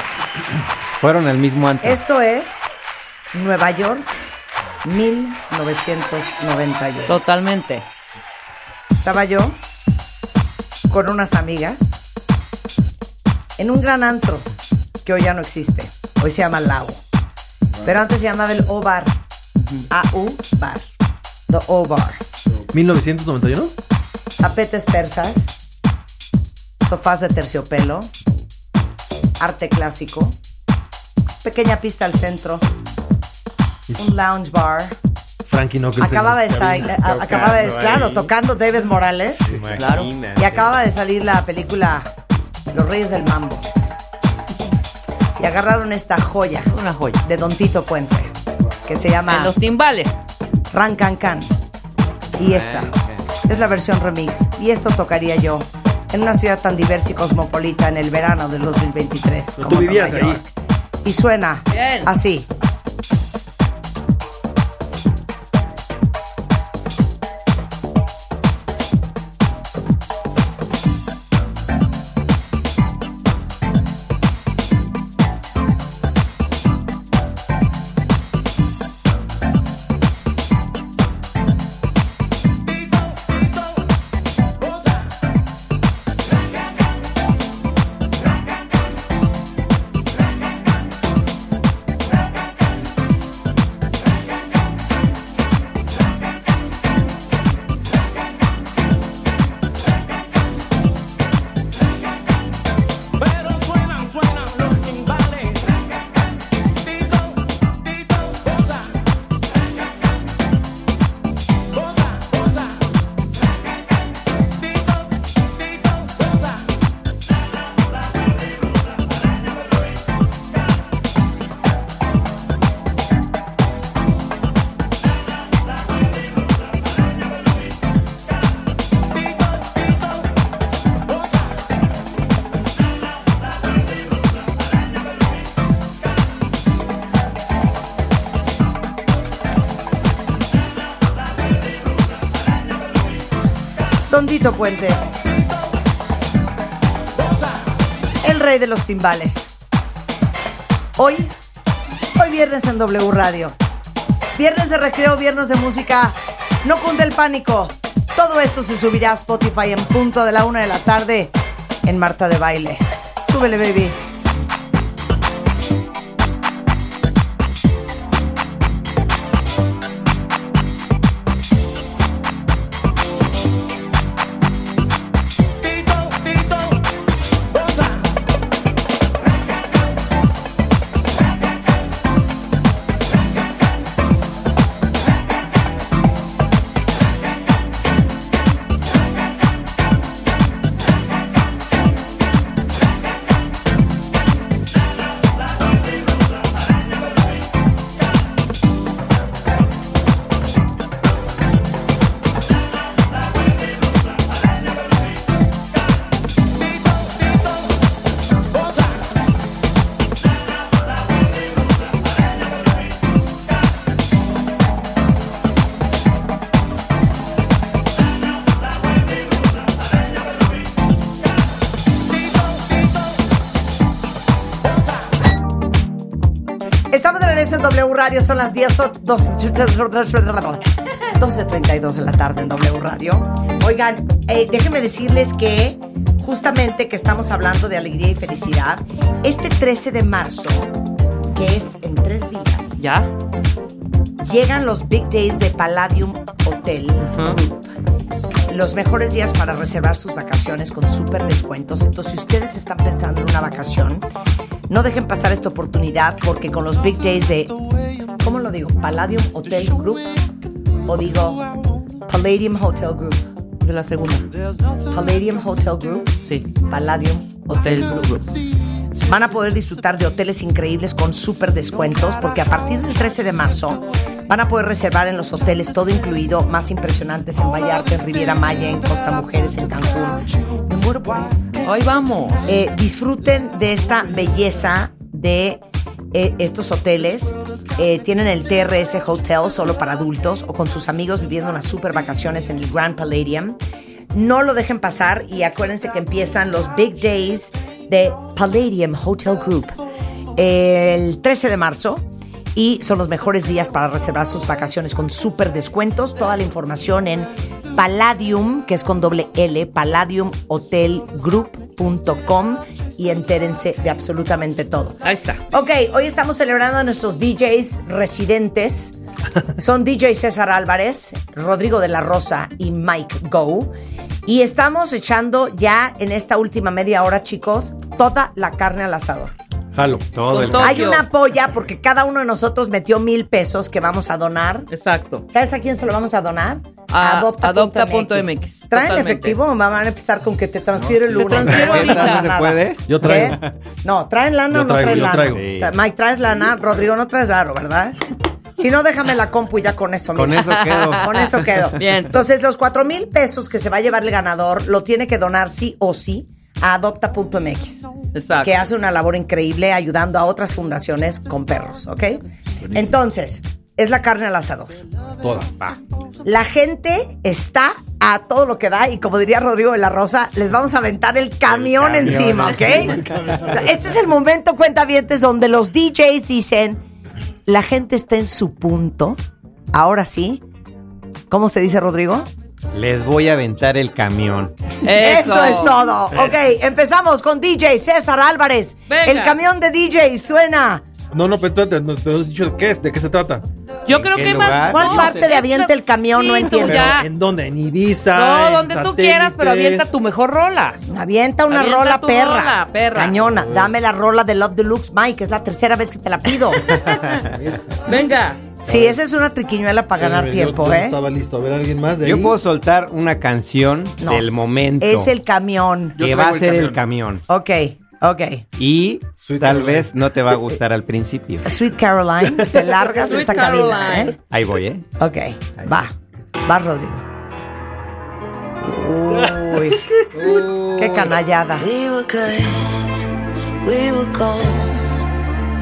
Fueron al mismo antes. Esto es Nueva York, 1991. Totalmente. Estaba yo con unas amigas en un gran antro que hoy ya no existe. Hoy se llama Lao. Pero antes se llamaba el O-Bar. A-U Bar. The O-Bar. 1991. Tapetes persas, sofás de terciopelo, arte clásico, pequeña pista al centro, un lounge bar. Frankie Knuckles. Acababa de en las salir, cabinas. acababa de, Tocando claro, ahí. tocando David Morales. Imagínate. Claro. Y acababa de salir la película Los Reyes del Mambo. Y agarraron esta joya. Una joya. De Don Tito Puente. Que se llama. En los timbales. Ran Can Can. Y esta. Es la versión remix. Y esto tocaría yo. En una ciudad tan diversa y cosmopolita en el verano del 2023. como Tú vivías Nueva ahí. York. Y suena Bien. así. Pero suenan, suenan los timbales. Tito, Tito, goza. Goza, goza. Tito, Tito, goza. Don Tito Puente. El rey de los timbales. Hoy, hoy viernes en W Radio. Viernes de recreo, viernes de música. No cunde el pánico. Todo esto se subirá a Spotify en punto de la una de la tarde en Marta de Baile. Súbele, baby. Tito, Tito, goza. Estamos de regreso en W Radio, son las 10 o- dos- 12.32 de la tarde en W Radio. Oigan, eh, déjenme decirles que justamente que estamos hablando de alegría y felicidad, este 13 de marzo, que es en tres días, ¿Ya? llegan los Big Days de Palladium Hotel. Los mejores días para reservar sus vacaciones con súper descuentos. Entonces, si ustedes están pensando en una vacación, no dejen pasar esta oportunidad porque con los Big Days de, ¿cómo lo digo? Palladium Hotel Group o digo Palladium Hotel Group. De la segunda. Palladium Hotel Group. Sí. Palladium Hotel Group. Van a poder disfrutar de hoteles increíbles con súper descuentos porque a partir del 13 de marzo van a poder reservar en los hoteles todo incluido, más impresionantes en Vallarta, en Riviera Maya, en Costa Mujeres, en Cancún. Me muero por ir. Hoy vamos. Eh, disfruten de esta belleza de eh, estos hoteles. Eh, tienen el TRS Hotel solo para adultos o con sus amigos viviendo unas super vacaciones en el Grand Palladium. No lo dejen pasar y acuérdense que empiezan los Big Days de Palladium Hotel Group el 13 de marzo. Y son los mejores días para reservar sus vacaciones con super descuentos. Toda la información en Palladium, que es con doble L, palladiumhotelgroup.com y entérense de absolutamente todo. Ahí está. Ok, hoy estamos celebrando a nuestros DJs residentes. Son DJ César Álvarez, Rodrigo de la Rosa y Mike Go. Y estamos echando ya en esta última media hora, chicos, toda la carne al asador. Jalo. Todo Hay una polla porque cada uno de nosotros metió mil pesos que vamos a donar. Exacto. ¿Sabes a quién se lo vamos a donar? A adopta.mx. adopta.mx, ¿Traen totalmente. efectivo? Mamá, van a empezar con que te transfiero el lunes. transfiero No, ahorita. no, no, nada. ¿Eh? Yo traigo. No, ¿traen lana Yo o no traigo, traen yo lana? traigo. Tra- Mike, ¿traes lana? Rodrigo, no traes lana, ¿verdad? Si no, déjame la compu y ya con eso. Con mira. eso quedo. [LAUGHS] Con eso quedo. Bien. Entonces, los cuatro mil pesos que se va a llevar el ganador lo tiene que donar sí o sí a adopta.mx. Exacto. Que hace una labor increíble ayudando a otras fundaciones con perros, ¿ok? Entonces, es la carne al asador. Toda. Va. La gente está a todo lo que da y como diría Rodrigo de la Rosa, les vamos a aventar el camión, camión. encima, ¿ok? El camión. este es el momento, cuentavientes, donde los DJs dicen, la gente está en su punto, ahora sí. ¿Cómo se dice, Rodrigo? Les voy a aventar el camión. Eso, es todo. Ok, empezamos con DJ César Álvarez. Venga. El camión de DJ suena. No, no, pero espérate, no te has dicho qué es, de qué se trata. Yo creo que más. ¿Cuál no, parte de avienta el camión? sí, no tú entiendo. Pero, ya. ¿En dónde? ¿En Ibiza? No, ¿En donde tú satélite? quieras, pero avienta tu mejor rola. Avienta una Avienta rola tu perra, rola, perra. Cañona. Dame la rola de Love Deluxe, Mike. Es la tercera vez que te [LAUGHS] la pido. Venga. sí, esa es una triquiñuela para ganar Yo- tiempo, yo ¿eh? estaba- Estaba listo. A ver, alguien más de Yo ahí? puedo soltar una canción No. del momento. Es el camión. que va a ser el camión. Ok, ok. Y tal vez no te va a gustar al principio. [LAUGHS] Sweet Caroline, te largas Sweet esta cabina, Caroline. ¿eh? Ahí voy, ¿eh? Ok, va. Va, Rodrigo. [LAUGHS] Uy, qué canallada. We were good, we were gold.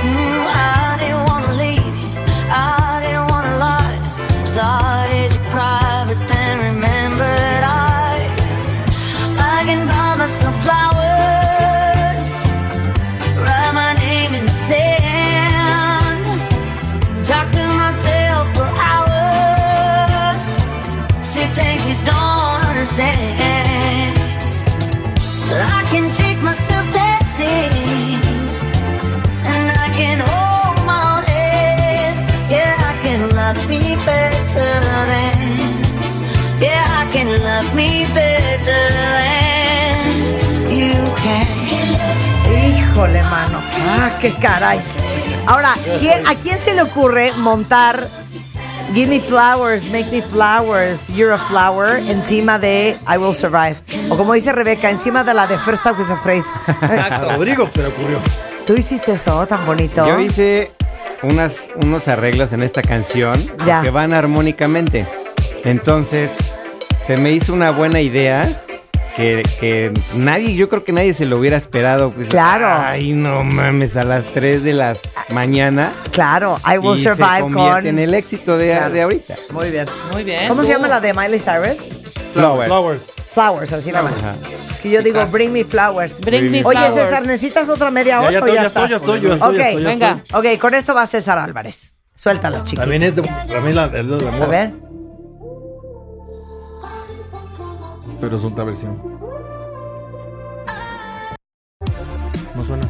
Mm, I didn't wanna leave, I didn't wanna lie. Started to cry, but then remembered I, I can buy myself flowers. Write my name in the sand. Talk to myself for hours. Say things you don't understand. I can take myself dancing. And I can hold my head. Yeah, I can love me better than. Yeah, I can love me better than you can. Híjole, mano. Ah, qué caray. Ahora, ¿quién- ¿a quién se le ocurre montar Give me flowers, make me flowers, you're a flower encima de I will survive? O como dice Rebeca, encima de la de First I was afraid. Rodrigo, pero ocurrió. ¿Tú hiciste eso tan bonito? Yo hice unas, unos arreglos en esta canción Ya. que van armónicamente. Entonces, se me hizo una buena idea que, que nadie, yo creo que nadie se lo hubiera esperado. pues, Claro. Ay, no mames, a las 3 de la mañana. Claro, I will y survive se convierte con- en el éxito de, Claro. de ahorita. Muy bien. Muy bien. ¿Cómo se llama la de Miley Cyrus? Flowers. Flowers, así nada más. Ajá. Es que yo digo, bring me flowers. Bring me Oye, flowers. César, ¿necesitas otra media Ya, hora ya o estoy, ya, ya estoy, ya estás? estoy, ya estoy, Ok, ya estoy, ya venga. Ok, con esto va César Álvarez. Suéltalo, chiquito. También es de. También la, es de la moda. A ver. Pero es otra versión. No suena.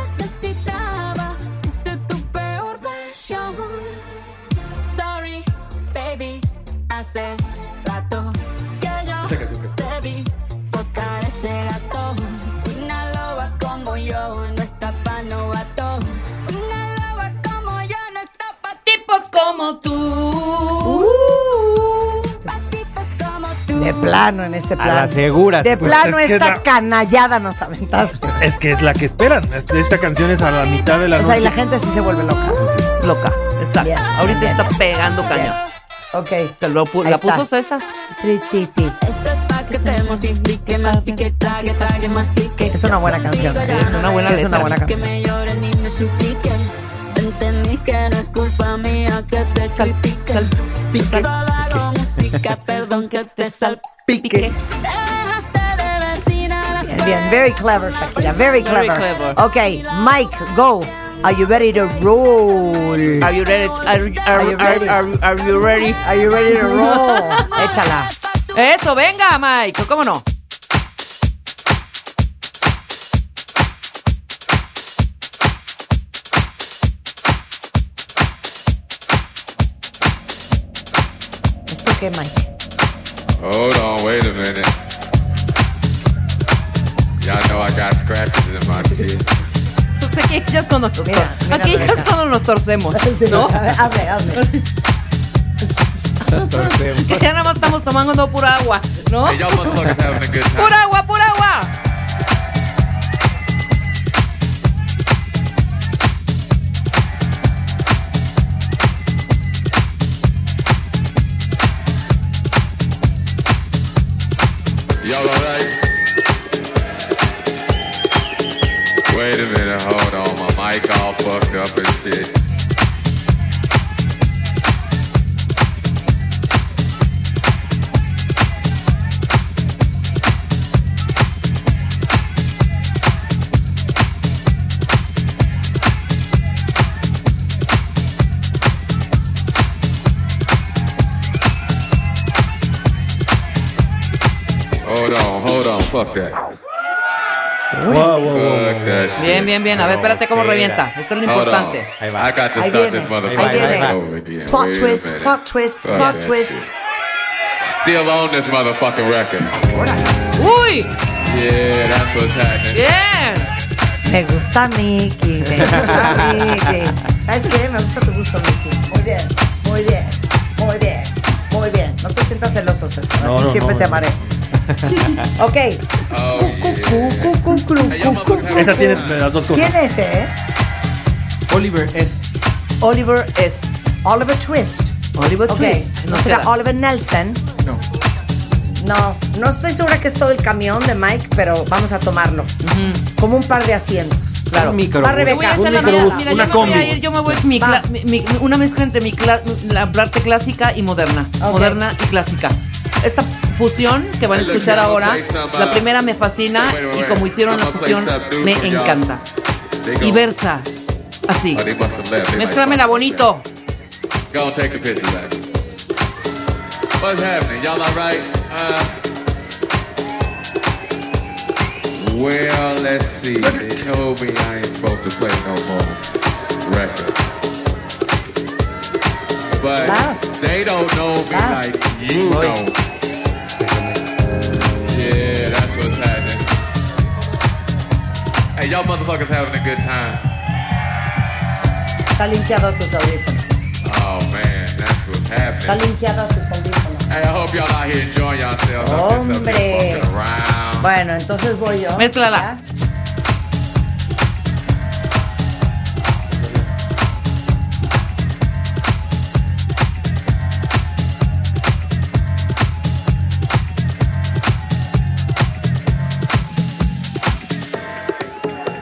necesitaba. Fuiste tu peor versión. Sorry, baby. Hace rato que yo Esta canción que- te vi tocar ese gato. Una loba como tú. De plano en este plano. las seguras, De pues, plano es que esta la- canallada nos aventaste. Es que es la que esperan. Es- Esta canción es a la mitad de la O sea, noche. y la gente sí se vuelve loca. Loca, exacto. Ahorita está pegando cañón. Ok. Te lo pu- Ahí la está. puso César. Esto es pa' que te mortifique, mastique, trague, trague, mastique. Es una buena canción. ¿eh? Es una buena Es una letra. buena Que canción. me lloren y me supliquen. Entendí que no es culpa mía que te critiquen. Salvador, música, perdón que [LAUGHS] te salpique. Dejaste de vecina la Bien, bien. Very clever, Shakira. Very Very clever. clever. Ok, Mike, go. Are you ready to roll? Are you ready? Are, you- are- Are you ready? are- are- are you ready? Are you ready to roll? Échala. Eso, venga, Mike. ¿Cómo no? ¿Esto qué, Mike? Hold on, wait a minute. Y'all know I got scratches in my shit. Entonces aquí ya es cuando nos, mira aquí por ya es cuando nos [LAUGHS] torcemos, ¿no? A ver, hazme, hazme. Que ya nada más estamos tomando pura agua, ¿no? Hey, y'all motherfuckers having a good time. ¡Pura agua, pura agua! Y'all alright? Wait a minute, hold on. My mic all fucked up and shit. Hold on, hold on, fuck that. Wow, wow, wow, Fuck that shit. Bien, bien, bien. A ver, espérate cómo revienta. Esto es lo Hold on. importante. I got to Ahí start viene, this ahí viene. motherfucker over again. Plot Wait a twist, minute. plot twist, Fuck plot that twist. shit. Still on this motherfucking record. ¡Uy! Yeah, that's what's happening. ¡Bien! Me gusta Mickey, me gusta Mickey. [LAUGHS] ¿Sabes qué? Me gusta tu gusto, Mickey. Muy bien, muy bien, muy bien, muy bien. No te sientas celoso, César. No, Aquí no, siempre no, te no. amaré. [LAUGHS] Ok. Esta tiene las dos cosas. ¿Quién es, eh? Oliver es. Oliver S. Oliver Twist. Oliver Twist. ¿No Nos será queda. Oliver Nelson? No. No, no estoy segura que es todo el camión de Mike, pero vamos a tomarlo. Como un par de asientos. Claro. Un microbús. Va Rebeca. Yo voy a hacer la mía. Mira, yo me voy a ir, yo me voy mi cla- mi- mi- una mezcla entre mi cla- la parte clásica y moderna. Moderna y clásica. Esta fusión que van a Hey, look, escuchar I'm gonna ahora, play some, uh, la primera me fascina wait, wait, y wait. como hicieron I'm la gonna play fusión some dude me for y'all. encanta. They Y gonna- versa, así. Oh, they must have left. They might Mezclámela fuck. bonito. Go and take the picture back. What's happening? Y'all all right? Uh, well, let's see. They told me I ain't supposed to play no more records. But they don't know me like you know. Yeah, that's what's happening. Hey, y'all motherfuckers having a good time? Está limpiado tus audífonos. Oh man, that's what's Está happening. limpiado tus audífonos. Hey, I hope y'all out here enjoying yourselves. up this- up this Hombre. fucking around. Bueno, entonces voy yo. Mézclala.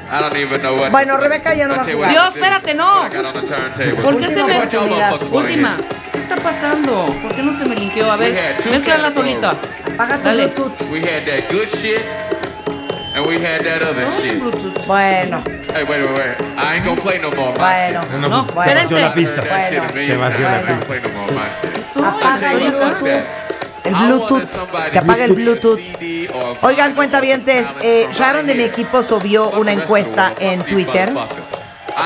I don't even know what. Bueno, Rebeca ya no I'll va a tell you jugar. what I Dios, did. espérate, no. I got on the turntable. ¿Por qué se me... What y'all motherfuckers wanna hear? Última. ¿Qué está pasando? ¿Por qué no se me linkeó? A ver, We had two mezclala categories. solita. Dale. We had that good shit, and we had that other shit. Bueno, Hey, wait, wait, wait. I ain't gonna play no more of my Bueno. shit. No, no, No, pues, se I vació heard la pista. that shit a Bueno. Se million vació la times. I ain't gonna play no more of my shit. apaga el Bluetooth. El Bluetooth. Que apaga el Bluetooth. Oigan, cuentavientes, eh, Sharon de mi equipo subió una encuesta en Twitter.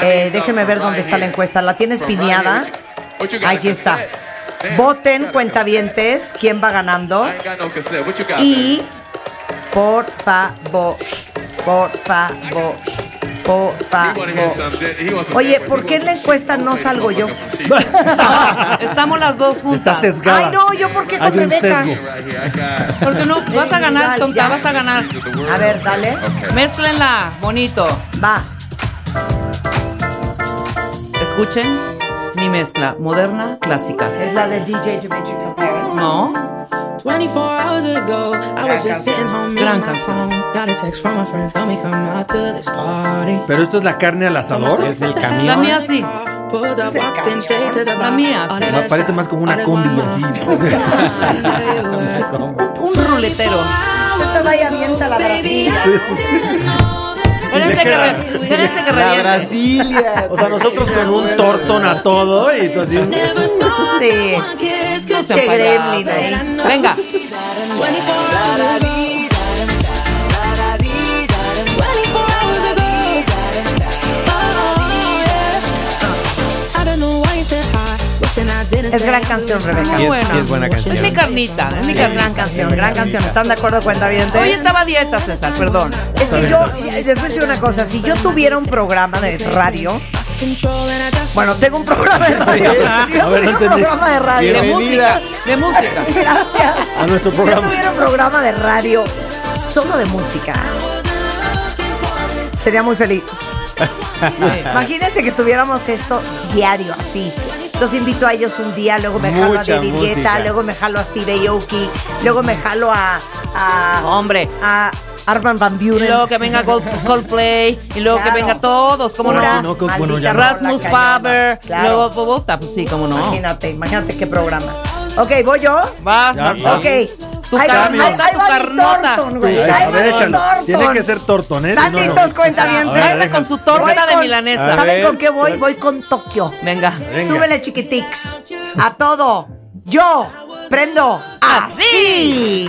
Eh, déjenme ver dónde está la encuesta. ¿La tienes pineada? Aquí está. Eh, Voten, cuentavientes, quién va ganando. I ain't got no cassette. What you got? Y por favor, por favor, Por favor. ah, Oye, ¿por qué en la encuesta no salgo yo? Estamos las dos juntas. Está sesgada. Ay, no, yo porque con Hay un Rebeca. sesgo. Porque no, vas a ganar, tonta, [LAUGHS] vas a ganar. A ver, dale. Mézclenla, bonito. Va. Escuchen mi mezcla, moderna, clásica. Es la de DJ Dimitri from Paris. No. 24 hours ago, I was just sitting home in Gran my phone. Got a text from a friend, tell me come out to this party. Pero esto es la carne al asador. Es el camión. La mía sí. Pulled up, walked in straight to the La bar. mía sí. Me parece más como una combi así. Un ruletero. Esto vaya avienta la brasilla. Espérense que, re- espérense que La reviente. Brasilia. O sea, nosotros con un tortón a todo y tú así. Sí. No Che, gremlin ahí. Venga. 24 hours ago. 24 hours ago. Oh, yeah. I don't know why you said hi. Wishing I didn't Es say gran you. canción, Rebeca. Sí es- sí es buena canción. Es mi carnita, es mi Gran, carnita. canción, gran canción. ¿Están de acuerdo, cuenta bien? Hoy estaba a dieta, César, perdón. Es que yo, eh, les voy a decir una cosa, si yo tuviera un programa de radio, bueno, tengo un programa de radio, si yo [LAUGHS] A ver, no tuviera un entendí. programa de radio, De Bienvenida. música, de música. gracias, A nuestro si yo programa. tuviera un programa de radio solo de música, sería muy feliz. Ah. Imagínense que tuviéramos esto diario, así. Los invito a ellos un día, luego me jalo a Mucha David Guetta, música. luego me jalo a Steve Aoki, luego me jalo a, a Hombre. a Arman Van Y Buren. luego que venga Gold- Coldplay, y luego Claro. que venga todos, como Pura no. no, que- bueno, maldita ya no. rola Rasmus cañona. Faber, Claro. luego Bobota, pues sí, como no. Imagínate, imagínate qué programa. Ok, voy yo. Vas, Ya, Marta. vas. Ok. Ah, Tu Ahí va- carnota, ahí- ahí tu va mi carnota. tortón, A güey. ver, Ahí a va ver, mi échalo. tortón. Tiene que ser tortón, ¿eh? ¿Están Si no, no. listos? Cuenta bien. A ver, Venga con su torta de A milanesa. ¿Saben ver. con qué voy? Voy con Tokio. Venga. Venga. Súbele, chiquitix. A todo. Yo prendo así.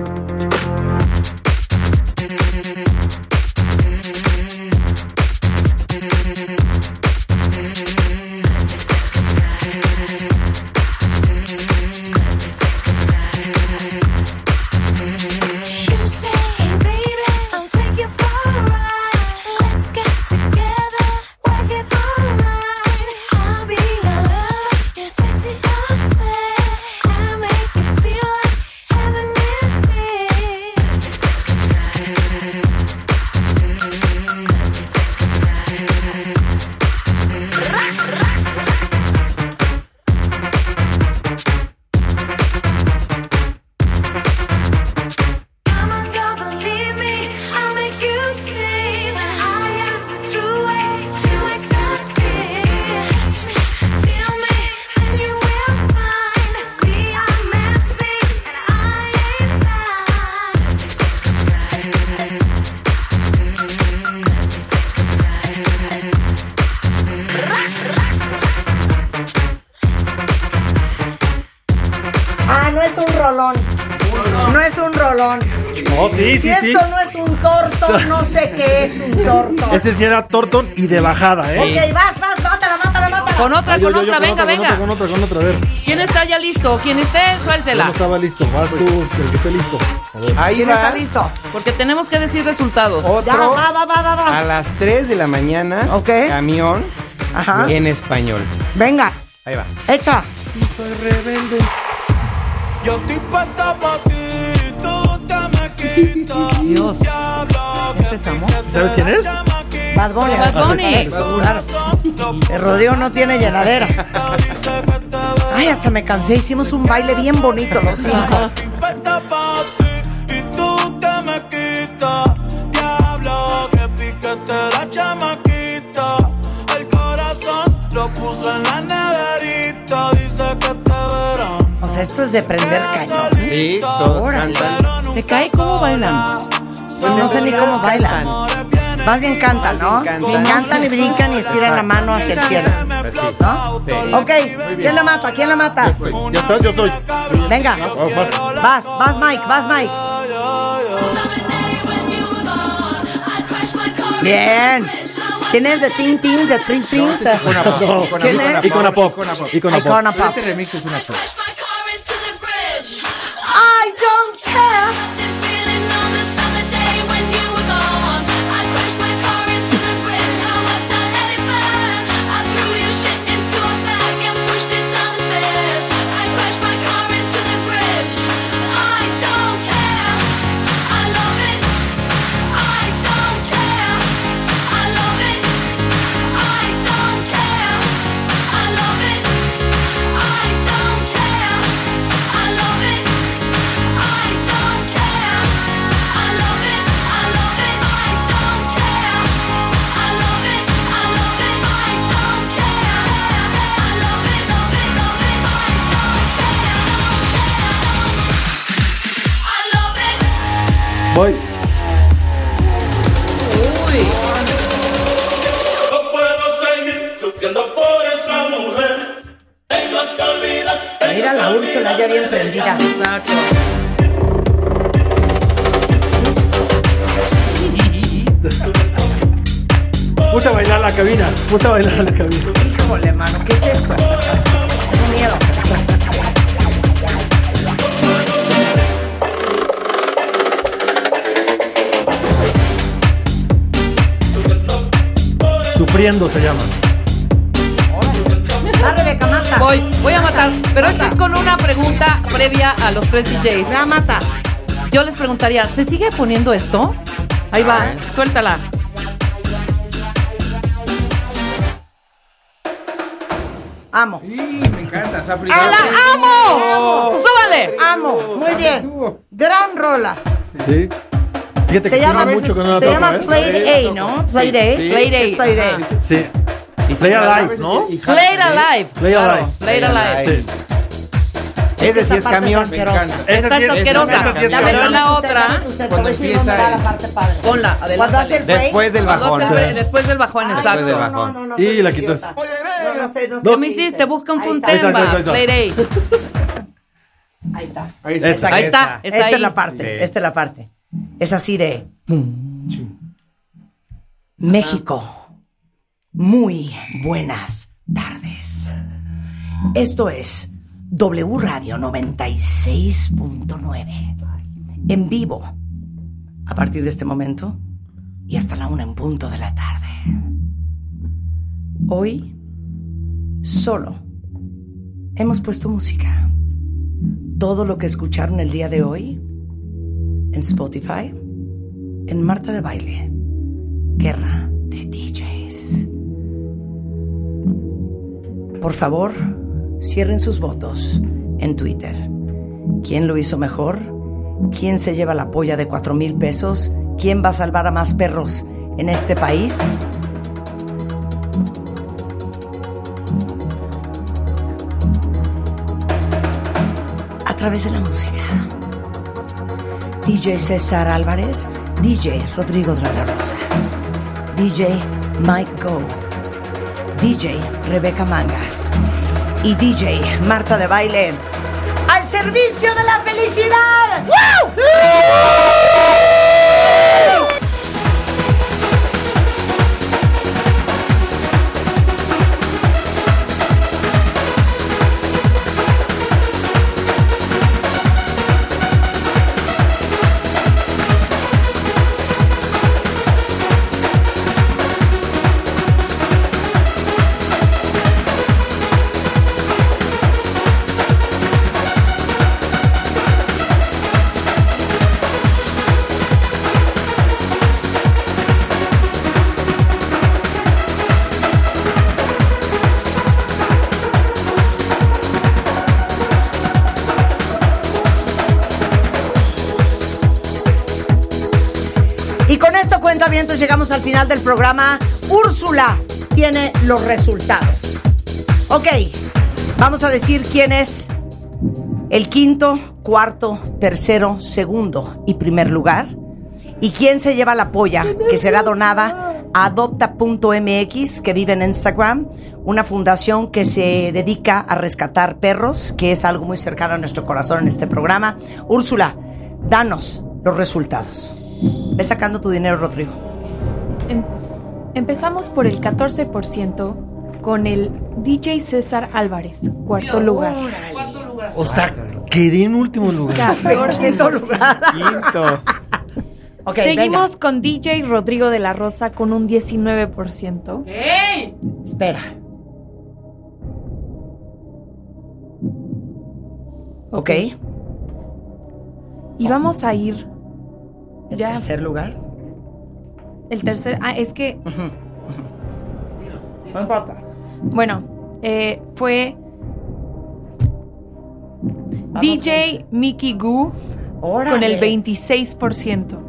You say, hey baby, I'll take you for a ride. Let's get together, work it all night. I'll be your lover, your sexy affair. I make you feel like heaven is near. Come on, girl, believe me, I'll make you see that I am the true way to ecstasy. Touch me, feel me, and you will find we are meant to be, and I ain't blind. Ah, no es un rolón. No es un rolón. No, sí, Si sí, sí. esto no es un torto, no sé qué es un torto. Ese sí era tortón y de bajada, ¿eh? Ok, vas, vas, mátala, mátala, mátala. Con otra, Ah, yo, con yo, yo, otra, venga, con otra, venga. Con otra, con otra, a ver. Yo ¿Quién está ya listo? ¿Quién esté? no Suéltela. estaba listo. Vas tú, el que esté listo. A ver. Ahí ¿Quién está va listo? Porque tenemos que decir resultados. Oh. Ya, otro va, va, va, va, va. a las 3 de la mañana. Ok. Camión Ajá. en español. Venga, Ahí va. echa. Yo estoy puesta pa' ti, tú te me quitas. Dios. Diablo, que Empezamos. ¿Sabes quién es? Bad Bunny. Bad Bunny. Claro. El rodeo no tiene llenadera. Ay, hasta me cansé. Hicimos un baile bien bonito los cinco. puesta pa' ti y tú te me quitas. Diablo, que piquete la chamaquita. El corazón lo puso en la neverita. Dice que te verán. O sea, esto es de prender cañón. Sí, todos Órale. cantan. ¿Te cae cómo bailan? Pues no sé ni cómo bailan. Más bien cantan, ¿no? Más Cantan. bien cantan. y brincan y estiran la mano hacia el cielo. Así. ¿No? Sí. Ok, ¿quién la mata? ¿Quién la mata? Ya estás, yo soy. Venga. Vas, vas, Mike, vas, Mike. Bien. ¿Quién es de Ting Ting? ¿De Ting Ting? ¿Quién es? Y con la pop. Y con la pop. Icona Pop. Este remix es una cosa. I don't care Voy. No puedo seguir sufriendo por esa mujer. Tengo que olvidar. Mira la Úrsula ya bien prendida. Exacto. Puse a bailar la cabina. Puse a bailar la cabina. Híjole, mano, ¿qué es esto? Tengo miedo. Sufriendo se llama. Va, Rebeca, mata. Voy, voy a matar. Pero esto es con una pregunta previa a los tres DJs. La mata. Yo les preguntaría, ¿se sigue poniendo esto? Ahí va, suéltala. Amo. me encanta, Safri. ¡Ah, Safri. la amo! Oh. ¡Súbale! Amo. Muy bien. Gran rola. Sí. Fíjate Se que llama, tiene mucho que no la se toco, llama ¿eh? Play A, ¿no? Play Day. Sí. Play Day. Sí. Play Alive, ¿no? Play it alive. Play claro, Alive. Play it alive. Sí. Ese sí es camión. Esta es asquerosa. La verdad, la otra. Cuando empieza el- Ponla, Cuando hace el adelante. break. Después del Cuando bajón. hace el break, Después del bajón, Ah, exacto. del bajón. Y la quitas. No, no sé, no sé. ¿Qué me hiciste? Busca un Ahí está, ahí puntemba. está, Play ahí está. it. Ahí está. Esa, Ahí esa. está. Esa Esta ahí. es la parte. Esta es la parte. Es así de. México. Muy buenas tardes. Esto es W Radio 96.9. En vivo. A partir de este momento y hasta la una en punto de la tarde. Hoy solo hemos puesto música. Todo lo que escucharon el día de hoy en Spotify, en Marta de Baile, Guerra de DJs. Por favor, cierren sus votos en Twitter. ¿Quién lo hizo mejor? ¿Quién se lleva la polla de cuatro mil pesos? ¿Quién va a salvar a más perros en este país? a través de la música. DJ César Álvarez, DJ Rodrigo de la Rosa, DJ Mike Go, DJ Rebeca Mangas y DJ Marta de Baile. ¡Al servicio de la felicidad! Y con esto, cuenta cuentavientos, llegamos al final del programa. Úrsula tiene los resultados. Ok, vamos a decir quién es el quinto, cuarto, tercero, segundo y primer lugar. Y quién se lleva la polla que será donada a adopta.mx, que vive en Instagram, una fundación que se dedica a rescatar perros, que es algo muy cercano a nuestro corazón en este programa. Úrsula, danos los resultados. Ve sacando tu dinero, Rodrigo. Em- empezamos por el 14% con el DJ César Álvarez, cuarto lugar. O sea, quedé en último lugar. 14%. Quinto. Ok, Seguimos con DJ Rodrigo de la Rosa con un 19%. Espera. Ok. Y vamos a ir. ¿El ya- tercer lugar? El tercer. Ah, es que. No importa. Bueno, eh, fue. DJ Mickey Goo con el Órale. 26%.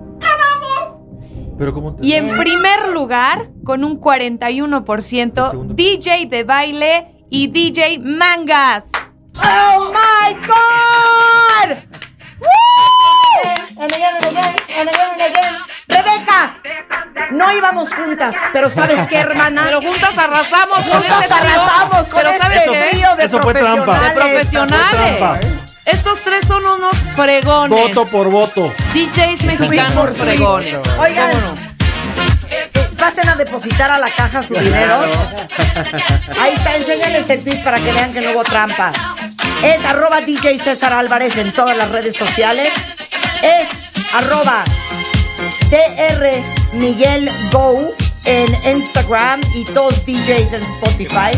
Pero ¿cómo te... Y en primer lugar, con un 41%, DJ de baile y DJ Mangas. ¡Oh my God! ¡Woo! and again and again and again and again. Rebeca, no íbamos juntas, pero ¿sabes qué, hermana? Pero juntas arrasamos con Juntas este trío. arrasamos con Pero ¿sabes este qué? trío de ¿eh? Eso fue trampa. De profesionales. Fue trampa. profesionales. Estos tres son unos fregones. Voto por voto. DJs mexicanos fregones. Oigan, pasen a depositar a la caja su dinero. Ahí está, enséñales el tweet para que vean que no hubo trampa. Es arroba DJ César Álvarez en todas las redes sociales. Es arroba TR Miguel Go en Instagram y todos DJs en Spotify.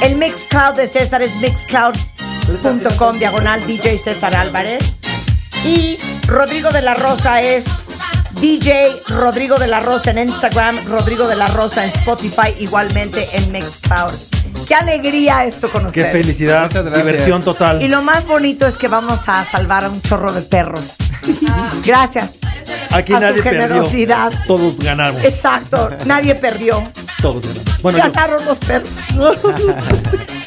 El Mixcloud de César es mixcloud.com diagonal DJ César Álvarez. Y Rodrigo de la Rosa es DJ Rodrigo de la Rosa en Instagram, Rodrigo de la Rosa en Spotify, igualmente en Mixcloud. Qué alegría esto con Qué ustedes. felicidad, diversión total. Y lo más bonito es que vamos a salvar a un chorro de perros. Gracias. Aquí a nadie su generosidad. perdió. Todos ganamos. Exacto, nadie perdió. Todos ganamos. Bueno, yo- Ganaron los perros.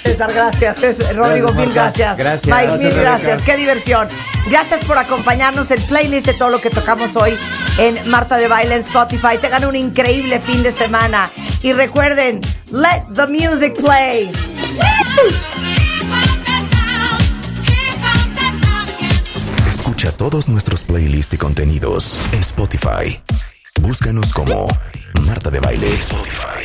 César, gracias. César, Rodrigo, Marta. mil gracias. Gracias. Mike, Gracias, mil Rebeca. gracias. Qué diversión. Gracias por acompañarnos en playlist de todo lo que tocamos hoy en Marta de Baile en Spotify. Tengan un increíble fin de semana. Y recuerden, let the music play. Escucha todos nuestros playlists y contenidos en Spotify. Búscanos como Marta de Baile. Spotify.